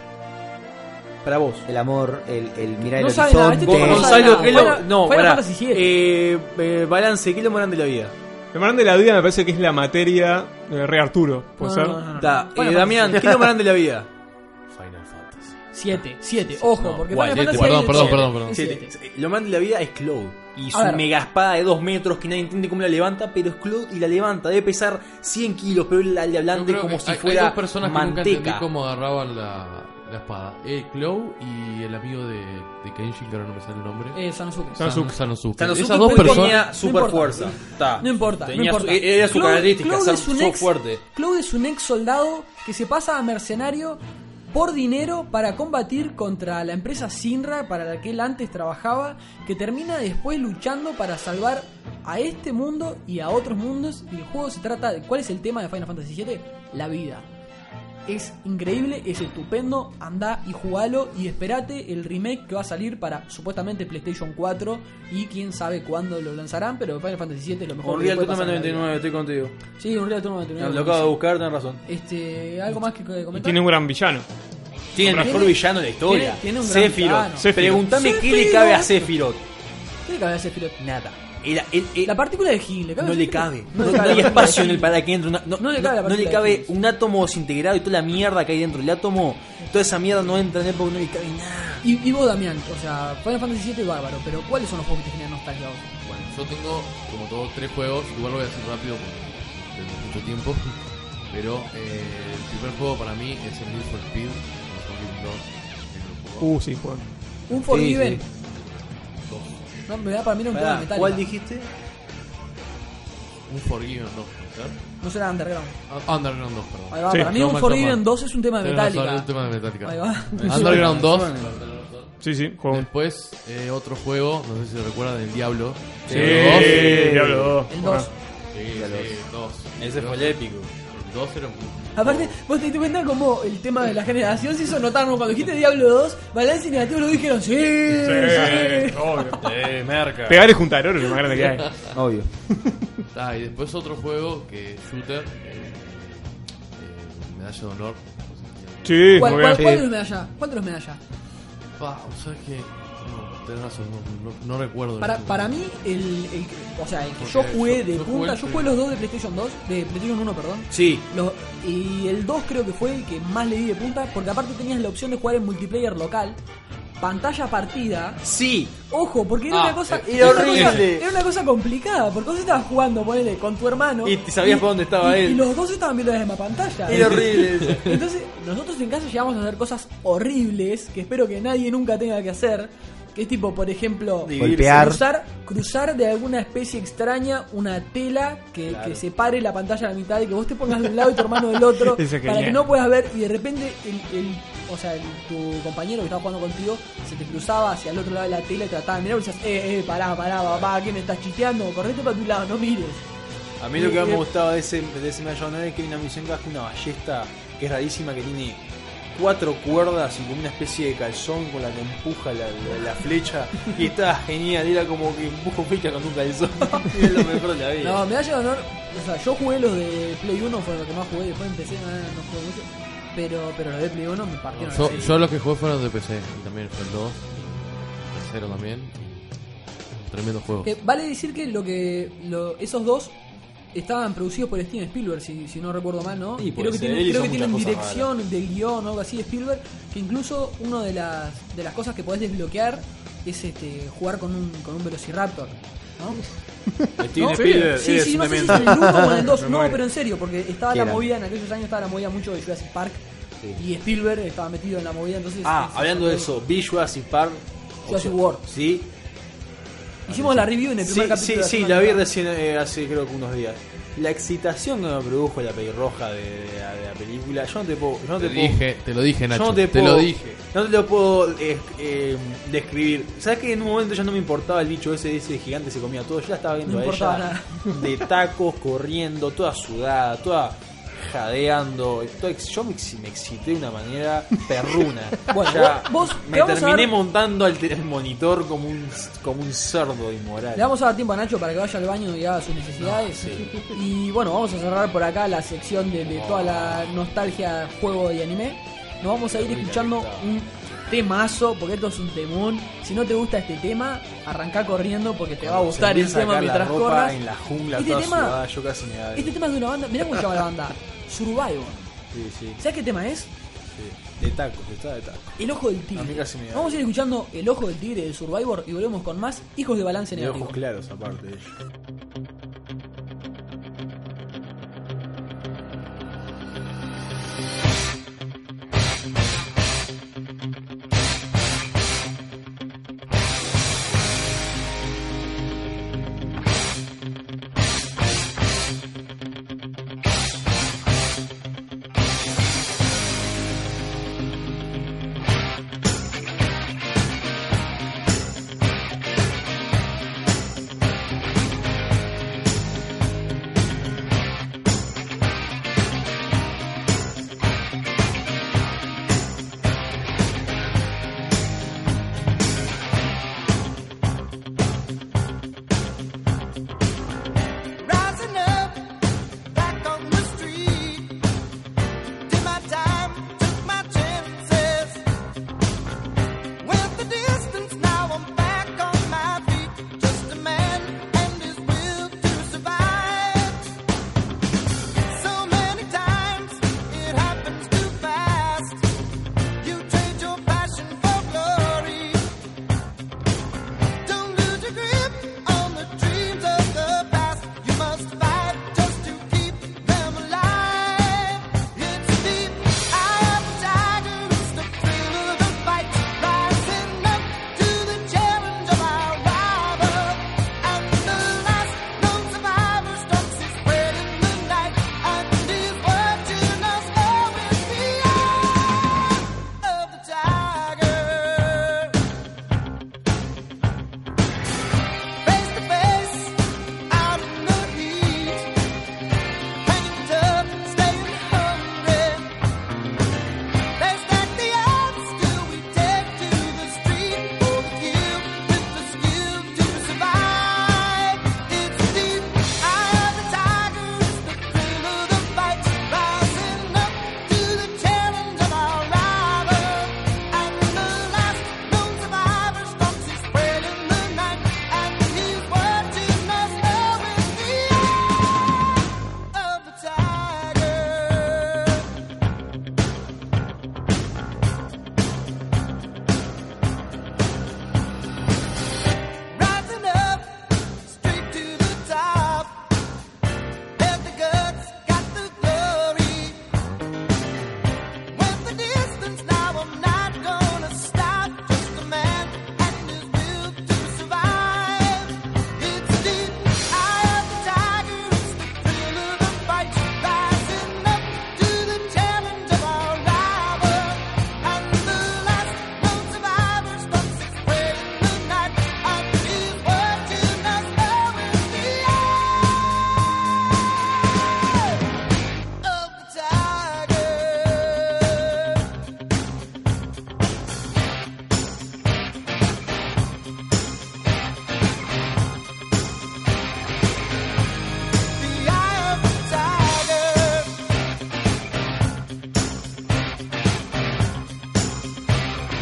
Para vos. El amor, el, el mirar No el sabe nada, este horizonte. tipo no sabe Gonzalo, nada. ¿qué es lo, Final- no, Final pará. Fantasy VII. Eh, eh, balance, ¿qué es lo más grande de la vida? Lo más grande de la vida me parece que es la materia de Rey Arturo, ¿puede No, ser? no, no, no. Da, eh, Damián, ¿qué es lo más grande de la vida? Final Fantasy. 7, 7, ojo, porque guay, Final siete, Fantasy perdón, es perdón, siete, perdón, perdón. es Siete. siete. Eh, Lo más grande de la vida es Cloud. Y su ver. mega espada de 2 metros que nadie entiende cómo la levanta, pero es Cloud y la levanta. Debe pesar 100 kilos, pero él la le ablande Creo que como si hay- hay fuera dos personas que nunca entendí manteca. cómo agarraban la, la espada. Eh, Clow y el amigo de, de Kenshin, que ahora no me sale el nombre. Eh, Sanosuke. San- Sanosuke. Sanosuke. Sanosuke Esas dos tenía personas. super importa. fuerza. Ta. No importa. no Tenía su- e- importa. era su Claude- característica, Claude ser es un so ex- fuerte. Claude es un ex soldado que se pasa a mercenario por dinero para combatir contra la empresa Sinra para la que él antes trabajaba, que termina después luchando para salvar a este mundo y a otros mundos. Y el juego se trata de. ¿Cuál es el tema de Final Fantasy VII? La vida. Es increíble, es estupendo. Andá y jugalo y esperate el remake que va a salir para supuestamente PlayStation 4 y quién sabe cuándo lo lanzarán, pero Final Fantasy VII es lo mejor. que le Unreal puede Tournament pasar a la 99, estoy contigo. vida. Sí, Unreal Tournament Lo 99. acabo de buscar, tenés razón. Este, algo más que que comentar. Tiene un gran villano. Tiene el Tiene- mejor villano de la historia. tiene- tiene un gran Sephiroth. villano. Preguntame qué le Sephiroth. cabe a Sephiroth. ¿Qué le cabe a ese piloto? Nada. Era- él- él- La partícula de Gil, ¿le cabe no a le ese piloto? cabe. No, no hay espacio en el para que entre una- no, No le no- cabe la no le partícula cabe de un átomo desintegrado y toda la mierda que hay dentro del átomo. Toda esa mierda no entra en él porque no le cabe nada. Y, y vos, Damián, o sea, Final Fantasy VII bárbaro, pero ¿cuáles son los juegos que te generan nostalgia a vos? Bueno, yo tengo como todos tres juegos, igual lo voy a hacer rápido porque tengo mucho tiempo. Pero eh, el primer juego para mí es el Need for Speed, el Forgiven 2. el juego. Uh, sí, Juan. Un Forgiven. Sí, sí. Dos. No, me da para mí era un Pará, tema de metal. ¿Cuál dijiste? Un Forgiven 2, puede ser. No será Underground. Ah, Underground 2, perdón. Ahí va, para mí un Toma, Forgiven toma. 2 es un tema de Tenés razón, Metallica. es un tema de Metallica. Ahí va. Underground 2. Sí, sí, Después, eh, otro juego, no sé si recuerdan, del Diablo. Sí, Diablo Diablo 2. El 2. Sí, sí, el 2. Ese fue el épico. El 2 era un Aparte, vos te diste cuenta como el tema de la generación se hizo notar, ¿no? Cuando dijiste Diablo 2, Balance y Negativo lo dijeron, sí, sí. Eh, merca. Pegar y juntar oro es lo más grande que hay. Obvio. Ah, y después otro juego que es Shooter, eh, eh, Medalla de Honor. Sí, ¿Cuál, muy cuál, bien. cuál de los medallas? ¿Cuál de los medallas? Pa, ¿sabes qué? No, tenés razón, no, no- no recuerdo. en Para, este para momento. mí, el, el que- o sea, el que yo Porque jugué yo- de yo jugué punta, el yo jugué primero. los dos de PlayStation 2, de PlayStation 1, perdón. Sí. Los- y el 2 creo que fue el que más le di de punta, porque aparte tenías la opción de jugar en multiplayer local, pantalla partida. Sí. Ojo, porque era Ah, una cosa. eh, era una cosa- horrible. era una cosa complicada, porque vos estabas jugando, ponele, con tu hermano. Y te sabías por dónde estaba y- él. Y los dos estaban viendo la misma pantalla. Era horrible eso. Entonces, nosotros en casa llegamos a hacer cosas horribles que espero que nadie nunca tenga que hacer. Que es tipo, por ejemplo, Dividirse. Golpear. cruzar, cruzar de alguna especie extraña una tela que, Claro. que separe la pantalla a la mitad y que vos te pongas de un lado y tu hermano del otro Eso es para que genial. no puedas ver y de repente el, el- o sea, el- tu compañero que estaba jugando contigo se te cruzaba hacia el otro lado de la tela y trataba de mirar y decías, eh, eh, pará, pará, papá, ¿qué me estás chisteando? Correte para tu lado, no mires. A mí lo que más me Eh, gustaba de ese, de ese Medalla de Honor es que hay una misión que es una ballesta que es rarísima, que tiene cuatro cuerdas y como una especie de calzón con la que empuja la, la- la flecha. Y estaba genial, era como que empujo flecha con un calzón. y es lo mejor de la vida. No, medalla de honor. O sea, yo jugué los de Play 1, fue lo que más jugué. Después empecé, no, no jugué mucho. Pero, pero los de Play 1 me partieron. Yo, la serie. yo los que jugué fueron de PC, y también fue el 2, el 0 también. Tremendo juego. Que Eh, vale decir que lo que lo- esos dos estaban producidos por Steven Spielberg, si, si no recuerdo mal, ¿no? creo Y puede que ser, tienen, él creo hizo que tienen muchas cosas dirección del guión o algo así de Spielberg, que incluso una de las, de las cosas que podés desbloquear es este jugar con un, con un Velociraptor. ¿no? Steven ¿No? Spielberg Sí, es sí, no sé si es tremendo. en el uno o en el dos, Me no, muero. pero en serio, porque estaba Qué la grande. movida, en aquellos años estaba la movida mucho de Jurassic Park y Spielberg estaba metido en la movida, entonces... Ah, sí, sí, hablando de eso, vi Jurassic Park. Jurassic O sea, World. Sí. Hicimos la review en el primer sí, capítulo. Sí, sí, la vi recién eh, hace creo que unos días. La excitación que me produjo la pelirroja de, de la, de la película, yo no te puedo. Yo no te, Te puedo- dije, te lo dije, yo Nacho, no te, te puedo- lo dije. No te lo puedo eh, eh, describir. ¿Sabes que en un momento ya no me importaba el bicho ese, ese gigante se comía todo? Yo la estaba viendo No a importaba ella de tacos, corriendo, toda sudada, toda jadeando. toda ex- yo me, ex- me excité de una manera perruna. Bueno, Ya vos- vos- me te vamos a terminé dar- montando al te- al monitor como un, como un cerdo inmoral. Le vamos a dar tiempo a Nacho para que vaya al baño y haga sus necesidades. Y bueno, vamos a cerrar por acá la sección de, de toda la nostalgia, juego y anime. Nos vamos a ir escuchando un temazo, porque esto es un temón. Si no te gusta este tema, arrancá corriendo porque te va a gustar el Empieza a tema sacar la mientras ropa corras. en la jungla este toda tema, sudada, yo casi me da este tema es de una banda, mirá cómo se llama la banda, Survivor. Sí, sí, ¿Sabes qué tema es? sí. De tacos, está de tacos. El ojo del A mí tigre. casi me da. Vamos a ir escuchando El ojo del tigre de Survivor y volvemos con más hijos de balance de negativo. ojos claros aparte.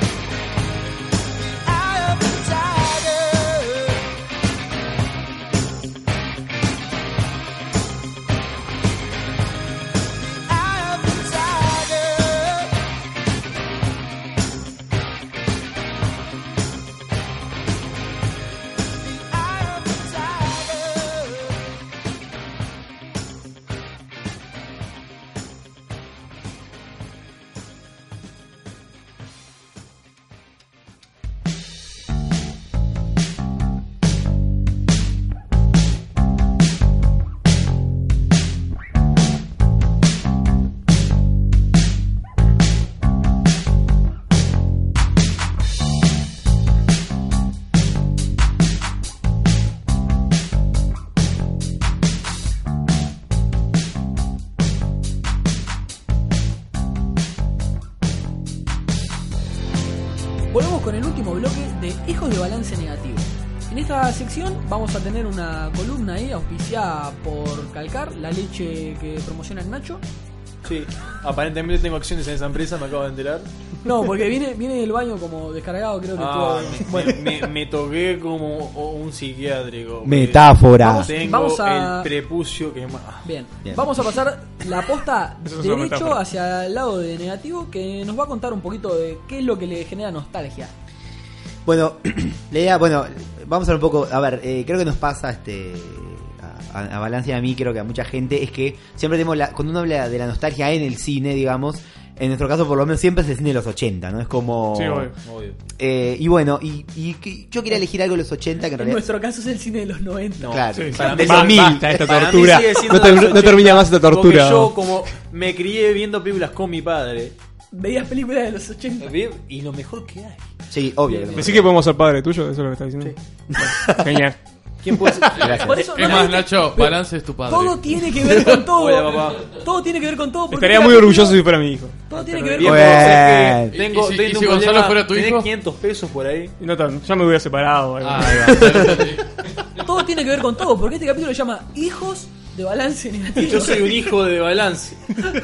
oh, Volvemos con el último bloque de Hijos de Balance Negativo. En esta sección vamos a tener una columna ahí auspiciada por Calcar, la leche que promociona el Nacho. Sí, aparentemente tengo acciones en esa empresa, me acabo de enterar. No, porque viene, viene del baño como descargado, creo que Ah, estuvo- me, me- me toqué como un psiquiátrico. porque Metáfora. Vamos- Tengo vamos a- el prepucio que... ma- ah, Bien. Bien. Vamos a pasar la posta Eso es una derecho metáfora. hacia el lado de negativo que nos va a contar un poquito de qué es lo que le genera nostalgia. Bueno, la idea, bueno, vamos a hablar un poco, a ver, eh, creo que nos pasa este a, a Balance y a mí, creo que a mucha gente, es que siempre tenemos, la, cuando uno habla de la nostalgia en el cine, digamos, en nuestro caso por lo menos siempre es el cine de los 80, ¿no? Es como... Sí, obvio. Eh, y bueno, y, y que- yo quería elegir algo de los 80 que en En realidad... nuestro caso es el cine de los 90. Claro. Sí, Para de mí- los mil, basta esta Para mí tortura. sigue siendo No, de ter- los no 80, termina más esta tortura. Porque yo como me crié viendo películas con mi padre. eh, Veías películas de los 80. Y lo mejor que hay. Sí, obvio. que no. Decí que podemos ser padre tuyo, eso es lo que está diciendo. Bueno, Genial. ¿Quién puede ser? Gracias. Por eso Es no más, viste- Nacho, pero balance es tu padre. Todo tiene que ver con todo. Hola, papá. Todo tiene que ver con todo. porque Estaría la muy película- orgulloso si fuera mi hijo. Todo tiene que ver Bien, con Bueno. porque sé que ¿Y Tengo, si- y tengo si un Gonzalo problema, fuera tu tenés hijo? 500 pesos por ahí. Y no tan- ya me hubiera separado. o algo. Ah, ahí va. todo. tiene que ver con todo. Porque este capítulo se llama Hijos de Balance Negativo. Yo soy un hijo de balance.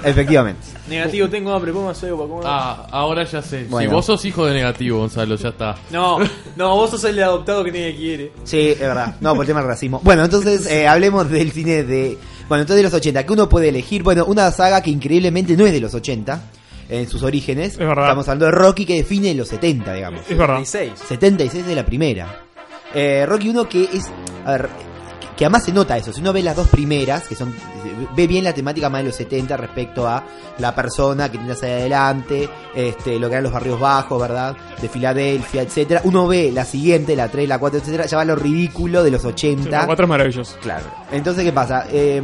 Efectivamente. Negativo, tengo hambre, ¿puedo hacer algo para comer? Ah, ahora ya sé. Si Bueno. vos sos hijo de negativo, Gonzalo, ya está. No, no, vos sos el adoptado que nadie quiere. Sí, es verdad. No, por el tema del racismo. Bueno, entonces eh, hablemos del cine de... Bueno, entonces de los 80, que uno puede elegir, bueno, una saga que increíblemente no es de los 80 en sus orígenes. Es verdad. Estamos hablando de Rocky que define los 70, digamos. Es Ah. verdad. 16. 76 de la primera. Eh, Rocky 1 que es... A ver, que- que además se nota eso. Si uno ve las dos primeras, que son... Ve bien la temática más de los 70 respecto a la persona que tiende hacia adelante, este, lo que eran los barrios bajos, ¿verdad? De Filadelfia, etcétera Uno ve la siguiente, la 3, la 4, etcétera Ya va lo ridículo de los 80. Sí, los cuatro es maravilloso. Claro. Entonces, ¿qué pasa? Eh,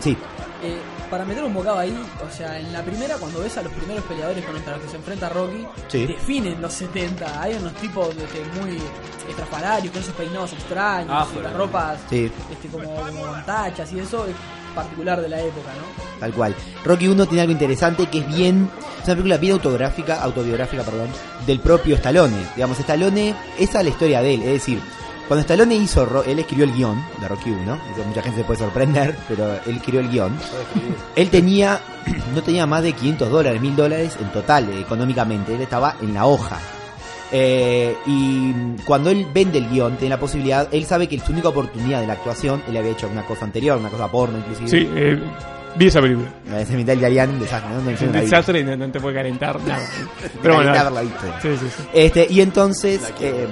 sí. Eh, para meter un bocado ahí, o sea, en la primera, cuando ves a los primeros peleadores contra los que se enfrenta Rocky, Sí. definen los 70. Hay unos tipos este, muy estrafalarios, con esos peinados extraños, Afro. y las ropas Sí. este, como, como con tachas y eso es particular de la época, ¿no? Tal cual. Rocky 1 tiene algo interesante que es bien. Es una película bien autográfica, autobiográfica, perdón, del propio Stallone. Digamos, Stallone, esa es la historia de él. Es decir, cuando Stallone hizo. Ro- Él escribió el guión de Rocky 1. Eso mucha gente se puede sorprender, pero él escribió el guión. Él tenía. No tenía más de 500 dólares, 1000 dólares en total, eh, económicamente. Él estaba en la hoja. Eh, y cuando él vende el guión, tiene la posibilidad. Él sabe que su única oportunidad de la actuación, él había hecho una cosa anterior, una cosa porno inclusive. Sí, eh, vi esa película. La cemental italiana, un desastre, ¿no? No, Es no un la vi. desastre y no, no te puede calentar nada. Pero Pero bueno. haberla visto. Sí, sí, sí. Este, y entonces, eh,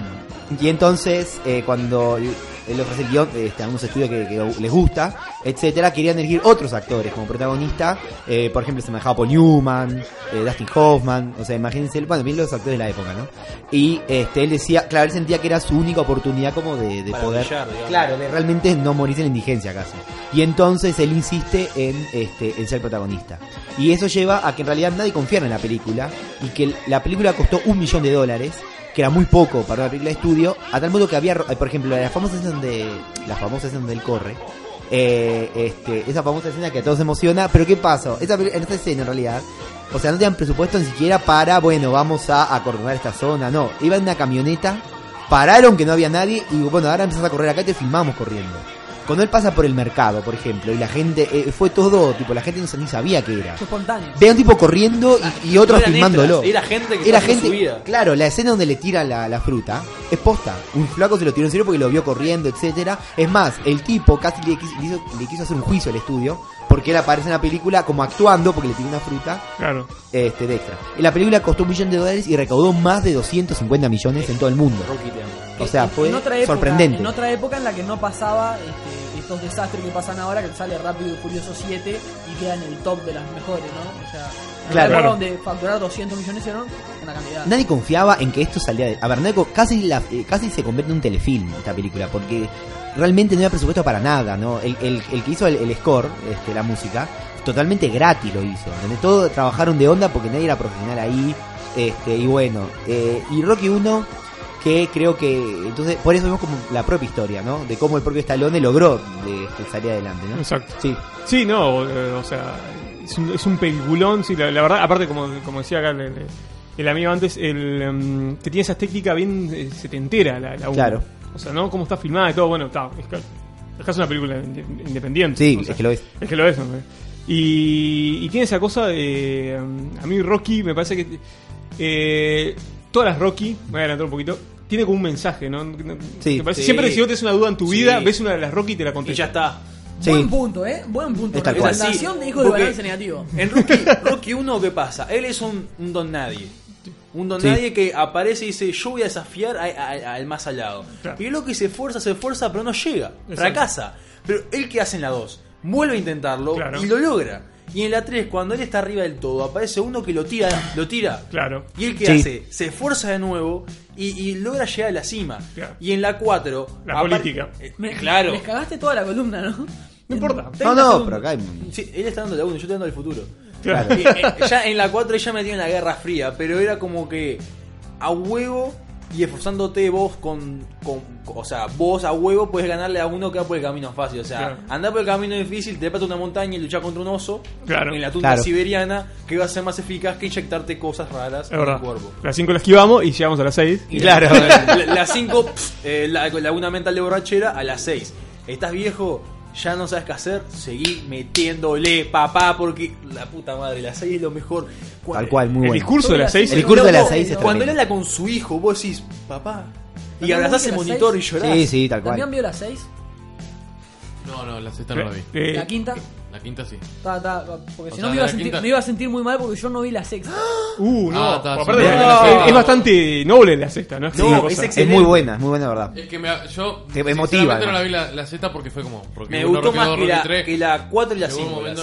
y entonces eh, cuando l- él ofrece el guión este, a unos estudios que, que les gusta, etcétera, querían elegir otros actores como protagonista. Eh, por ejemplo, se manejaba Paul Newman, eh, Dustin Hoffman, o sea, imagínense, bueno, bien los actores de la época, ¿no? Y este, él decía, claro, él sentía que era su única oportunidad como de, de Para poder... brillar, digamos. Claro, de realmente no morirse en la indigencia casi. Y entonces él insiste en, este, en ser protagonista. Y eso lleva a que en realidad nadie confiara en la película y que el- la película costó un millón de dólares, que era muy poco para una película de estudio, a tal modo que había, eh, por ejemplo, la famosa escena donde, la famosa escena donde él corre, eh, este, esa famosa escena que a todos emociona, pero ¿qué pasó? Esa, peli- en esta escena en realidad, o sea, no tenían presupuesto ni siquiera para, bueno, vamos a acordar esta zona, no, iba en una camioneta pararon que no había nadie y bueno, ahora empezás a correr acá y te filmamos corriendo. Cuando él pasa por el mercado, por ejemplo, y la gente, eh, fue todo, tipo, la gente no, sa- ni sabía qué era. Fue espontáneo. Ve a un tipo corriendo y, y otro No eran filmándolo. extras, Era gente que estaba Era haciendo gente, su vida. claro, la escena donde le tira la, la fruta es posta. Un flaco se lo tiró en serio porque lo vio corriendo, etcétera. Es más, el tipo casi le quiso, le hizo- le quiso hacer un juicio al estudio porque él aparece en la película como actuando porque le tiró una fruta Claro. este, de extra. La película costó un millón de dólares y recaudó más de 250 millones en todo el mundo. O sea, En- fue en otra época, sorprendente. En otra época en la que no pasaba este, estos desastres que pasan ahora, que sale Rápido y Furioso 7 y queda en el top de las mejores, ¿no? O sea, en Claro. una época Claro. donde facturar 200 millones era una cantidad. Nadie confiaba en que esto salía de... A ver, nadie co- casi, la- eh, casi se convierte en un telefilm esta película, porque realmente no había presupuesto para nada, ¿no? El, el- el que hizo el, el score, este, la música, totalmente gratis lo hizo. Donde todos trabajaron de onda porque nadie era profesional ahí. Este, y bueno, eh, y Rocky 1, que creo que... Entonces, por eso vemos como la propia historia, ¿no? De cómo el propio Stallone logró de, este, salir adelante, ¿no? Exacto. Sí. Sí, no, eh, o sea, es un, es un peliculón, sí, la, la verdad, aparte como, como decía acá el, el- el amigo antes, el em, que tiene esa técnica bien eh, setentera, la, la uno. Claro. O sea, ¿no? Cómo está filmada y todo, bueno, está. Es que es casi una película inde- independiente. Sí, o sea, es que lo es. Es que lo es, ¿no? Y, y tiene esa cosa de. em, A mí, Rocky, me parece que. eh, todas las Rocky, me voy a adelantar un poquito. Tiene como un mensaje, ¿no? Sí. Me parece, Sí. Siempre que si vos tenés una duda en tu Sí. vida, ves una de las Rocky y te la contestas. Y ya está. Buen punto, ¿eh? Buen punto. Es tal cual. Recomendación Sí, de hijos de porque- balance negativo. En Rocky, Rocky 1, ¿qué pasa? Él es un, un don nadie. Un don Sí. nadie que aparece y dice, yo voy a desafiar a- a- al más alado. Y es lo que se esfuerza, se esfuerza, pero no llega. Fracasa. Pero él que hace en la 2, vuelve a intentarlo y lo logra. Y en la 3, cuando él está arriba del todo, aparece uno que lo tira, lo tira. Claro. Y él que Sí. hace, se esfuerza de nuevo y, y logra llegar a la cima. Y en la 4, La apar- política. Eh, Me- claro. Les cagaste toda la columna, ¿no? No importa. No, no, pero acá hay. Sí, él está dando la 1, yo estoy dando el futuro. Claro. Y, eh, ya en la 4 ella metió en la Guerra Fría, pero era como que a huevo y esforzándote vos con, con- con- O sea, vos a huevo puedes ganarle a uno que va por el camino fácil. O sea, Claro. andar por el camino difícil, te pata una montaña y luchar contra un oso Claro. en la tundra Claro. siberiana que va a ser más eficaz que inyectarte cosas raras Es verdad. el cuerpo. Las 5 las esquivamos y llegamos a las 6. Las 5, eh, la, la una mental de borrachera a las 6. Estás viejo, ya no sabes qué hacer, seguí metiéndole, papá, porque la puta madre, las 6 es lo mejor. Cu- Tal cual, muy el bueno. Discurso de las 6 El discurso de las Loco, 6 es Cuando él tremendo. habla con su hijo, vos decís, papá. Y También abrazás viste el las monitor seis. y llorás. Sí, sí, tal ¿También vio las 6? No, no, la sexta no la vi. Eh, ¿La quinta? La quinta sí. Ta, ta, ta, porque O si sea, no me iba, a la sentir, quinta- me iba a sentir muy mal porque yo no vi la sexta. Uh, no. Ah, está, Pues aparte, sí, es- no. es, es bastante noble la sexta, ¿no? Es Sí, una cosa- es muy buena, es muy buena, verdad. Es que me, yo Te sinceramente, motiva, no la además. vi la, la Z porque fue como. Porque Me uno, gustó Rocky más dos, que la, Rocky tres. que la 4 y la Llegó un 5. momento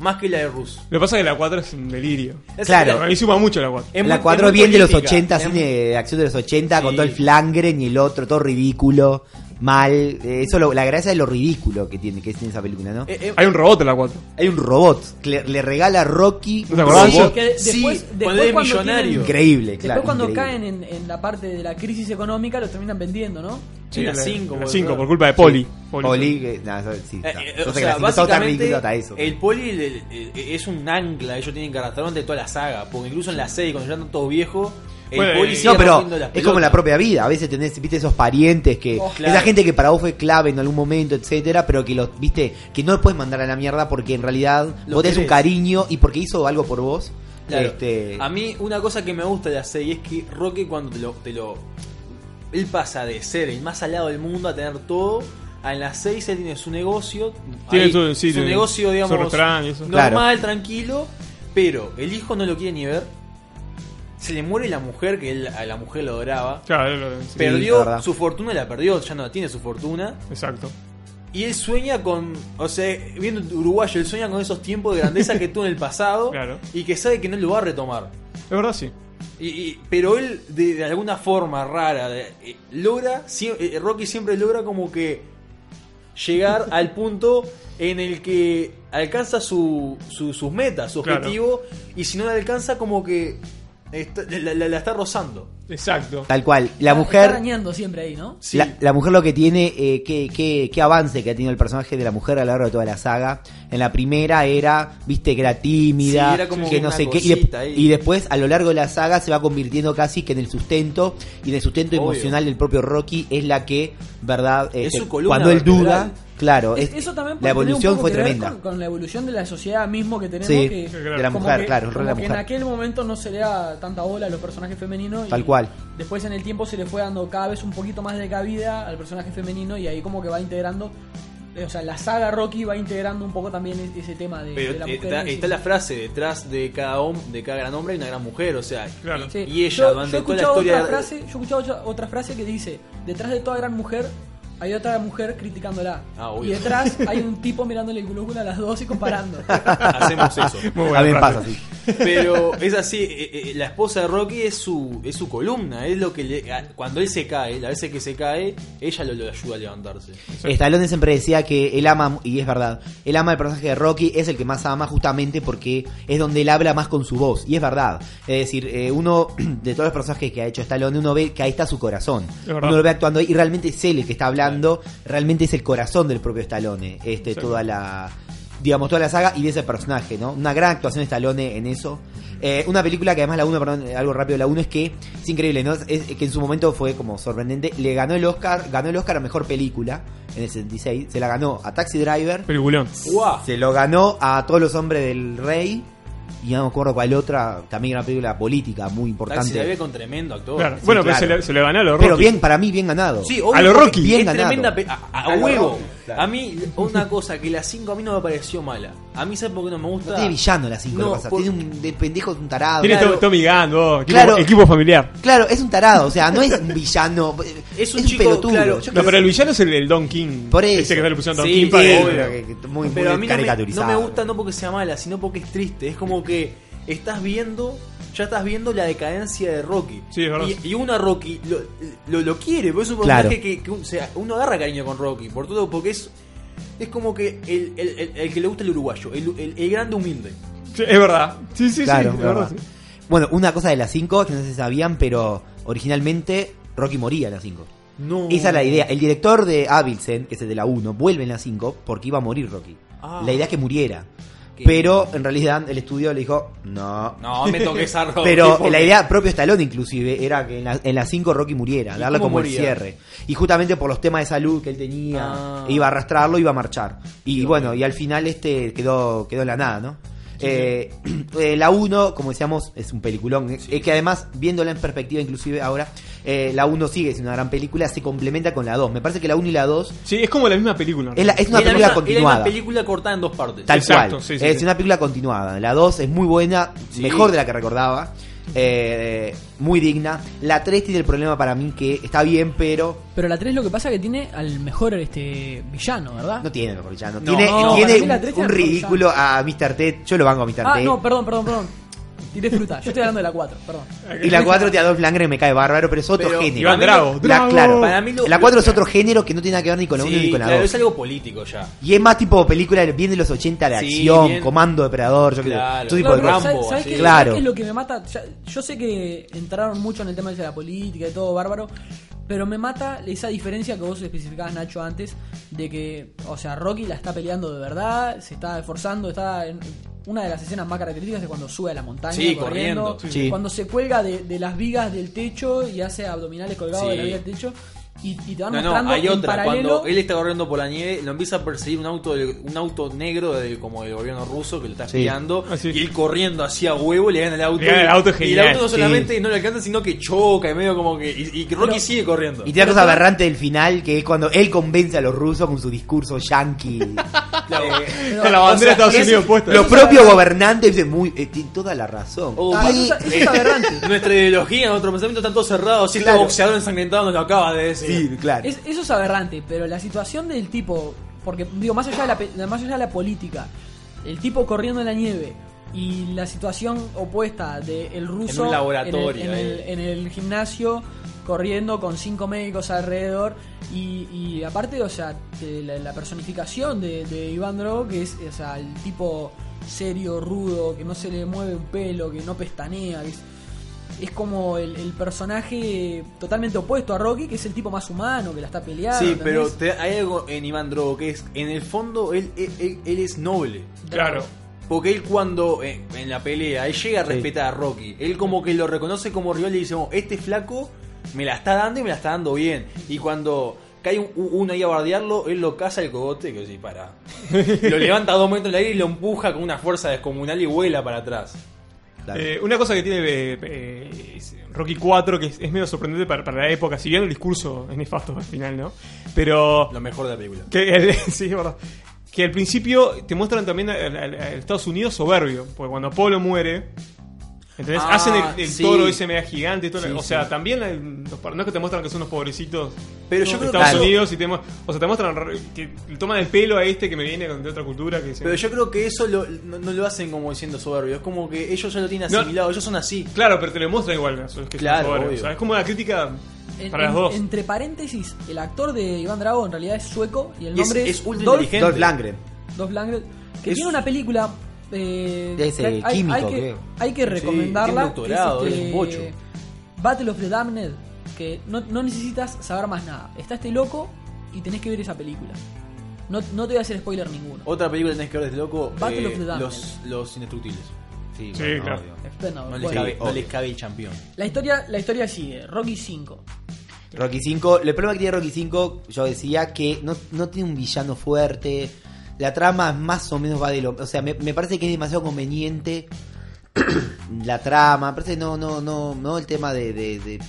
Más que la de Rus. Lo que pasa es que la 4 es un delirio. Es- Claro. A mí suma mucho la 4. la 4 bien de los 80, Es cine eh, de acción de los 80, con todo el flangre ni el otro, todo ridículo, mal. Eh, Eso lo- la gracia de lo ridículo que tiene, que tiene esa película, ¿no? Eh, Hay un robot en la 4. Hay un robot que le, le regala a Rocky. ¿No te acordás? un robot. Que después, Sí, después cuando es cuando millonario. tienen- Increíble, después claro, cuando increíble. caen en, en la parte de la crisis económica, lo terminan vendiendo, ¿no? Sí, la cinco, La boludo. 5, por culpa de Poli. Poli, que- nada, eso- sí, está. Eh, eh, Entonces o que sea, la cinco está tan básicamente, ridícula hasta eso. el poli el- el- el- es un ancla, ellos tienen que arrastrar de toda la saga, porque incluso en la 6, cuando ya andan todos viejos, el Bueno, poli eh, sigue no, pero rompiendo las es como pelotas. la propia vida. A veces tenés, viste, esos parientes que. Oh, claro. Esa gente que para vos fue clave en algún momento, etcétera, pero que los, viste, que no los puedes mandar a la mierda porque en realidad Lo vos tenés un querés. cariño y porque hizo algo por vos. Claro. Este, A mí, una cosa que me gusta de la 6 es que Rocky, cuando te lo, te lo. Él pasa de ser el más salado del mundo a tener todo. a En la 6 él tiene su negocio. Tiene ahí, su- sí, tiene negocio, su digamos. restaurante y eso. Normal, Claro. tranquilo. Pero el hijo no lo quiere ni ver. Se le muere la mujer, que él, a la mujer lo adoraba. Claro, lo- sí, la perdió verdad. su fortuna, la perdió, ya no tiene su fortuna. Exacto. Y él sueña con, o sea, viendo uruguayo, él sueña con esos tiempos de grandeza que tuvo en el pasado y que sabe que no lo va a retomar. Es verdad, sí. Y, y- pero él, de, de alguna forma rara, de- eh, logra, sie- eh, Rocky siempre logra como que llegar al punto en el que alcanza su, su- sus metas, su Claro. objetivo, y si no la alcanza como que está- la, la- la está rozando. Exacto. Tal cual. La Está mujer. arañando siempre ahí, ¿no? La, la mujer lo que tiene, eh, qué, qué- qué avance que ha tenido el personaje de la mujer a lo largo de toda la saga. En la primera era, viste, que era tímida, Sí, era como que no una sé qué. Y, cosita ahí. y después, a lo largo de la saga, se va convirtiendo casi que en el sustento. Y en el sustento Obvio. emocional del propio Rocky es la que, ¿verdad? Este, su columna cuando él duda, vertebral. claro, es- Eso también puede tener la un evolución poco fue que ver tremenda. Con, con la evolución de la sociedad mismo que tenemos. Sí, que, de la como mujer, que- claro, el rol de la como que mujer. En aquel momento no se le da tanta bola a los personajes femeninos. y Tal cual. Después en el tiempo se le fue dando cada vez un poquito más de cabida al personaje femenino y ahí como que va integrando. eh, O sea, la saga Rocky va integrando un poco también e- ese tema de, Pero de la eh, mujer. está, en sí. está la frase, detrás de cada, hom- de cada gran hombre hay una gran mujer, o sea, y- Sí. y ella yo, durante yo he toda escuchado la historia... otra frase, yo he escuchado otra, otra frase que dice, detrás de toda gran mujer hay otra mujer criticándola. Ah, obvio. y detrás hay un tipo mirándole el culo a las dos y comparando. hacemos eso. Muy buena También frase. pasa así. Pero es así, eh, eh, la esposa de Rocky es su, es su columna, es lo que le- a- cuando él se cae, la veces que se cae, ella lo, lo ayuda a levantarse. Stallone siempre decía que él ama, y es verdad, él ama el personaje de Rocky, es el que más ama justamente porque es donde él habla más con su voz, y es verdad. Es decir, eh, uno de todos los personajes que ha hecho Stallone, uno ve que ahí está su corazón. Es verdad. Uno lo ve actuando ahí y realmente es él el que está hablando, realmente es el corazón del propio Stallone, este, Sí. toda la... digamos, toda la saga y de ese personaje, ¿no? Una gran actuación de Stallone en eso. Eh, una película que además la 1, perdón, algo rápido, la 1 es que es increíble, ¿no? Es, es que en su momento fue como sorprendente. Le ganó el Oscar, ganó el Oscar a mejor película en el 76. Se la ganó a Taxi Driver. Peliculón. Se lo ganó a todos los hombres del rey. Y no me acuerdo cuál otra, también era una película política Taxi muy importante. Drive con tremendo actor. Claro. Bueno, pero se le- se le ganó a los Pero Rocky. bien, para mí, bien ganado. Sí, obvio, a los porque Rocky. es Bien ganado. tremenda pe- a, a A los huevo. Rocky, A mí, una cosa que la 5 a mí no me pareció mala. A mí, ¿sabes por qué no me gusta? No tiene villano la 5, No, pasa. por- Tiene un de pendejo, un tarado. Tiene Claro. to- Tommy Gunn, vos, equipo, Claro. equipo familiar. Claro, es un tarado, o sea, no es un villano. Es un, pelotudo. Yo no, creo pero el villano es el, el Don King. Por eso. Ese que no le pusieron Don Sí, King sí, para obvio, que- que Pero a muy- muy mí no me, no caricaturizado. me gusta no porque sea mala, sino porque es triste. Es como que estás viendo, ya estás viendo la decadencia de Rocky. verdad. Y, y uno a Rocky lo, lo, lo quiere, porque es un Claro. personaje que, que un- o sea, uno agarra cariño con Rocky, por todo, porque es, es como que el, el- el- el que le gusta el uruguayo, el, el- el grande humilde. es verdad. Sí, sí, Claro, sí. es la verdad, verdad. Bueno, una cosa de las 5 que no se sabían, pero originalmente Rocky moría en la 5. No. Esa es la idea. El director de Avilsen, que es el de la 1, vuelve en la 5 porque iba a morir Rocky. Ah. La idea es que muriera. ¿Qué? Pero en realidad el estudio le dijo, no. No, me toques a Rocky, Pero porque- la idea, propio Stallone inclusive, era que en la- en la 5 Rocky muriera, ¿Y darle cómo como moría? el cierre. Y justamente por los temas de salud que él tenía, Ah. iba a arrastrarlo, iba a marchar. Y bueno, y al final este quedó, quedó en la nada, ¿no? Eh, eh, la 1, como decíamos, es un peliculón. Es que además, viéndola en perspectiva, inclusive ahora, eh, la 1 sigue siendo una gran película, se complementa con la 2. Me parece que la 1 y la 2 Sí, es como la misma película. Es la- es una Y era película una- era continuada. una película cortada en dos partes. Tal Exacto, cual. sí, sí, es sí. una película continuada. La 2 es muy buena, mejor de la que recordaba. eh, muy digna. La 3 tiene el problema para mí que está bien, pero Pero la 3 lo que pasa es que tiene al mejor este villano, ¿verdad? no tiene mejor villano. No, tiene no, tiene para mí la tres un, tiene un mejor ridículo a Mr. Ted. Yo lo banco a Mr. Ah, Ted. no, perdón, perdón, perdón. Tiré fruta. Yo estoy hablando de la 4, perdón. Y la 4 tiene a Dolph Lundgren, me cae bárbaro, pero es otro Pero- género. Iván Drago, La- Drago. claro. Para mí lo- la 4 es otro género que no tiene nada que ver ni con la 1 ni Sí, con la 2. claro, es algo político ya. Y es más tipo película bien de los 80 de Sí, acción, bien. comando depredador, yo creo. Claro. Todo tipo Claro, de pero cosas. Rambo, ¿Sabes qué, ¿Sabes claro. qué es lo que me mata? Ya- yo sé que entraron mucho en el tema de la política y todo, bárbaro. Pero me mata esa diferencia que vos especificabas, Nacho, antes. De que, o sea, Rocky la está peleando de verdad, se está esforzando, está en. Una de las escenas más características es cuando sube a la montaña Sí, corriendo, corriendo. Sí. cuando se cuelga de, de las vigas del techo y hace abdominales colgados Sí. de la viga del techo y, y te van No, mostrando no, hay en otra. paralelo Cuando él está corriendo por la nieve, lo empieza a perseguir un auto del- un auto negro del- como del gobierno ruso que lo está Sí. espiando. Y él corriendo hacia huevo le gana el auto. Ah, Le gana el y- auto, y el genial, auto no sí. solamente no le alcanza, sino que choca y medio como que. Y, y Rocky sigue corriendo. Y tiene una cosa aberrante del final, que es cuando él convence a los rusos con su discurso yankee. Con la bandera de Estados Unidos puesta. Los propios gobernantes dicen, muy, eh, tiene toda la razón. Oh, Ah, Ay, eh, Nuestra ideología, nuestro pensamiento están todos cerrados. Si Claro. este boxeador ensangrentado nos lo acaba de decir. sí, claro. Es- eso es aberrante, pero la situación del tipo, porque digo, más allá de la, pe- de- más allá de la política, el tipo corriendo en la nieve y la situación opuesta del el ruso En un laboratorio, en el, en el- eh. en el gimnasio corriendo con cinco médicos alrededor y, y aparte, o sea, te- la, la personificación de, de Iván Drogo, que es o sea, el tipo serio, rudo, que no se le mueve un pelo, que no pestanea, que es, es como el, el personaje totalmente opuesto a Rocky, que es el tipo más humano, que la está peleando. Sí, ¿entendés? pero te- hay algo en Iván Drogo que es, en el fondo, él, él- él- él es noble. Claro. Porque él cuando, eh, en la pelea, él llega a respetar a Rocky. Él como que lo reconoce como rival y dice, "Oh, este flaco me la está dando y me la está dando bien. Y cuando cae un- un- uno ahí a bardearlo, él lo caza el cogote, que sí, para. lo levanta dos metros en el aire y lo empuja con una fuerza descomunal y vuela para atrás. Eh, una cosa que tiene eh, eh, es Rocky 4 que es, es medio sorprendente para, para la época, si bien el discurso es nefasto al final, ¿no? Pero Lo mejor de la película. que el- sí, es verdad. Que al principio te muestran también al, al- al Estados Unidos soberbio, porque cuando Apolo muere, ¿entendés? Ah, Hacen el, el sí. toro ese mega gigante, y todo, Sí, o sí. sea, también el- los, par- no es que te muestran que son unos pobrecitos Pero de yo creo que Estados eso- Unidos, y te, mu- o sea, te muestran re- que le toman el pelo a este que me viene de otra cultura. Que se- Pero yo creo que eso lo- no, no lo hacen como diciendo soberbio. Es como que ellos ya lo tienen No. asimilado, ellos son así. Claro, pero te lo muestran igual, ¿no? Son- que son Claro, soberbios. obvio. O sea, es como una crítica En- para las en- dos. Entre paréntesis, el actor de Iván Drago en realidad es sueco y el Y es- nombre es ultra Dolph, inteligente. Dolph Lundgren. Dolph Lundgren, que Es- tiene una película. eh, Es, eh, hay, químico, hay que, creo. hay que Sí, recomendarla. tiene un doctorado, que este, es un bocho. Battle of the Damned, que no, no necesitas saber más nada. Está este loco y tenés que ver esa película. No, no te voy a hacer spoiler ninguno. Otra película que tenés que ver desde loco. Battle eh, of the Damned. los, los indestructibles. Sí, bueno, claro. obvio. Expendables. No les, Bueno. cabe, Sí, no obvio. les cabe el campeón. La historia, la historia sigue. Rocky 5. Rocky 5, el problema que tiene Rocky 5, yo decía que no, no tiene un villano fuerte. La trama más o menos va de lo. O sea, me, me parece que es demasiado conveniente la trama. Me parece que no, no, no, no el tema de, de- de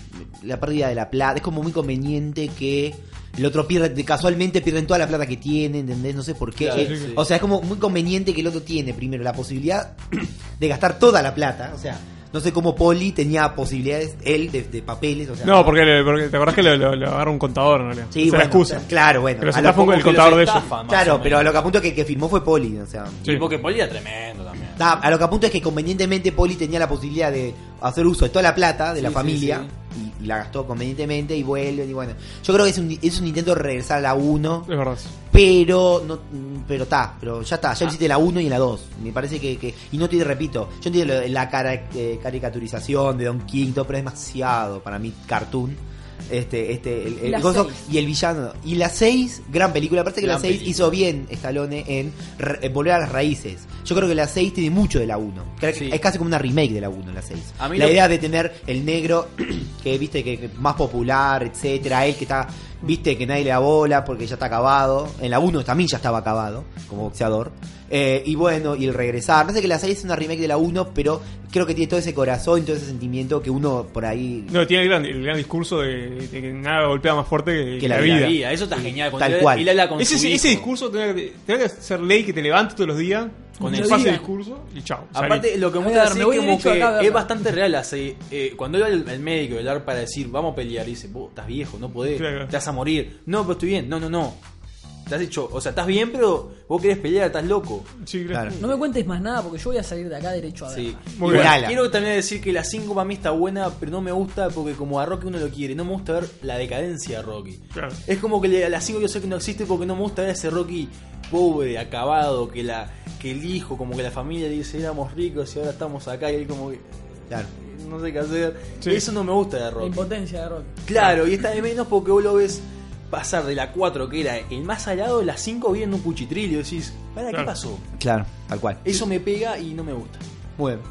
la pérdida de la plata. Es como muy conveniente que el otro pierde, casualmente pierden toda la plata que tienen, ¿entendés? No sé por qué. Claro, Eh, sí. O sea, es como muy conveniente que el otro tiene primero la posibilidad de gastar toda la plata. O sea, no sé cómo Poli tenía posibilidades, él, de, de papeles. O sea, No, porque, le- porque te acordás que lo, lo- lo agarra un contador, ¿no? Sí, Sí, Esa es la bueno, excusa. o sea, Claro, bueno. Pero se a lo está poco el que los contador de ellos. estafan, más Claro, pero a lo que apunto que, que firmó fue Poli. O sea, Y porque Poli era tremendo también. Da, a lo que apunto es que convenientemente Poli tenía la posibilidad de hacer uso de toda la plata de la Sí, sí, familia Y, y la gastó convenientemente y vuelven y bueno. Yo creo que es un, es un intento de regresar a la 1. Es verdad. Pero no, pero está, pero ya está, ya hiciste la 1 y la 2. Me parece que, que- y no te repito, yo entiendo lo de la cara- eh, caricaturización de Don King, todo, pero es demasiado para mí cartoon. Este, este, el, el La coso seis. y el villano. Y la 6, gran película. Aparte que Gran la 6 película. hizo bien Stallone en, re- en volver a las raíces. Yo creo que la 6 tiene mucho de la 1. Creo que Es casi como una remake de la 1, la 6. A mí La lo- idea de tener el negro que, viste, que, que más popular, etcétera, él que está, viste, que nadie le da bola porque ya está acabado. En la 1 también ya estaba acabado como boxeador. Eh, y bueno, y el regresar. No sé que la 6 es una remake de la 1, pero creo que tiene todo ese corazón, todo ese sentimiento que uno por ahí No, tiene el gran, el gran discurso de, de que nada golpea más fuerte que, que la, vida. Eso está genial. cuando Tal él- cual. él habla con ese, su ese hijo. discurso tendría que, tendría que ser ley que te levantes todos los días con Lo el fácil digan. discurso y chao. Aparte, lo que voy a muestra dar- así me es voy como derecho que acá a verla. es bastante real. así, eh, cuando iba el, el médico el ARPA para decir, vamos a pelear, y dice, vos estás viejo, no podés, te vas a morir. No, pero estoy bien. No, no, no. Te has hecho, o sea, estás bien, pero vos querés pelear, estás loco. Sí, No me cuentes más nada porque yo voy a salir de acá derecho a ver. Sí. Muy Y bien. bueno, Ala. quiero también decir que la 5 para mí está buena, pero no me gusta porque como a Rocky uno lo quiere, no me gusta ver la decadencia de Rocky. Es como que le- a la 5 yo sé que no existe porque no me gusta ver a ese Rocky pobre, acabado, que la que el hijo, como que la familia le dice éramos ricos y ahora estamos acá y él como que no sé qué hacer. Eso no me gusta de La Rocky. impotencia de Rocky. Claro, y está de menos porque vos lo ves pasar de la 4 que era el más salado, la 5 viendo un cuchitrillo y decís, ¿para qué Claro. pasó? Claro, tal cual. Eso me pega y no me gusta. Muy bien.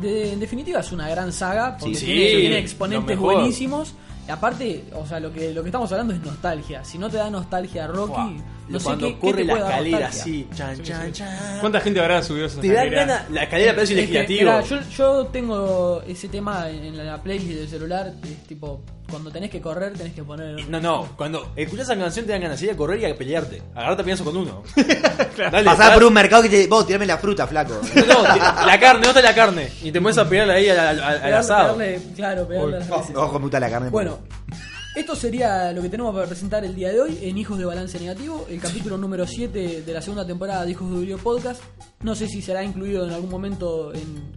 De- en definitiva es una gran saga porque Sí, tiene, sí, tiene lo exponentes mejor. buenísimos y aparte o sea lo que lo que estamos hablando es nostalgia si no te da nostalgia Rocky no sé Cuando qué- qué corre te la puede dar escalera nostalgia. así, chan, chan, chan. ¿Cuánta gente habrá subido esa Te da escalera? gana- la escalera parece Es que, legislativo. mirá, yo, yo tengo ese tema en, en la playlist del celular es tipo cuando tenés que correr tenés que poner No, no, cuando escuchas esa canción te dan ganas de ir a correr y a pelearte. Agarrate a pienso con uno. Dale, Pasar por dale. un mercado que te. Vos, tirame la fruta, flaco. No, te- la carne, ¿dónde está la carne? Y te pones a pelear ahí al, al- al Pegarle- asado. pegarle- claro pegarle a las Ojo, veces. Ojo, puta la carne. Bueno, esto sería lo que tenemos para presentar el día de hoy en Hijos de Balance Negativo, el capítulo número 7 de la segunda temporada de Hijos de Durio Podcast. No sé si será incluido en algún momento en,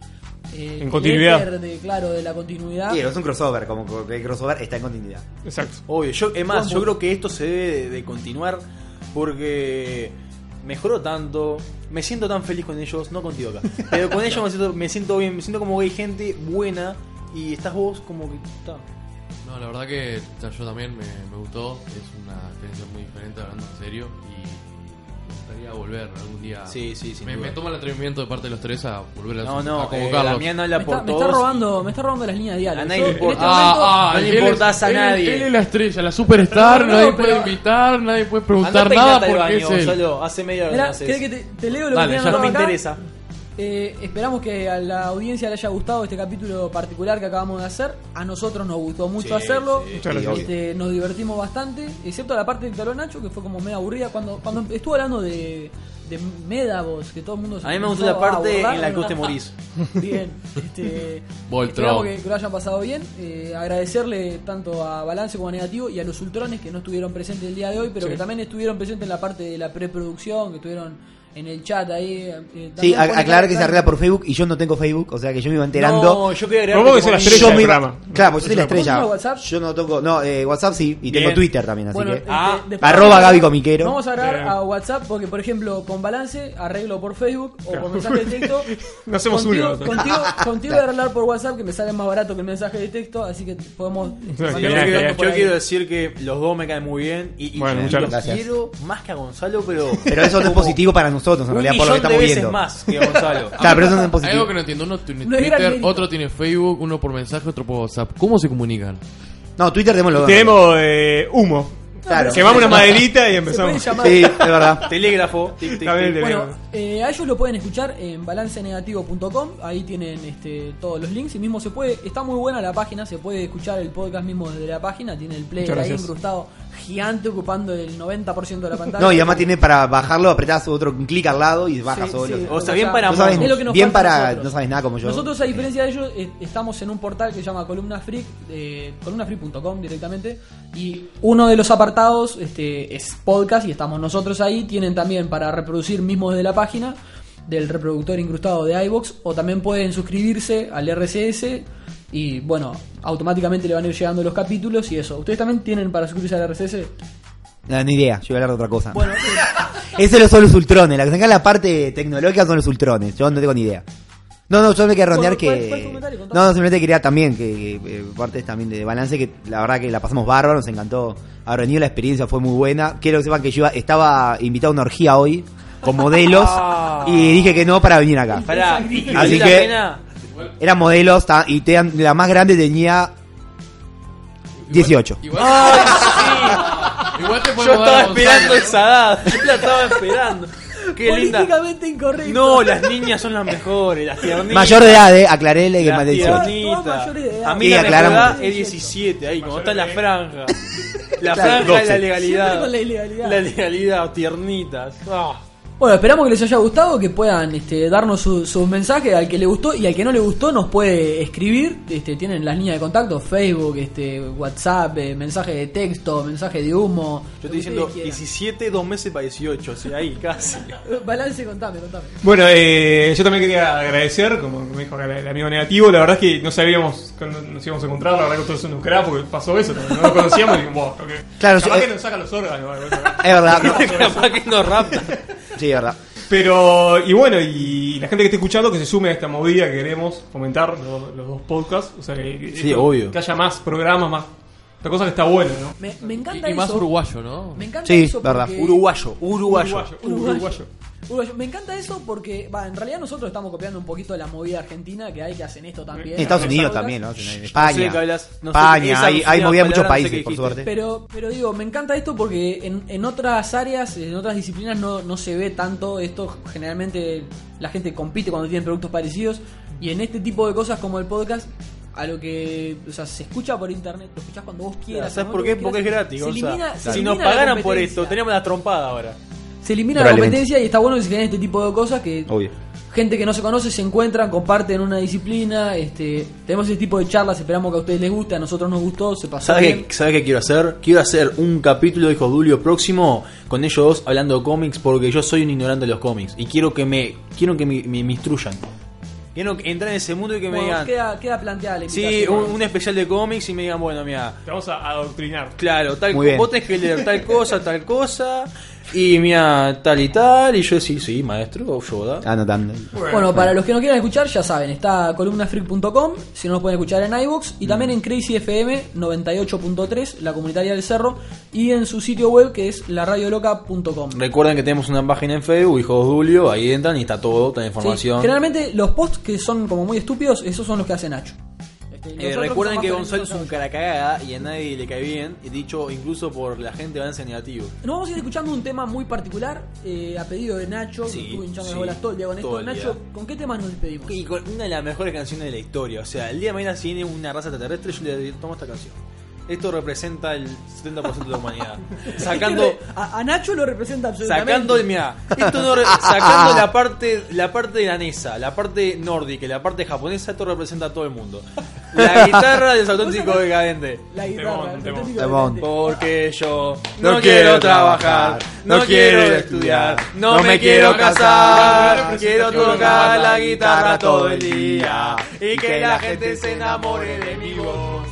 eh, En continuidad. el éter de, claro, de la continuidad. Sí, es un crossover, como que el crossover está en continuidad. Exacto. Obvio, yo, es más, Vamos. yo creo que esto se debe de, de continuar porque mejoró tanto. Me siento tan feliz con ellos, no contigo acá. Pero con ellos me siento, me siento bien, me siento como que hay gente buena y estás vos como que. está. No, la verdad que o sea, yo también me, me gustó. Es una experiencia muy diferente, hablando en serio. Y me gustaría volver algún día. Sí, sí, sin Me, duda. me toma el atrevimiento de parte de los tres a volver a, No, no, a eh, convocarlos. Damián habla me, está, me está robando, me está robando las líneas de diálogo. A nadie Yo, le en importa. este momento- Ah, ah, no le él es- importás a él- nadie. Él es la estrella, la superstar. No, no, no, nadie puede pero- invitar, nadie puede Andá a preguntar nada peinarte al porque baño, es él. Gonzalo, hace media hora que Mirá, no haces. ¿querés que te, te leo lo Dale, que ya tienen no anotado me acá? interesa. Eh, esperamos que a la audiencia le haya gustado este capítulo particular que acabamos de hacer. A nosotros nos gustó mucho Sí, hacerlo. sí. Muchas gracias. Este, nos divertimos bastante, excepto la parte que habló Nacho, que fue como medio aburrida. Cuando, cuando estuvo hablando de, de Medavos, que todo el mundo se A mí me comenzó gustó la parte a borrar, en la que ¿no? vos te morís. Bien, este, Voltron. esperamos que, que lo hayan pasado bien. Eh, agradecerle tanto a Balance como a Negativo y a los Ultrones que no estuvieron presentes el día de hoy, pero Sí. que también estuvieron presentes en la parte de la preproducción, que estuvieron en el chat ahí. eh, también Sí, a- ponen aclarar que hashtag. se arregla por Facebook y yo no tengo Facebook, o sea que yo me iba enterando. No, yo quería agregar Vos que vos sos la como- estrella Yo del me iba- programa. Claro, pues yo soy la ¿Vos tenés estrella. WhatsApp? Yo no toco. No, eh, WhatsApp sí, y Bien. tengo Twitter también, así Bueno, que. este, después- arroba Gaby Comiquero. Vamos a agregar a WhatsApp porque, por ejemplo, con balance arreglo por Facebook o por mensaje de texto. No hacemos contigo, uno. Contigo, contigo voy a arreglar por WhatsApp que me sale más barato que el mensaje de texto, así que podemos. Yo mandar un quiero- texto por yo ahí. quiero decir que los dos me caen muy bien y, y Bueno, muchas los gracias. quiero más que a Gonzalo, pero. Pero eso no es como positivo para nosotros, en un realidad, por lo que millón de estamos veces viendo. más que a Gonzalo. Claro, pero eso no es positivo. Hay algo que no entiendo. Uno tiene No es gran Twitter, mérito. otro tiene Facebook, uno por mensaje, otro por WhatsApp. ¿Cómo se comunican? No, Twitter démoslo. Tenemos eh, humo. Claro. Quemamos una maderita y Se pueden empezamos. llamar. Sí, es verdad. Telégrafo. tic, tic, También tic. el Bueno, telégrafo. eh, a ellos lo pueden escuchar en balancenegativo.com, ahí tienen este, todos los links y mismo se puede, está muy buena la página, se puede escuchar el podcast mismo desde la página, tiene el player Muchas ahí gracias. incrustado gigante ocupando el 90% de la pantalla. No, y además tiene para bajarlo, apretás otro un clic al lado y baja Sí, solo. sí, No o sea, bien para sabes- monos. Es lo que nos bien falta a para. nosotros. No sabes nada como yo. Nosotros, a diferencia de ellos, eh, estamos en un portal que se llama Columna Freak, eh, columnafreak.com directamente, y uno de los apartados este, es podcast y estamos nosotros ahí. Tienen también para reproducir mismo desde la página del reproductor incrustado de iBox o también pueden suscribirse al RSS y bueno, automáticamente le van a ir llegando los capítulos y eso. ¿Ustedes también tienen para suscribirse al RSS? No, ni idea, yo voy a hablar de otra cosa. Bueno, Eso lo son los ultrones. La que saca la parte tecnológica son los ultrones. Yo no tengo ni idea. No, no, yo me quería rondear Bueno, ¿cuál- cuál que. fue el comentario? Contame. no, no, simplemente quería también que, que, eh, partes también de balance, que la verdad que la pasamos bárbaro, nos encantó haber venido, la experiencia fue muy buena. Quiero que sepan que yo iba- estaba invitado a una orgía hoy con modelos y dije que no para venir acá. Pará, Así ¿vale la que pena? eran modelos ta- y te- la más grande tenía 18. Ay, sí. Igual te Yo podemos estaba dar a Gonzalo. esperando esa edad. Yo la estaba esperando. Qué linda. Políticamente incorrecto. No, las niñas son las mejores, las tiernitas. Mayor de edad, eh, aclaréle que Las más de 18. tiernitas. Todas mayores de edad. A mí Sí, la mejor aclaramos. edad es 17, ahí, cuando está la franja. La Claro, franja es 12. la legalidad. Siempre con la ilegalidad. La legalidad, tiernitas. Ah. Bueno, esperamos que les haya gustado, que puedan este, darnos su- sus mensajes al que le gustó y al que no le gustó nos puede escribir. Este, tienen las líneas de contacto, Facebook, este, WhatsApp, eh, mensaje de texto, mensaje de humo. Yo estoy diciendo 17, dos meses para 18, o sea, ahí casi. Balance, contame, contame. Bueno, eh, yo también quería agradecer, como me dijo el, el amigo negativo, la verdad es que no sabíamos cuándo nos íbamos a encontrar, la verdad que todos nos crack porque pasó eso, también, no nos conocíamos y dijimos, wow, ok. Claro, Capaz sí, que eh, nos saca los órganos. algo, eso. Es verdad. Capaz que nos rapta. Sí, es verdad. Pero, y bueno, y la gente que esté escuchando que se sume a esta movida que queremos fomentar los, los dos podcasts. O sea, que, que Sí, obvio. que haya más programas, más. La cosa que está buena, ¿no? Me, me encanta Y- y más eso. uruguayo, ¿no? Me encanta Sí, eso verdad. porque- Uruguayo, uruguayo. Uruguayo. Uruguayo. Me encanta eso porque, va, en realidad nosotros estamos copiando un poquito la movida argentina que hay que hacen esto también. En Estados Los Unidos podcasts. también, ¿no? En No sé de España. qué hablas, no sé qué- España, esa hay, última hay movida en muchos palabra, no sé países, qué por dijiste. suerte. Pero, pero digo, me encanta esto porque en, en otras áreas, en otras disciplinas no, no se ve tanto esto. Generalmente la gente compite cuando tienen productos parecidos. Y en este tipo de cosas como el podcast, a lo que o sea, se escucha por internet, lo escuchas cuando vos quieras. ¿Sabes cuando por vos qué? quieras. Porque es gratis. Se o sea, elimina- se si elimina nos la pagaran por competencia. esto, teníamos la trompada ahora. Se elimina la Probablemente. competencia y está bueno que se generen este tipo de cosas que Obvio. gente que no se conoce se encuentran, comparten una disciplina. este Tenemos ese tipo de charlas, esperamos que a ustedes les guste, a nosotros nos gustó, se pasó ¿Sabes bien. qué, ¿Sabes qué quiero hacer? Quiero hacer un capítulo, hijo Julio, próximo con ellos dos hablando de cómics porque yo soy un ignorante de los cómics y quiero que me quiero que me, me- me instruyan. Quiero entrar en ese mundo y que me Bueno, digan, queda, queda planteada la sí, invitación. un, un especial de cómics y me digan, bueno, mira, Te vamos a adoctrinar. claro, tal Muy bien. vos tenés que leer tal cosa, tal cosa y mira, tal y tal y yo decir, sí, maestro, yo da. Ah. Anotando. Bueno, para los que no quieran escuchar, ya saben, está columnafreak.com, si no nos pueden escuchar en iVoox, y Mm. también en Crazy FM 98.3, la comunitaria del cerro, y en su sitio web que es laradioloca.com. Recuerden que tenemos una página en Facebook, hijos Julio, ahí entran y está todo, toda Sí, la información. Generalmente los posts que son como muy estúpidos, esos son los que hace Nacho. Este, los Eh, otros recuerden son que más Gonzalo es un cara cagada y a nadie le cae bien, y dicho incluso por la gente de Valencia negativo. Nos vamos a ir escuchando un tema muy particular eh, a pedido de Nacho, que estuvo hinchando sí, las bolas todo el día con todo esto. el Nacho, día. ¿con qué tema nos despedimos? Y con una de las mejores canciones de la historia. O sea, el día de mañana si viene una raza extraterrestre, yo le tomo esta canción. Esto representa el 70% de la humanidad. Sacando, a, a Nacho lo representa absolutamente. sacando, mirá, esto no re- sacando la parte, la parte danesa, la parte nórdica, y la parte japonesa, esto representa a todo el mundo. La guitarra de los auténticos decadentes. La guitarra. del auténtico decadente. Porque yo no, quiero trabajar, no quiero estudiar, no, me quiero casar, quiero tocar la guitarra todo el día y que la gente se enamore de mi voz.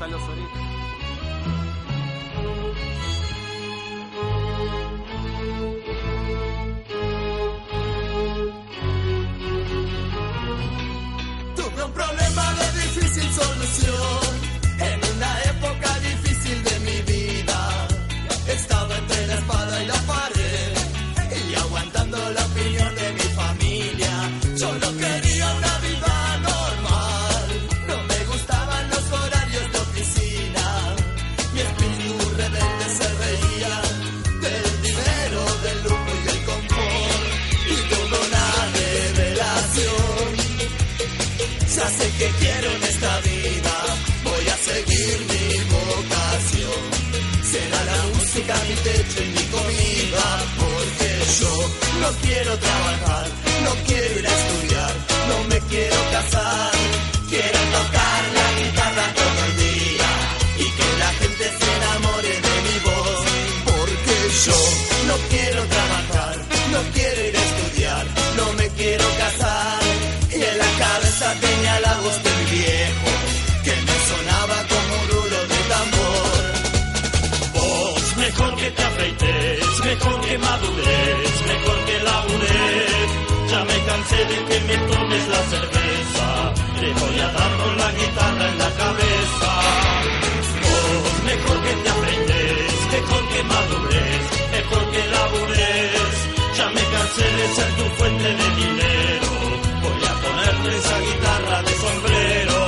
Tuve un problema de difícil solución en una época difícil de mi vida. Estaba entre la espada y la pared y aguantando la opinión de mi familia. Yo no quería una vida normal, no me gustaban los horarios de oficina. Mi espíritu rebelde se reía del dinero, del lujo y del confort. Y tuve una revelación. Ya sé que quiero en esta vida, voy a seguir mi vocación. Será la música mi techo y mi comida, porque yo no quiero trabajar, no quiero ir a estudiar, no me quiero casar. Quiero tocar la guitarra todo el día y que la gente se enamore de mi voz, porque yo no quiero trabajar, no quiero ir a estudiar, no me quiero casar. Y en la cabeza tenía la voz del viejo, que me sonaba como un rulo de tambor. Vos, mejor que te afeites, mejor que madures, mejor que labures. Ya me cansé de que me tomes la cerveza, te voy a dar con la guitarra en la cabeza. Vos, mejor que te afeites, mejor que madures, mejor que labures. Ya me cansé de ser tu fuente de dinero, voy a ponerte esa guitarra de sombrero.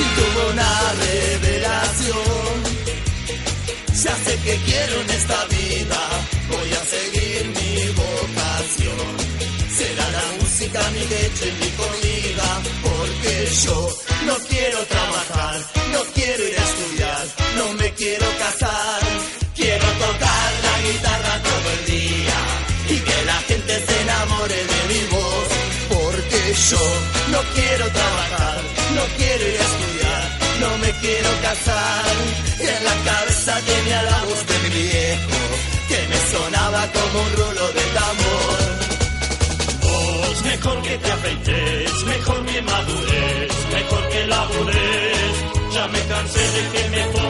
y tuvo una revelación. Ya sé que quiero en esta vida, voy a seguir mi vocación. Será la música mi leche y mi comida, porque yo no quiero trabajar, no quiero ir a estudiar, no me quiero casar. Quiero tocar la guitarra todo el día y que la gente se enamore de mi voz, porque yo no quiero trabajar, no quiero ir a estudiar, no me quiero casar. Y en la cabeza tenía la voz de mi viejo, que me sonaba como un rulo de tambor. Vos, mejor que te afeites, mejor que madures, mejor que labures. Ya me cansé de que me pongas